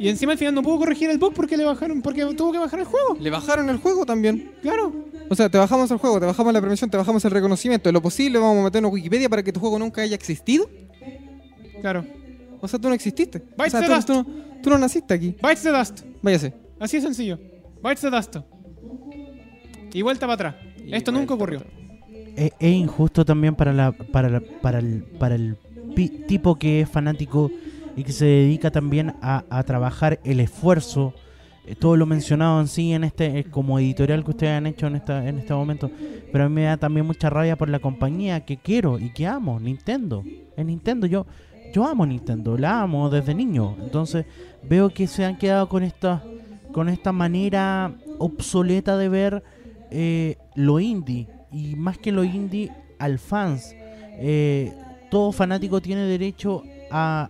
A: Y encima al final no pudo corregir el bug porque le bajaron. Porque tuvo que bajar el juego.
B: Le bajaron el juego también.
A: Claro.
B: O sea, te bajamos el juego, te bajamos la permisión, te bajamos el reconocimiento. De lo posible vamos a meternos a Wikipedia para que tu juego nunca haya existido.
A: Claro.
B: O sea, tú no exististe. O
A: Bytes
B: sea,
A: the
B: tú,
A: Dust.
B: tú no, tú no naciste aquí.
A: Bites the dust.
B: Váyase.
A: Así de sencillo. Bites the dust. Y vuelta para atrás.
B: Y
A: Esto nunca
B: vuelta
A: ocurrió.
B: para atrás.
D: Es, Eh, es injusto también para, la, para, la- para el, para el pi- tipo que es fanático y que se dedica también a, a trabajar el esfuerzo, eh, todo lo mencionado en sí en este eh, como editorial que ustedes han hecho en, esta, en este momento. Pero a mí me da también mucha rabia por la compañía que quiero y que amo, Nintendo. En Nintendo yo, yo amo Nintendo, la amo desde niño. Entonces veo que se han quedado con esta, con esta manera obsoleta de ver eh, lo indie y más que lo indie al fans. Eh, todo fanático tiene derecho a,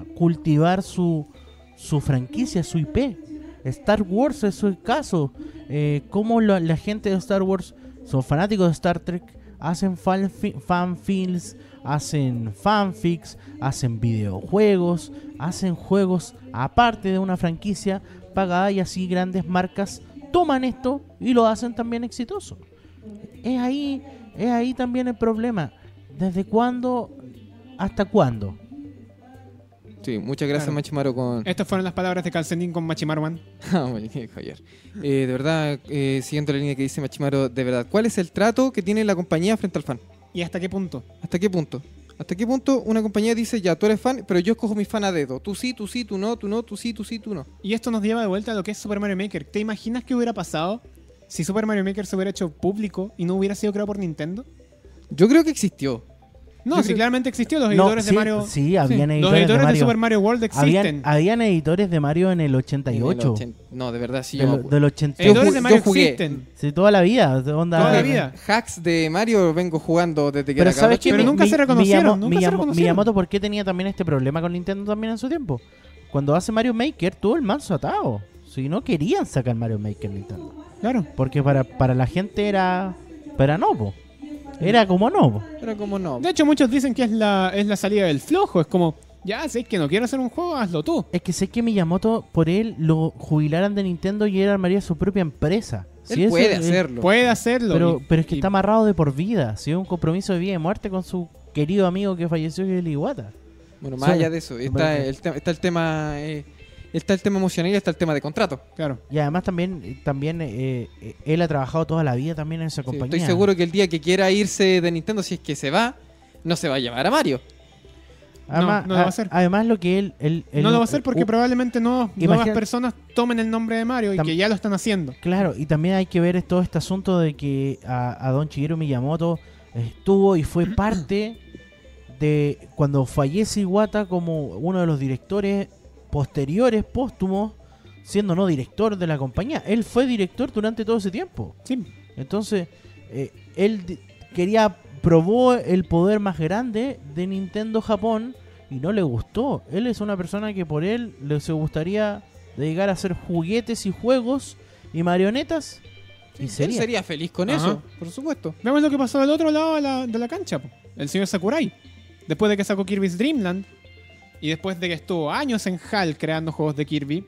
D: a cultivar su, su franquicia, su IP. Star Wars es el caso. Eh, como la gente de Star Wars son fanáticos de Star Trek, hacen fan fanfilms, hacen fanfics, hacen videojuegos, hacen juegos aparte de una franquicia pagada y así grandes marcas toman esto y lo hacen también exitoso. Es ahí, es ahí también el problema. ¿Desde cuándo hasta cuándo?
B: Sí, muchas gracias,
A: Claro.
B: Machimaro, con,
A: Estas fueron las palabras de Calcetín con Machimaruan.
B: Ah, muy bien, Javier. Eh, de verdad, eh, siguiendo la línea que dice Machimaro, de verdad, ¿cuál es el trato que tiene la compañía frente al fan?
A: ¿Y hasta qué punto?
B: ¿Hasta qué punto? ¿Hasta qué punto una compañía dice, ya, tú eres fan, pero yo escojo mi fan a dedo? Tú sí, tú sí, tú no, tú no, tú sí, tú sí, tú no.
A: Y esto nos lleva de vuelta a lo que es Super Mario Maker. ¿Te imaginas qué hubiera pasado si Super Mario Maker se hubiera hecho público y no hubiera sido creado por Nintendo?
B: Yo creo que existió.
A: No,
B: Yo
A: sí,
B: creo-
A: claramente existió. Los
D: No,
A: editores
D: sí,
A: de Mario.
D: sí, habían
A: Los
D: editores de
A: editores de,
D: Mario.
A: Super Mario World existen.
B: ah,
D: Habían, habían editores de Mario en el
B: En el
D: 88.
B: 80. No, de verdad, sí. yo me
D: Del,
B: acuerdo.
D: del 80.
A: editores
B: ju-
A: de Mario
B: yo jugué.
A: existen.
D: Sí, toda la vida. Onda,
A: Toda la
D: eh,
A: vida.
B: Hacks de Mario vengo jugando desde que era
D: Pero
B: cabrón
D: sabes que
B: chico.
A: Pero nunca se reconocieron, nunca se reconocieron.
D: Miyamoto, ¿por qué tenía también este problema con Nintendo también en su tiempo? Cuando hace Mario Maker, tuvo el manso atado. Si no querían sacar Mario Maker Nintendo.
A: Claro.
D: Porque para, para la gente era. Para no, po. Era como no, po.
B: Pero como no.
A: De hecho, muchos dicen que es la, es la salida del flojo. Es como, ya, si es que no quiero hacer un juego, hazlo tú.
D: Es que sé que Miyamoto, por él, lo jubilaran de Nintendo y él armaría su propia empresa.
B: Él
D: Si eso-
B: puede
D: eh,
B: hacerlo.
A: Puede hacerlo.
D: Pero,
A: Y-
D: pero es que
A: y-
D: está amarrado de por vida. Si es un compromiso de vida y muerte con su querido amigo que falleció, que es el Iwata.
B: Bueno, más
D: Sí.
B: allá de eso, está
D: Bueno.
B: el, te- está el tema eh, está el tema emocional y está el tema de contrato.
A: Claro.
D: Y además también, también eh, eh, él ha trabajado toda la vida también en esa
B: Sí,
D: compañía.
B: estoy seguro que el día que quiera irse de Nintendo, si es que se va, no se va a llevar a Mario.
D: Además,
A: no lo va a
D: a-
A: hacer.
D: además lo que él... él- él-
A: no lo va a hacer porque
D: u-
A: probablemente no, nuevas
D: Imagina-
A: personas tomen el nombre de Mario y
D: Tam-
A: que ya lo están haciendo.
D: Claro, y también hay que ver todo este asunto de que a, a Don Shigeru Miyamoto estuvo y fue parte de cuando fallece Iwata como uno de los directores posteriores, póstumos, siendo no director de la compañía. Él fue director durante todo ese tiempo.
A: Sí.
D: Entonces, eh, él di- quería, probó el poder más grande de Nintendo Japón y no le gustó. Él es una persona que por él le se gustaría dedicar a hacer juguetes y juegos y marionetas. Y
B: Él
D: sería.
B: sería feliz con
A: Ajá.
B: eso, por supuesto.
A: Vemos lo que pasó del otro lado de la, de la cancha. po. El señor Sakurai. Después de que sacó Kirby's Dreamland y después de que estuvo años en HAL creando juegos de Kirby,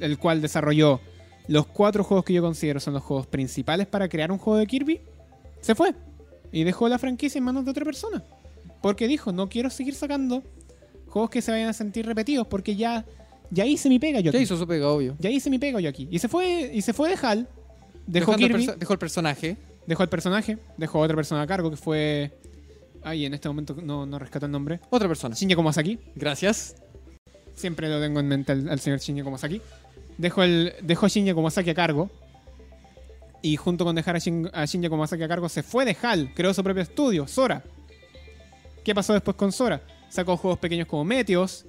A: el cual desarrolló los cuatro juegos que yo considero son los juegos principales para crear un juego de Kirby, se fue y dejó la franquicia en manos de otra persona. Porque dijo, no quiero seguir sacando juegos que se vayan a sentir repetidos porque ya, ya hice mi pega yo
B: Ya
A: aquí.
B: hizo su pega, obvio.
A: Ya hice mi pega yo aquí. Y se fue, y se fue de HAL, dejó
B: Dejando el
A: Kirby
B: perso- dejó el personaje.
A: dejó el personaje, dejó a otra persona a cargo que fue. Ay, en este momento no, no rescato el nombre.
B: Otra persona.
A: Shinji Komasaki.
B: Gracias.
A: Siempre lo tengo en mente al, al señor Shinji Komasaki. Dejó, el, dejó Shinji Komasaki a cargo. Y junto con dejar a, Shin- a Shinji Komasaki a cargo, se fue de HAL. Creó su propio estudio, Sora. ¿Qué pasó después con Sora? Sacó juegos pequeños como Meteos.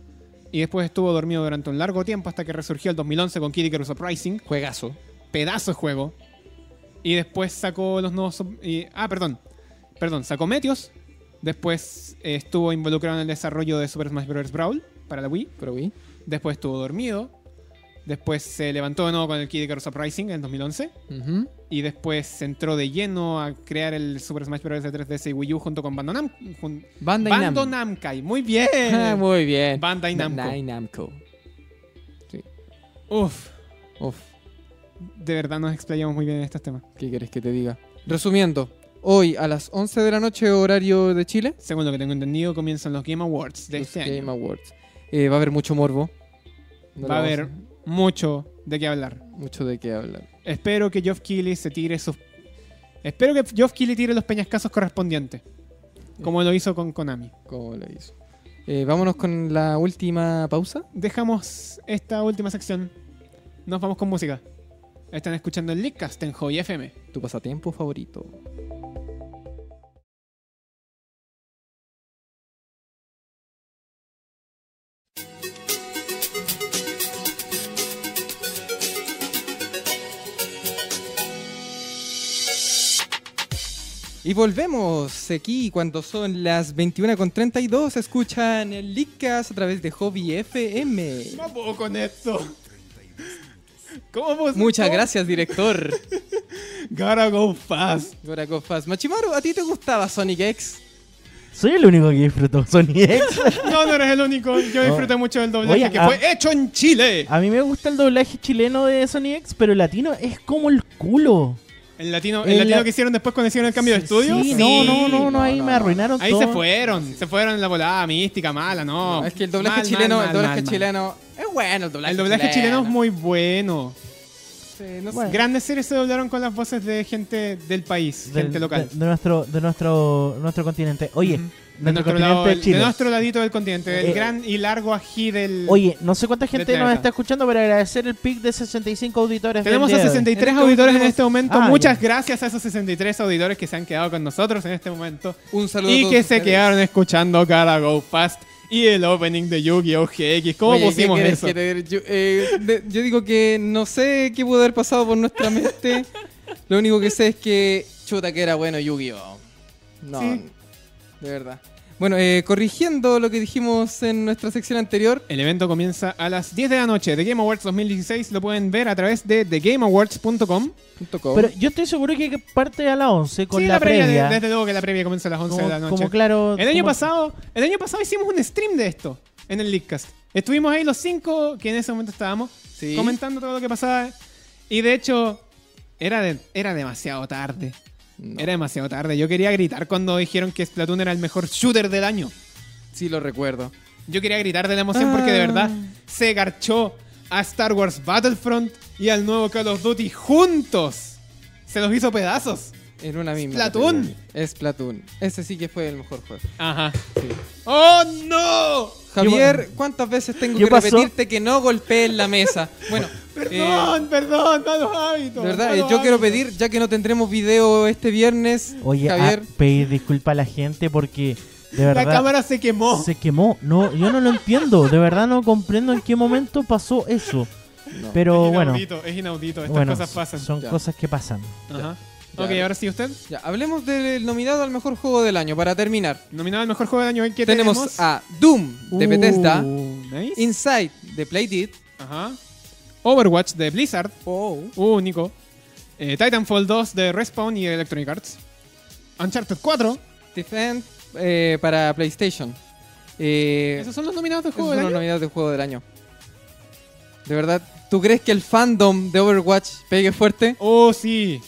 A: Y después estuvo dormido durante un largo tiempo hasta que resurgió el 2011 con Kid Icarus Uprising
B: Juegazo.
A: pedazo de juego. Y después sacó los nuevos. sub- y- ah, perdón. Perdón, sacó Meteos. Después eh, estuvo involucrado en el desarrollo de Super Smash Bros. Brawl para la Wii.
B: Pero Wii.
A: Después estuvo dormido. Después se levantó de nuevo con el Kid Icarus Uprising en 2011.
B: Ujú.
A: Y después se entró de lleno a crear el Super Smash Bros. de 3DS y Wii U junto con Bandonam. jun-
B: Bandai Namco.
A: Bando Namkai. Muy bien.
B: Ah, muy bien.
A: Bandai Namco.
B: Bandai Namco.
A: Uf.
B: Uf,
A: De verdad nos explayamos muy bien en estos temas.
B: ¿qué quieres que te diga? Resumiendo, hoy a las 11 de la noche, horario de Chile,
A: Según lo que tengo entendido, comienzan los Game Awards de
B: los
A: este año.
B: Game Awards. Eh, va a haber mucho morbo. No
A: Va a
B: lo vamos
A: haber mucho de qué hablar.
B: mucho de qué hablar.
A: Espero que Geoff Keighley se tire sus. Espero que Geoff Keighley tire los peñascasos correspondientes. Como lo hizo con Konami.
B: ¿Cómo lo hizo? Eh, vámonos con la última pausa.
A: Dejamos esta última sección. Nos vamos con música. Están escuchando el Leadcast en Joy FM.
B: Tu pasatiempo favorito. Y volvemos aquí cuando son las 21.32. Escuchan el Leadcast a través de Hobby FM.
A: No puedo con esto. ¿Cómo vos-
B: Muchas
A: cómo-
B: gracias, director.
A: Gotta go fast.
B: Ahora, Cofas. Machimaru, ¿a ti te gustaba Sonic X?
D: Soy el único que disfrutó Sony X.
A: No, no eres el único. Yo
D: No.
A: disfruté mucho del doblaje
D: Oye,
A: que
D: ah-
A: fue hecho en Chile.
D: A mí me gusta el doblaje chileno de Sony X, pero el latino es como el culo.
A: El latino, el
D: El
A: latino
D: la-
A: que hicieron después cuando hicieron el cambio de estudio.
D: Sí, no, no, no, no, ahí
B: No, no,
D: me
B: no.
D: arruinaron
A: Ahí
D: todo.
A: se fueron, se fueron en la volada mística, mala, no.
B: No, es que el doblaje
A: Mal,
B: chileno,
A: mal,
B: el doblaje
A: mal, mal.
B: chileno es bueno, el doblaje
A: El doblaje chileno es muy bueno.
B: Sí, no sé.
D: Bueno.
A: Grandes series se doblaron con las voces de gente del país,
D: Del-
A: gente local.
D: De, de nuestro, de nuestro, nuestro continente. Oye,
A: Ujú. De nuestro, lado,
D: continente de
A: del-
D: Chile.
A: de nuestro ladito del continente, del
D: Eh,
A: gran y largo ají del...
D: Oye, no sé cuánta gente
A: Del
D: nos
A: planeta.
D: está escuchando, pero agradecer el pic de 65 auditores. del
A: Tenemos
D: día
A: a
D: de hoy.
A: 63
B: En este
A: auditores en
B: momento-
A: este momento.
D: Ah,
A: Muchas
D: ya.
A: gracias a esos 63 auditores que se han quedado con nosotros en este momento.
B: Un saludo a
A: Y
B: todos
A: que se
B: ustedes.
A: quedaron escuchando Gotta Go Fast y el opening de Yu-Gi-Oh! GX. ¿Cómo
B: Oye, ¿qué
A: pusimos
B: quieres
A: eso?
B: que te diga? yo, eh, de- yo digo que no sé qué pudo haber pasado por nuestra mente. Lo único que sé es que chuta que era bueno Yu-Gi-Oh. No,
A: Sí.
B: de verdad. Bueno, eh, corrigiendo lo que dijimos en nuestra sección anterior,
A: El evento comienza a las 10 de la noche. The Game Awards 2016 lo pueden ver a través de thegameawards.com.
B: punto com,
D: Pero yo estoy seguro que parte a las 11 con
A: Sí,
D: la, previa.
A: de- desde luego que la previa comienza a las 11
D: como,
A: de la noche.
D: como claro.
A: El año
D: como-
A: pasado, el año pasado hicimos un stream de esto en el Leadcast. Estuvimos ahí los cinco que en ese momento estábamos
B: Sí.
A: comentando todo lo que pasaba y de hecho era de- era demasiado tarde.
B: no,
A: Era demasiado tarde. Yo quería gritar cuando dijeron que Splatoon era el mejor shooter del año.
B: sí lo recuerdo.
A: Yo quería gritar de la emoción porque de
B: Ah.
A: verdad se garchó a Star Wars Battlefront y al nuevo Call of Duty juntos. Se los hizo pedazos.
B: En una misma.
A: Splatoon.
B: Es Platoon. Ese sí que fue el mejor juego.
A: Ajá. ¡Oh no!
B: Javier, ¿cuántas veces tengo
D: ¿Qué
B: que
D: pasó?
B: repetirte que no golpees la mesa? Bueno, eh,
A: Perdón, perdón, malos hábitos.
B: De verdad, eh,
A: malos
B: yo quiero
A: hábitos.
B: pedir, ya que no tendremos video este viernes,
D: Oye, a
B: Javier,
A: ah.
D: pedir disculpas a la gente porque de
A: La
D: verdad.
A: cámara Oh. se quemó.
D: Se quemó. No, yo no lo entiendo. De verdad no comprendo en qué momento pasó eso. Pero
A: es
D: bueno,
A: inaudito, es inaudito. Estas
D: bueno,
A: cosas pasan.
D: son
B: Ya.
D: cosas que pasan.
A: Ajá.
B: Ya.
A: ok, ahora sí, usted.
B: ya, hablemos del nominado al mejor juego del año para terminar.
A: Nominado al mejor juego del año. ¿Qué
B: Tenemos,
A: tenemos?
B: a Doom de Bethesda,
A: Uh, nice.
B: Inside de Playdead,
A: Ajá. Overwatch de Blizzard. Uh, Nico. Eh, Titanfall 2 de Respawn y Electronic Arts. Uncharted 4.
B: Defend eh, para PlayStation. Eh,
A: Esos son los nominados del
B: esos
A: juego
B: son
A: del
B: los
A: año.
B: nominados del juego del año. De verdad, ¿tú crees que el fandom de Overwatch pegue fuerte?
A: Oh, sí.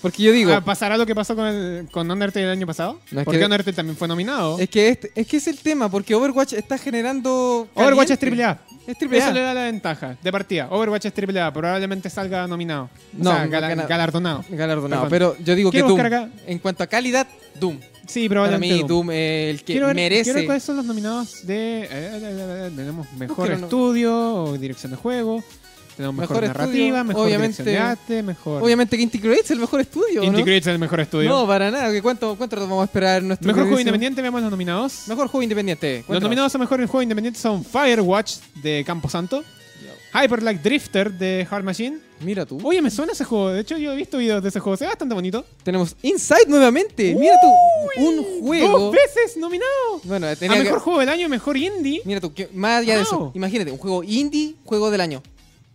B: Porque yo digo,
A: Ah, ¿Pasará lo que pasó con, el- con Undertale el año pasado?
B: No, es
A: Porque
B: que-
A: Undertale también fue nominado.
B: es que este- es que es el tema, porque Overwatch está generando.
A: Overwatch es
B: caliente.
A: AAA.
B: Es AAA.
A: Eso le da la ventaja de partida. Overwatch es AAA. Probablemente salga nominado.
B: No,
A: o sea,
B: no,
A: gala-
B: gana-
A: galardonado.
B: galardonado.
A: Perdón.
B: Pero yo digo que
A: Quiero
B: Doom,
A: buscar acá.
B: en cuanto a calidad, Doom.
A: Sí,
B: Para
A: probablemente.
B: mí, Doom,
A: Doom.
B: eh, el que
A: Quiero ver,
B: merece.
A: quiero ver cuáles son los nominados de. eh, eh, eh, eh, tenemos mejor
B: quiero no-
A: estudio o dirección de juego. Tenemos mejor,
B: Mejor
A: narrativa,
B: estudio,
A: mejor
B: obviamente-
A: dirección de arte, mejor.
B: Obviamente que Integrates es el mejor estudio, ¿no?
A: Integrates es el mejor estudio.
B: No, para nada. ¿Qué- ¿Cuánto, ¿Cuánto vamos a esperar en nuestro
A: mejor juego
B: queridísimo-
A: independiente, veamos los nominados.
B: Mejor juego independiente.
A: Los
B: Cuéntanos.
A: nominados a mejor juego independiente son Firewatch de Camposanto, Hyperlight Drifter de Hard Machine.
B: Mira tú.
A: Oye, me suena ese juego. De hecho, yo he visto videos de ese juego. Se ve bastante bonito.
B: Tenemos Inside nuevamente. Mira tú. Un
A: Dos
B: juego.
A: veces nominado.
B: Bueno,
A: A
B: tenía que-
A: mejor juego del año, mejor indie.
B: Mira tú. que- Más allá de eso.
A: Wow.
B: Imagínate, un juego indie, juego del año.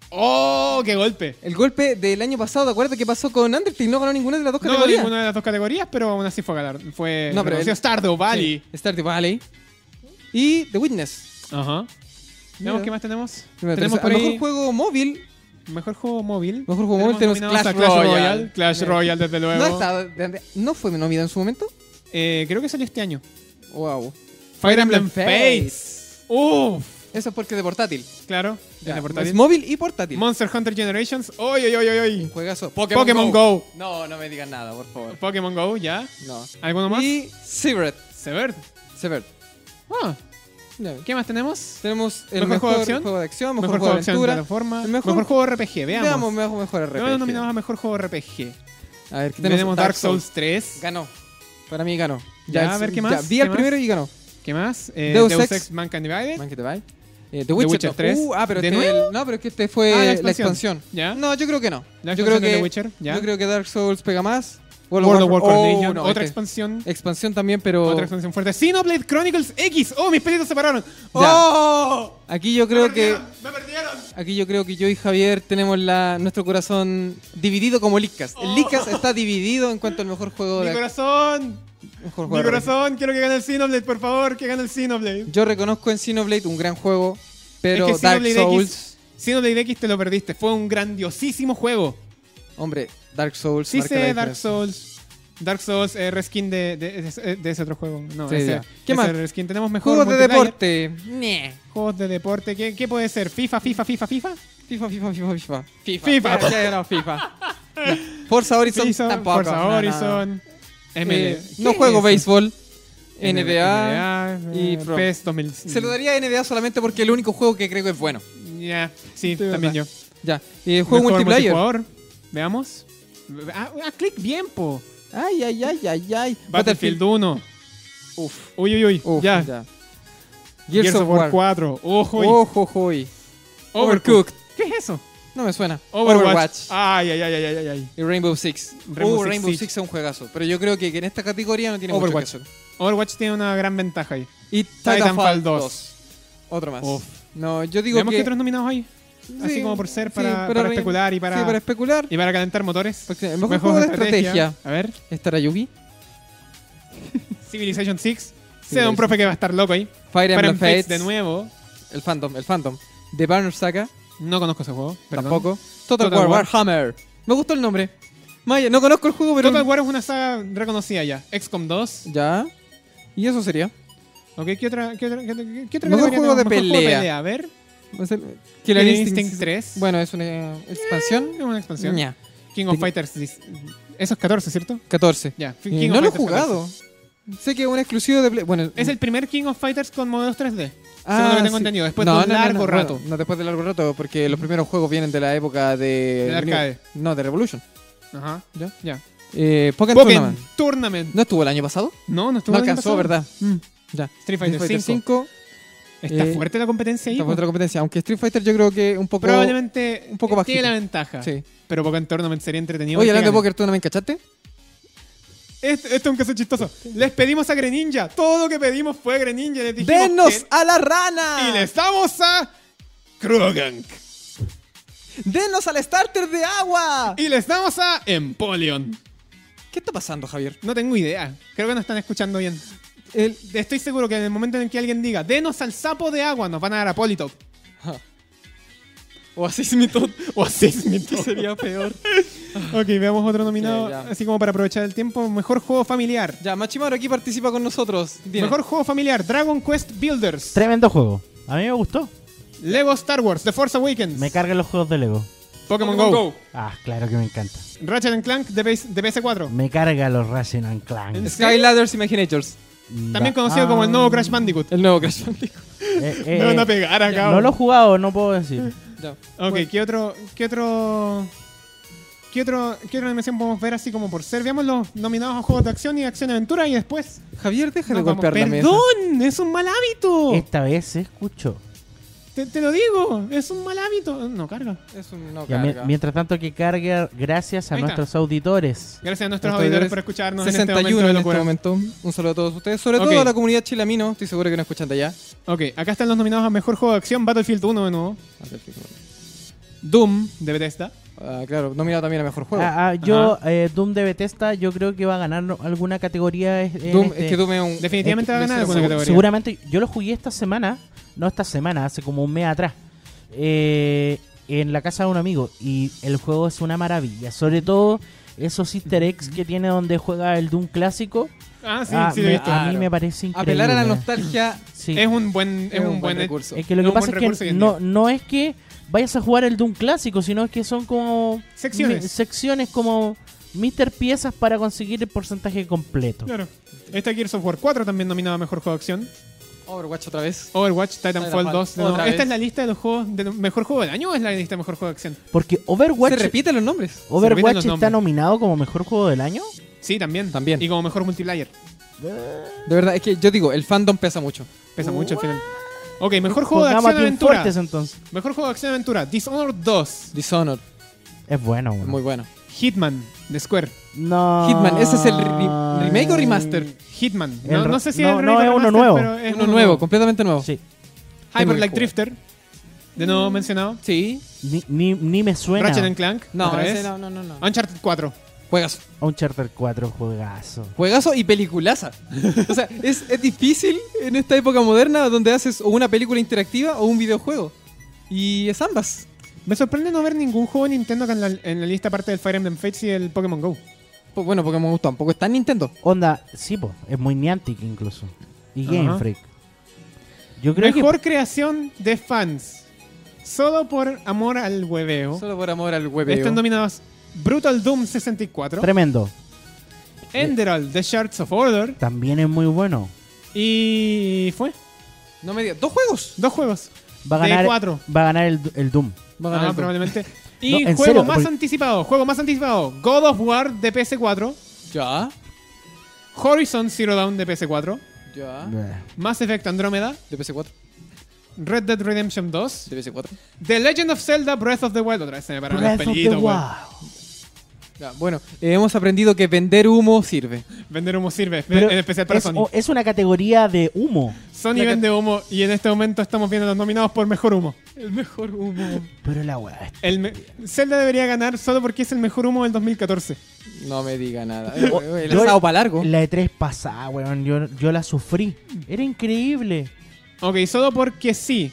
A: ¡Oh, qué golpe!
B: El golpe del año pasado, ¿de acuerdo? que pasó con Undertale? No ganó ninguna de las dos
A: No
B: categorías.
A: ninguna de las dos categorías, pero aún así fue galar. Fue
B: No,
A: no,
B: pero
A: pero
B: el-
A: Stardew Valley.
B: Sí, Stardew Valley. Y The Witness.
A: Ajá.
B: Mira.
A: Veamos qué más tenemos.
B: Número
A: tenemos
B: tres.
A: por
B: A
A: ahí
B: mejor juego móvil
A: mejor juego móvil.
B: Mejor juego móvil tenemos
A: nominados
B: Clash
A: a Clash
B: Royale.
A: Royale. Clash
B: Mira.
A: Royale, desde luego.
B: No estaba. de- ¿No fue nominado en su momento?
A: Eh, creo que salió este año.
B: Wow.
A: Fire Emblem
B: Fates.
A: Fates. Uf,
B: Eso es porque es de portátil.
A: claro.
B: Ya,
A: desde
B: Es
A: portátil.
B: móvil y portátil.
A: Monster Hunter Generations. ¡Oy, oy, oy, oy,
B: Un
A: oy!
B: juegazo.
A: Pokémon Go.
B: No, no me digan nada, por favor.
A: Pokémon Go, ya.
B: No.
A: ¿Alguno más?
B: Y Severed.
A: Severed.
B: Severed.
A: Ah,
B: Ya.
A: ¿Qué más tenemos?
B: Tenemos el
A: Mejor
B: mejor,
A: juego de acción.
B: juego de acción, mejor,
A: Mejor,
B: juego de
A: juego de acción,
B: aventura.
A: plataforma.
B: El
A: Mejor,
B: mejor-
A: juego RPG, veamos.
B: Veamos, veamos mejor RPG.
A: Veamos nominados a mejor juego RPG.
B: A ver, ¿qué tenemos?
A: Tenemos Dark Souls 3.
B: Ganó. Para mí ganó.
A: Ya, a
B: es-
A: ver, ¿qué más?
B: vi
A: ¿Qué
B: al
A: más?
B: primero y ganó.
A: ¿Qué más? Eh,
B: Deus
A: Deus,
B: Ex.
A: Ex Mankind Divided.
B: Man que te va. Eh, The Witcher,
A: Witcher
B: no.
A: 3.
B: Uh, ah, pero
A: ¿De
B: este
A: nuevo?
B: el- no, pero es que este fue
A: Ah, la
B: la expansión.
A: expansión. Ya.
B: No, yo creo que no.
A: La
B: yo creo
A: expansión
B: que
A: de The Witcher, ya.
B: Yo creo que Dark Souls pega más.
A: World of Warcraft
B: oh,
A: Legion.
B: no,
A: Otra
B: este-
A: expansión.
B: Expansión también, pero
A: Otra expansión fuerte. Xenoblade Chronicles X. Oh, mis pelitos se pararon.
B: ¡Oh! aquí yo creo
A: me
B: que
A: perdieron, Me perdieron.
B: aquí yo creo que yo y Javier tenemos la nuestro corazón dividido como Lickas. El Lickas está dividido en cuanto al mejor juego
A: Oh. Mi
B: de
A: corazón.
B: mejor juego
A: Mi
B: de rol.
A: corazón. Quiero que gane el Xenoblade, por favor. Que gane el Xenoblade.
B: Yo reconozco en Xenoblade un gran juego, pero
A: es que
B: Dark
A: Xenoblade
B: Souls,
A: X. Xenoblade X te lo perdiste. Fue un grandiosísimo juego.
B: hombre, Dark Souls
A: Sí
B: marca la
A: sé
B: diferencia.
A: Dark Souls. Dark Souls, eh, reskin de, de, de- de ese otro juego. No,
B: Sí,
A: ese,
B: ya. ¿Qué
A: ese
B: más?
A: reskin. Tenemos mejor
B: Juegos de
A: multiplayer.
B: deporte. Neh.
A: Juegos de deporte. ¿Qué, qué puede ser? ¿FIFA, FIFA, FIFA, FIFA?
B: FIFA, FIFA, FIFA, FIFA. FIFA.
A: FIFA.
B: Ya, ya, no, FIFA. Forza Horizon
A: Horizon,
B: tampoco.
A: Forza
B: No, no, no.
A: Horizon.
B: Eh,
A: ML.
B: no
A: ¿Qué
B: juego
A: es?
B: béisbol. NBA. y
A: y
B: Pro.
A: eh, PES 2005.
B: Se lo daría a NBA solamente porque es el único juego que creo que es bueno.
A: Ya, sí,
B: Sí,
A: también yo.
B: verdad. Ya. Eh, juego
A: Mejor
B: multiplayer.
A: multijugador. Veamos. Ah, ah, clic bien, po.
B: Ay, ay, ay, ay, ay.
A: Battlefield 1. Uf. Uy, uy, uy.
B: Uf,
A: ya.
B: Gears, of War.
A: 4. Ojo. y-
B: Ojo, ojo, y-
A: Overcooked. ¿Qué es eso?
B: No me suena.
A: Overwatch. Ay, ay, ay, ay, ay, ay.
B: Y Rainbow Six.
A: Rainbow
B: Uh,
A: Six
B: Rainbow
A: Siege.
B: Six es un juegazo. Pero yo creo que que en esta categoría no tiene
A: Overwatch.
B: mucho que hacer.
A: Overwatch tiene una gran ventaja ahí.
B: Y
A: Titanfall
B: Titanfall 2.
A: 2.
B: Otro más.
A: Uf.
B: No, yo digo
A: Vemos
B: que...
A: que otros nominados hoy. Así como por ser, para, para
B: rein-
A: especular y para,
B: Sí, para especular.
A: y para calentar motores.
B: Porque el mejor juego de estrategia.
A: A ver,
B: Estará Yugi.
A: Civilization 6. Sea de un profe que va a estar loco ahí.
B: Fire
A: Para
B: Emblem
A: Fates
B: Fates.
A: de nuevo.
B: El Phantom, el Phantom. The Banner Saga.
A: No conozco ese juego. perdón.
B: Tampoco. Total, War,
A: Total War.
B: Warhammer. Me gustó el nombre. Maya, no conozco el juego, pero...
A: Total War es una saga reconocida ya. XCOM 2.
B: Ya. Y eso sería.
A: Ok, ¿qué otra, qué otra, qué otra- qué otra
B: Mejor
A: categoría
B: juego de
A: tenemos? Mejor
B: pelea.
A: A ver.
B: Va a ser-
A: Killer
B: Killer
A: Instinct,
B: Instinct
A: 3.
B: Bueno, es una expansión.
A: Es una expansión.
B: Ña.
A: King of
B: Teni-
A: Fighters. dis- Eso es 14, ¿cierto?
B: 14.
A: Ya. F-
B: Y
A: King
B: Eh, no
A: of
B: lo he
A: Fighters 14.
B: jugado. Sé que es un exclusivo de Play. Bueno,
A: Es el primer King of Fighters con modelos 3D.
B: Ah,
A: según lo que tengo
B: sí.
A: entendido. Después
B: No,
A: de un
B: no, no,
A: largo
B: no,
A: rato.
B: bueno, no, después de largo rato, porque los primeros juegos vienen de la época de.
A: Del arcade.
B: No, de Revolution.
A: Ajá.
B: Ya.
A: Ya.
B: Eh, Pokémon
A: Pokémon
B: Tournament.
A: Tournament.
B: ¿No estuvo el año pasado?
A: No, no estuvo
B: No
A: el año
B: alcanzó,
A: pasado.
B: ¿verdad?
A: Mm.
B: Ya.
A: Street Fighter 5.
B: 5.
A: Está
B: Eh,
A: fuerte la competencia ahí. pues.
B: Esta fue
A: po.
B: otra competencia. Aunque Street Fighter yo creo que un poco.
A: Probablemente
B: un poco
A: tiene
B: bajito.
A: la ventaja.
B: Sí.
A: Pero Pokémon Tournament sería entretenido.
B: Oye,
A: que
B: hablando de
A: gane.
B: Poker Tournament, ¿cachaste?
A: Esto, esto es un caso chistoso. Les pedimos a Greninja. Todo lo que pedimos fue Greninja. Les dijimos
B: ¡Denos
A: que-
B: a la rana!
A: Y les damos a Krogank.
B: ¡Denos al starter de agua!
A: Y les damos a Empoleon.
B: ¿Qué está pasando, Javier?
A: No tengo idea. Creo que no están escuchando bien.
B: El...
A: Estoy seguro que en el momento en el que alguien diga, denos al sapo de agua, nos van a dar a Politop.
B: O así es mi tot.
A: O a Seismito.
B: ¿Qué sería peor?
A: ok, veamos otro nominado.
B: Ya, ya.
A: Así como para aprovechar el tiempo. Mejor juego familiar.
B: Ya, Machimaru aquí participa con nosotros. Dime.
A: Mejor juego familiar. Dragon Quest Builders.
D: Tremendo juego. A mí me gustó.
A: Lego Star Wars. The Force Awakens.
D: Me cargan los juegos de Lego.
A: Pokémon, Go.
D: Ah, claro que me encanta.
A: Ratchet and Clank de, PS- de PS4.
D: Me carga los Ratchet and Clank. Ah.
B: Skyladders Imaginators.
D: Da-
A: También conocido como el nuevo Crash Bandicoot.
B: El nuevo Crash Bandicoot.
D: Eh, eh,
A: Me van a
D: eh,
A: pegar acá.
D: no lo he jugado, no puedo decir.
B: Ya.
A: Ok,
B: Pues-
A: ¿qué otro, qué otro, qué otro, qué otra animación podemos ver así como por ser? Veamos los nominados a juegos de acción y acción aventura y después.
B: Javier, deja de
A: nos vamos.
B: golpear la mesa.
A: Perdón, es un mal hábito.
D: Esta vez se escuchó.
A: Te, te lo digo, es un mal hábito. No carga.
B: Es un no
D: Ya, mi-
B: carga.
D: mientras tanto que cargue, gracias a
A: Ahí está.
D: nuestros auditores.
A: Gracias a nuestros
B: Nuestros
A: auditores
B: auditores,
A: por escucharnos en este
B: 61
A: momento de
B: en este
A: locura.
B: momento. Un saludo a todos ustedes, sobre
A: Ok.
B: todo a la comunidad chilamino. Estoy seguro que no escuchan de allá.
A: Ok, acá están los nominados a mejor juego de acción: Battlefield 1 de nuevo, Doom de Bethesda,
B: Ah, claro, no mira también a mejor juego.
D: Ah, ah, yo, eh, Doom de Bethesda, yo creo que va a ganar no- alguna categoría. es- en
B: Doom,
D: este-
B: Es que Doom es un.
A: definitivamente va a ganar
B: Segu-
A: alguna categoría.
D: Seguramente, yo lo jugué esta semana, no esta semana, hace como un mes atrás, eh, en la casa de un amigo. Y el juego es una maravilla, sobre todo esos easter eggs que tiene donde juega el Doom clásico.
A: Ah, sí,
D: Ah,
A: sí, lo he
D: me-
A: visto.
D: a mí
B: Claro.
D: me parece increíble.
B: Apelar a la nostalgia
D: Sí.
A: Es un buen, es un buen,
B: recurso.
D: Es que lo
A: Es
D: que
A: un
D: pasa
A: buen
D: es
A: recurso hoy
D: que
A: en
D: no, no es que vayas a jugar el Doom clásico, sino que son como
A: Secciones.
D: mi- secciones como Mister Piezas para conseguir el porcentaje completo.
A: Claro. Esta Gears of War 4 también nominada a mejor juego de acción.
B: Overwatch otra vez.
A: Overwatch, Titanfall
B: Titanfall,
A: 2. de nuevo.
B: otra
A: ¿Esta
B: vez.
A: es la lista de los juegos de mejor juego del año o es la lista de mejor juego de acción?
D: Porque
B: Se
D: Overwatch,
B: repiten los nombres.
A: repiten los
D: Overwatch está
A: nombres.
D: nominado como mejor juego del año.
A: Sí, también.
B: También.
A: Y como mejor multiplayer.
B: De verdad, es que yo digo, el fandom pesa mucho.
A: Pesa mucho al final. Ok, mejor juego de acción
D: a Team
A: aventura.
D: Fortress, entonces.
A: Mejor juego de acción aventura. Dishonored 2.
B: Dishonored,
D: Es bueno,
B: es
D: weón.
B: muy bueno.
A: Hitman de Square.
D: No.
B: Hitman, ¿ese es el re- remake o remaster?
A: Hitman.
D: El
A: No,
D: re-
A: no sé si
D: no,
A: es el
D: no,
A: remake
D: es
A: o
D: uno
A: remaster,
D: nuevo.
A: pero es
B: Uno nuevo, completamente nuevo.
D: Sí.
A: Hyper Light
B: Tengo el
A: Drifter. De
B: Mm.
A: nuevo mencionado.
B: Sí.
D: Ni, ni, ni me suena.
A: Ratchet and Clank.
B: No,
A: otra
B: ese
A: vez.
B: no, no, no, no.
A: Uncharted 4.
B: Juegazo.
D: Uncharted 4, juegazo.
B: Juegazo y peliculaza. o sea, es, es difícil en esta época moderna donde haces o una película interactiva o un videojuego. Y es ambas.
A: Me sorprende no ver ningún juego de Nintendo acá en la, en la lista aparte del Fire Emblem Fates y el Pokémon Go.
B: Pues bueno, Pokémon Go tampoco está en Nintendo.
D: Onda, sí, po, es muy Niantic incluso. Y Game
A: Ajá.
D: Freak. Yo creo que
A: Mejor creación de fans. Solo por amor al hueveo.
B: Solo por amor al web.
A: Están nominados Brutal Doom 64,
D: tremendo.
A: Enderal The Shards of Order,
D: También es muy bueno.
A: Y fue.
B: No me digas. ¿Dos juegos?
A: Dos juegos.
D: Va a
A: De
D: ganar,
A: cuatro.
D: Va a ganar el, el Doom.
A: Ah,
B: Va a ganar el Doom.
A: probablemente. Y
D: No, en
A: juego
D: serio,
A: más
D: porque-
A: anticipado. Juego más anticipado. God of War de PS4.
B: Ya.
A: Horizon Zero Dawn de PS4. Ah.
B: Ya.
D: Bleh.
A: Mass Effect Andromeda.
B: De PC4.
A: Red Dead Redemption 2.
B: De PC4.
A: The Legend of Zelda Breath of the Wild. Otra vez se me pararon los
D: Breath of the
A: pelitos, weón.
D: Wild.
B: Ya, bueno, eh, hemos aprendido que vender humo sirve.
A: Vender humo sirve.
D: Pero
A: en especial para
D: es,
A: Sony.
D: o- es una categoría de humo.
A: Sony vende humo y en este momento estamos viendo los nominados por mejor humo.
B: El mejor humo.
D: Pero la weá.
A: El me- Zelda debería ganar solo porque es el mejor humo del 2014.
B: No me diga nada. Eh, eh, El
D: Yo-
B: asado para largo.
D: La de tres pasada, weón. Yo, yo la sufrí. Era increíble.
A: Ok, solo porque sí.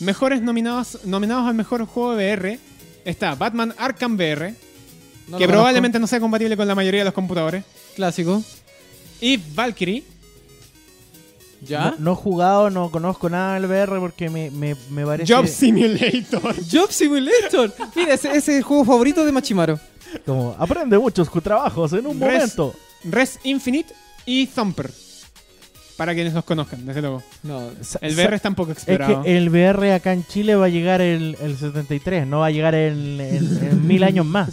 A: Mejores nominados, nominados al mejor juego de VR está Batman Arkham VR,
B: No
A: que
B: lo
A: probablemente no sea compatible con la mayoría de los computadores.
B: conozco. Clásico.
A: Y Valkyrie,
B: Ya.
D: No, no he jugado, no conozco nada del VR porque me, me, me parece.
A: Job Simulator.
B: Job Simulator. Mira, ese, ese es el juego favorito de Machimaro.
D: Como, aprende muchos cu- trabajos en un
A: Res-
D: momento.
A: Res Infinite y Thumper. Para quienes los conozcan, desde luego.
B: No.
D: Sa-
A: El
D: sa-
A: VR está un poco
D: Es
A: explorado.
D: que el VR acá en Chile va a llegar el, el 73, no va a llegar en, en- en mil años más.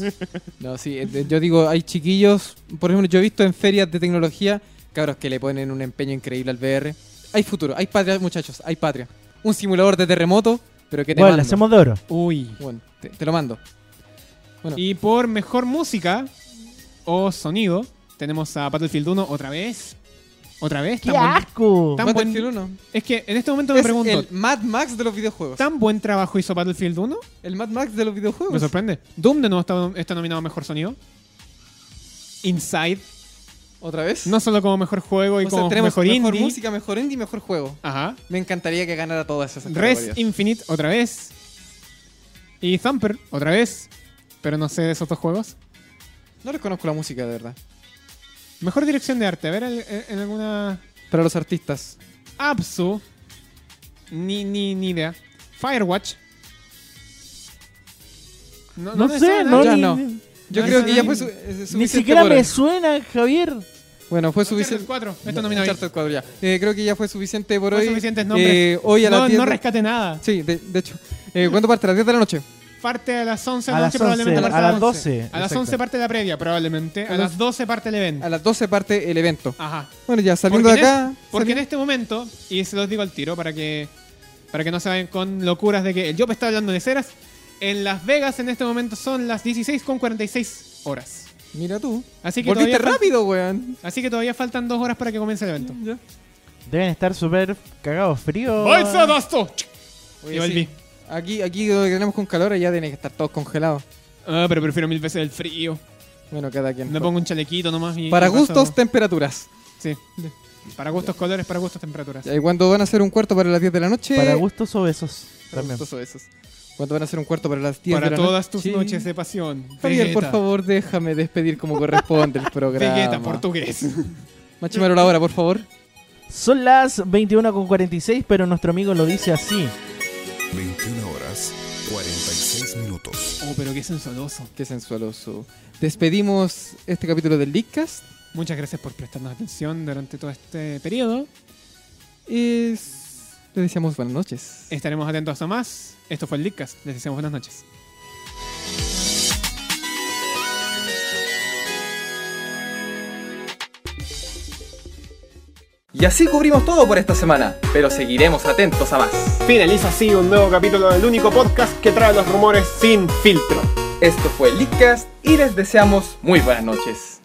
B: No, sí, eh, yo digo, hay chiquillos, por ejemplo, yo he visto en ferias de tecnología, cabros que le ponen un empeño increíble al VR. Hay futuro, hay patria, muchachos, hay patria. Un simulador de terremoto, pero que te
D: Bueno,
B: mando.
D: la hacemos de oro.
A: Uy.
B: Bueno, te, te lo mando. Bueno,
A: Y por mejor música o sonido, tenemos a Battlefield 1 otra vez. Otra vez.
D: ¡Qué
A: tan buen-
D: asco!
A: tan buen-
B: Battlefield 1
A: Es que en este momento me
B: es
A: pregunto,
B: el Mad Max de los videojuegos.
A: ¿tan buen trabajo hizo Battlefield 1?
B: El Mad Max de los
A: Me
B: videojuegos.
A: sorprende. Doom de nuevo está, está nominado a Mejor Sonido. Inside,
B: ¿Otra vez?
A: no solo como Mejor Juego y
B: O sea,
A: como
B: tenemos
A: Mejor, Indie.
B: música, mejor indie, mejor juego.
A: Ajá.
B: Me encantaría que ganara todas esas
A: Res
B: categorías.
A: Infinite otra vez. Y Thumper otra vez. Pero no sé de esos dos juegos.
B: No reconozco la música, de verdad.
A: Mejor dirección de arte. A ver el- en- en alguna...
B: Para los artistas.
A: Apsu. Ni, ni, ni idea. Firewatch.
D: No
A: me
D: sé,
A: suena.
D: no,
B: Ya
D: ni,
B: no.
D: ni-
B: Yo
A: No,
B: creo
A: eso
B: que
A: no
B: ya
A: hay-
B: fue su- es- es
D: ni
B: suficiente
D: siquiera
B: por
D: me
B: hoy.
D: suena, Javier.
B: Bueno, fue
A: Uncharted
B: suficiente.
A: 4. Esto no, me no,
B: Uncharted 4 ya. Eh, creo que ya fue suficiente por
A: Fue
B: hoy.
A: suficientes nombres.
B: Eh, hoy a
A: no,
B: las 10
A: no
B: de-
A: rescate nada.
B: Sí, de, de hecho. Eh, ¿Cuándo parte? ¿A las 10 de la noche?
A: Parte a las 11 de
D: A
A: la
D: las
A: noche, probablemente.
D: 11,
A: parte
D: a las
A: 11.
D: 12.
A: A las 11 parte la previa, probablemente. A
B: A
A: las
B: las-
A: 12 parte el evento.
B: A las 12 parte el evento.
A: Ajá.
B: Bueno, ya saliendo de
A: Porque en
B: acá.
A: es- porque en
B: sali-
A: este momento, y se los digo al tiro para que para que no se vayan con locuras de que el Job está hablando de ceras, en Las Vegas en este momento son las 16.46 horas.
B: Mira tú.
A: Así que,
B: Volviste
A: todavía fal-
B: rápido, weón.
A: así que todavía faltan dos horas para que comience el evento.
B: Ya.
D: Deben estar súper cagados frío.
A: ¡Bolsa Dasto!
B: Oye,
A: Y volví.
B: sí. Aquí, aquí donde tenemos con calor, allá tienen que estar todos congelados.
A: Ah, pero prefiero mil veces el frío.
B: Bueno, cada quien.
A: Me pongo un chalequito nomás. y-
B: pues. Para
A: y paso-
B: gustos, temperaturas.
A: Sí. Para gustos colores, para gustos temperaturas.
B: Ya, Y cuando van a hacer un cuarto para las 10 de la noche.
D: Para gustos o besos.
B: Para
D: También.
B: gustos o esos. Cuando van a hacer un cuarto para las 10 de la
A: Para todas
B: noche.
A: tus noches de pasión.
B: Javier, por
A: Vegeta.
B: favor, déjame despedir como corresponde el programa.
A: Vegeta, portugués.
B: Machimaro la hora, por favor.
D: Son las 21.46, pero nuestro amigo lo dice así.
E: 21 horas 46 minutos.
A: Oh, pero qué sensualoso.
B: Qué sensualoso. Despedimos este capítulo del Leakcast.
A: Muchas gracias por prestarnos atención durante todo este periodo.
B: Es... Le deseamos buenas noches.
A: Estaremos atentos a más. Esto fue el Leadcast. Les deseamos buenas noches.
B: Y así cubrimos todo por esta semana, pero seguiremos atentos a más.
F: Finaliza así un nuevo capítulo del único podcast que trae los rumores sin filtro.
B: Esto fue el Leakcast y les deseamos muy buenas noches.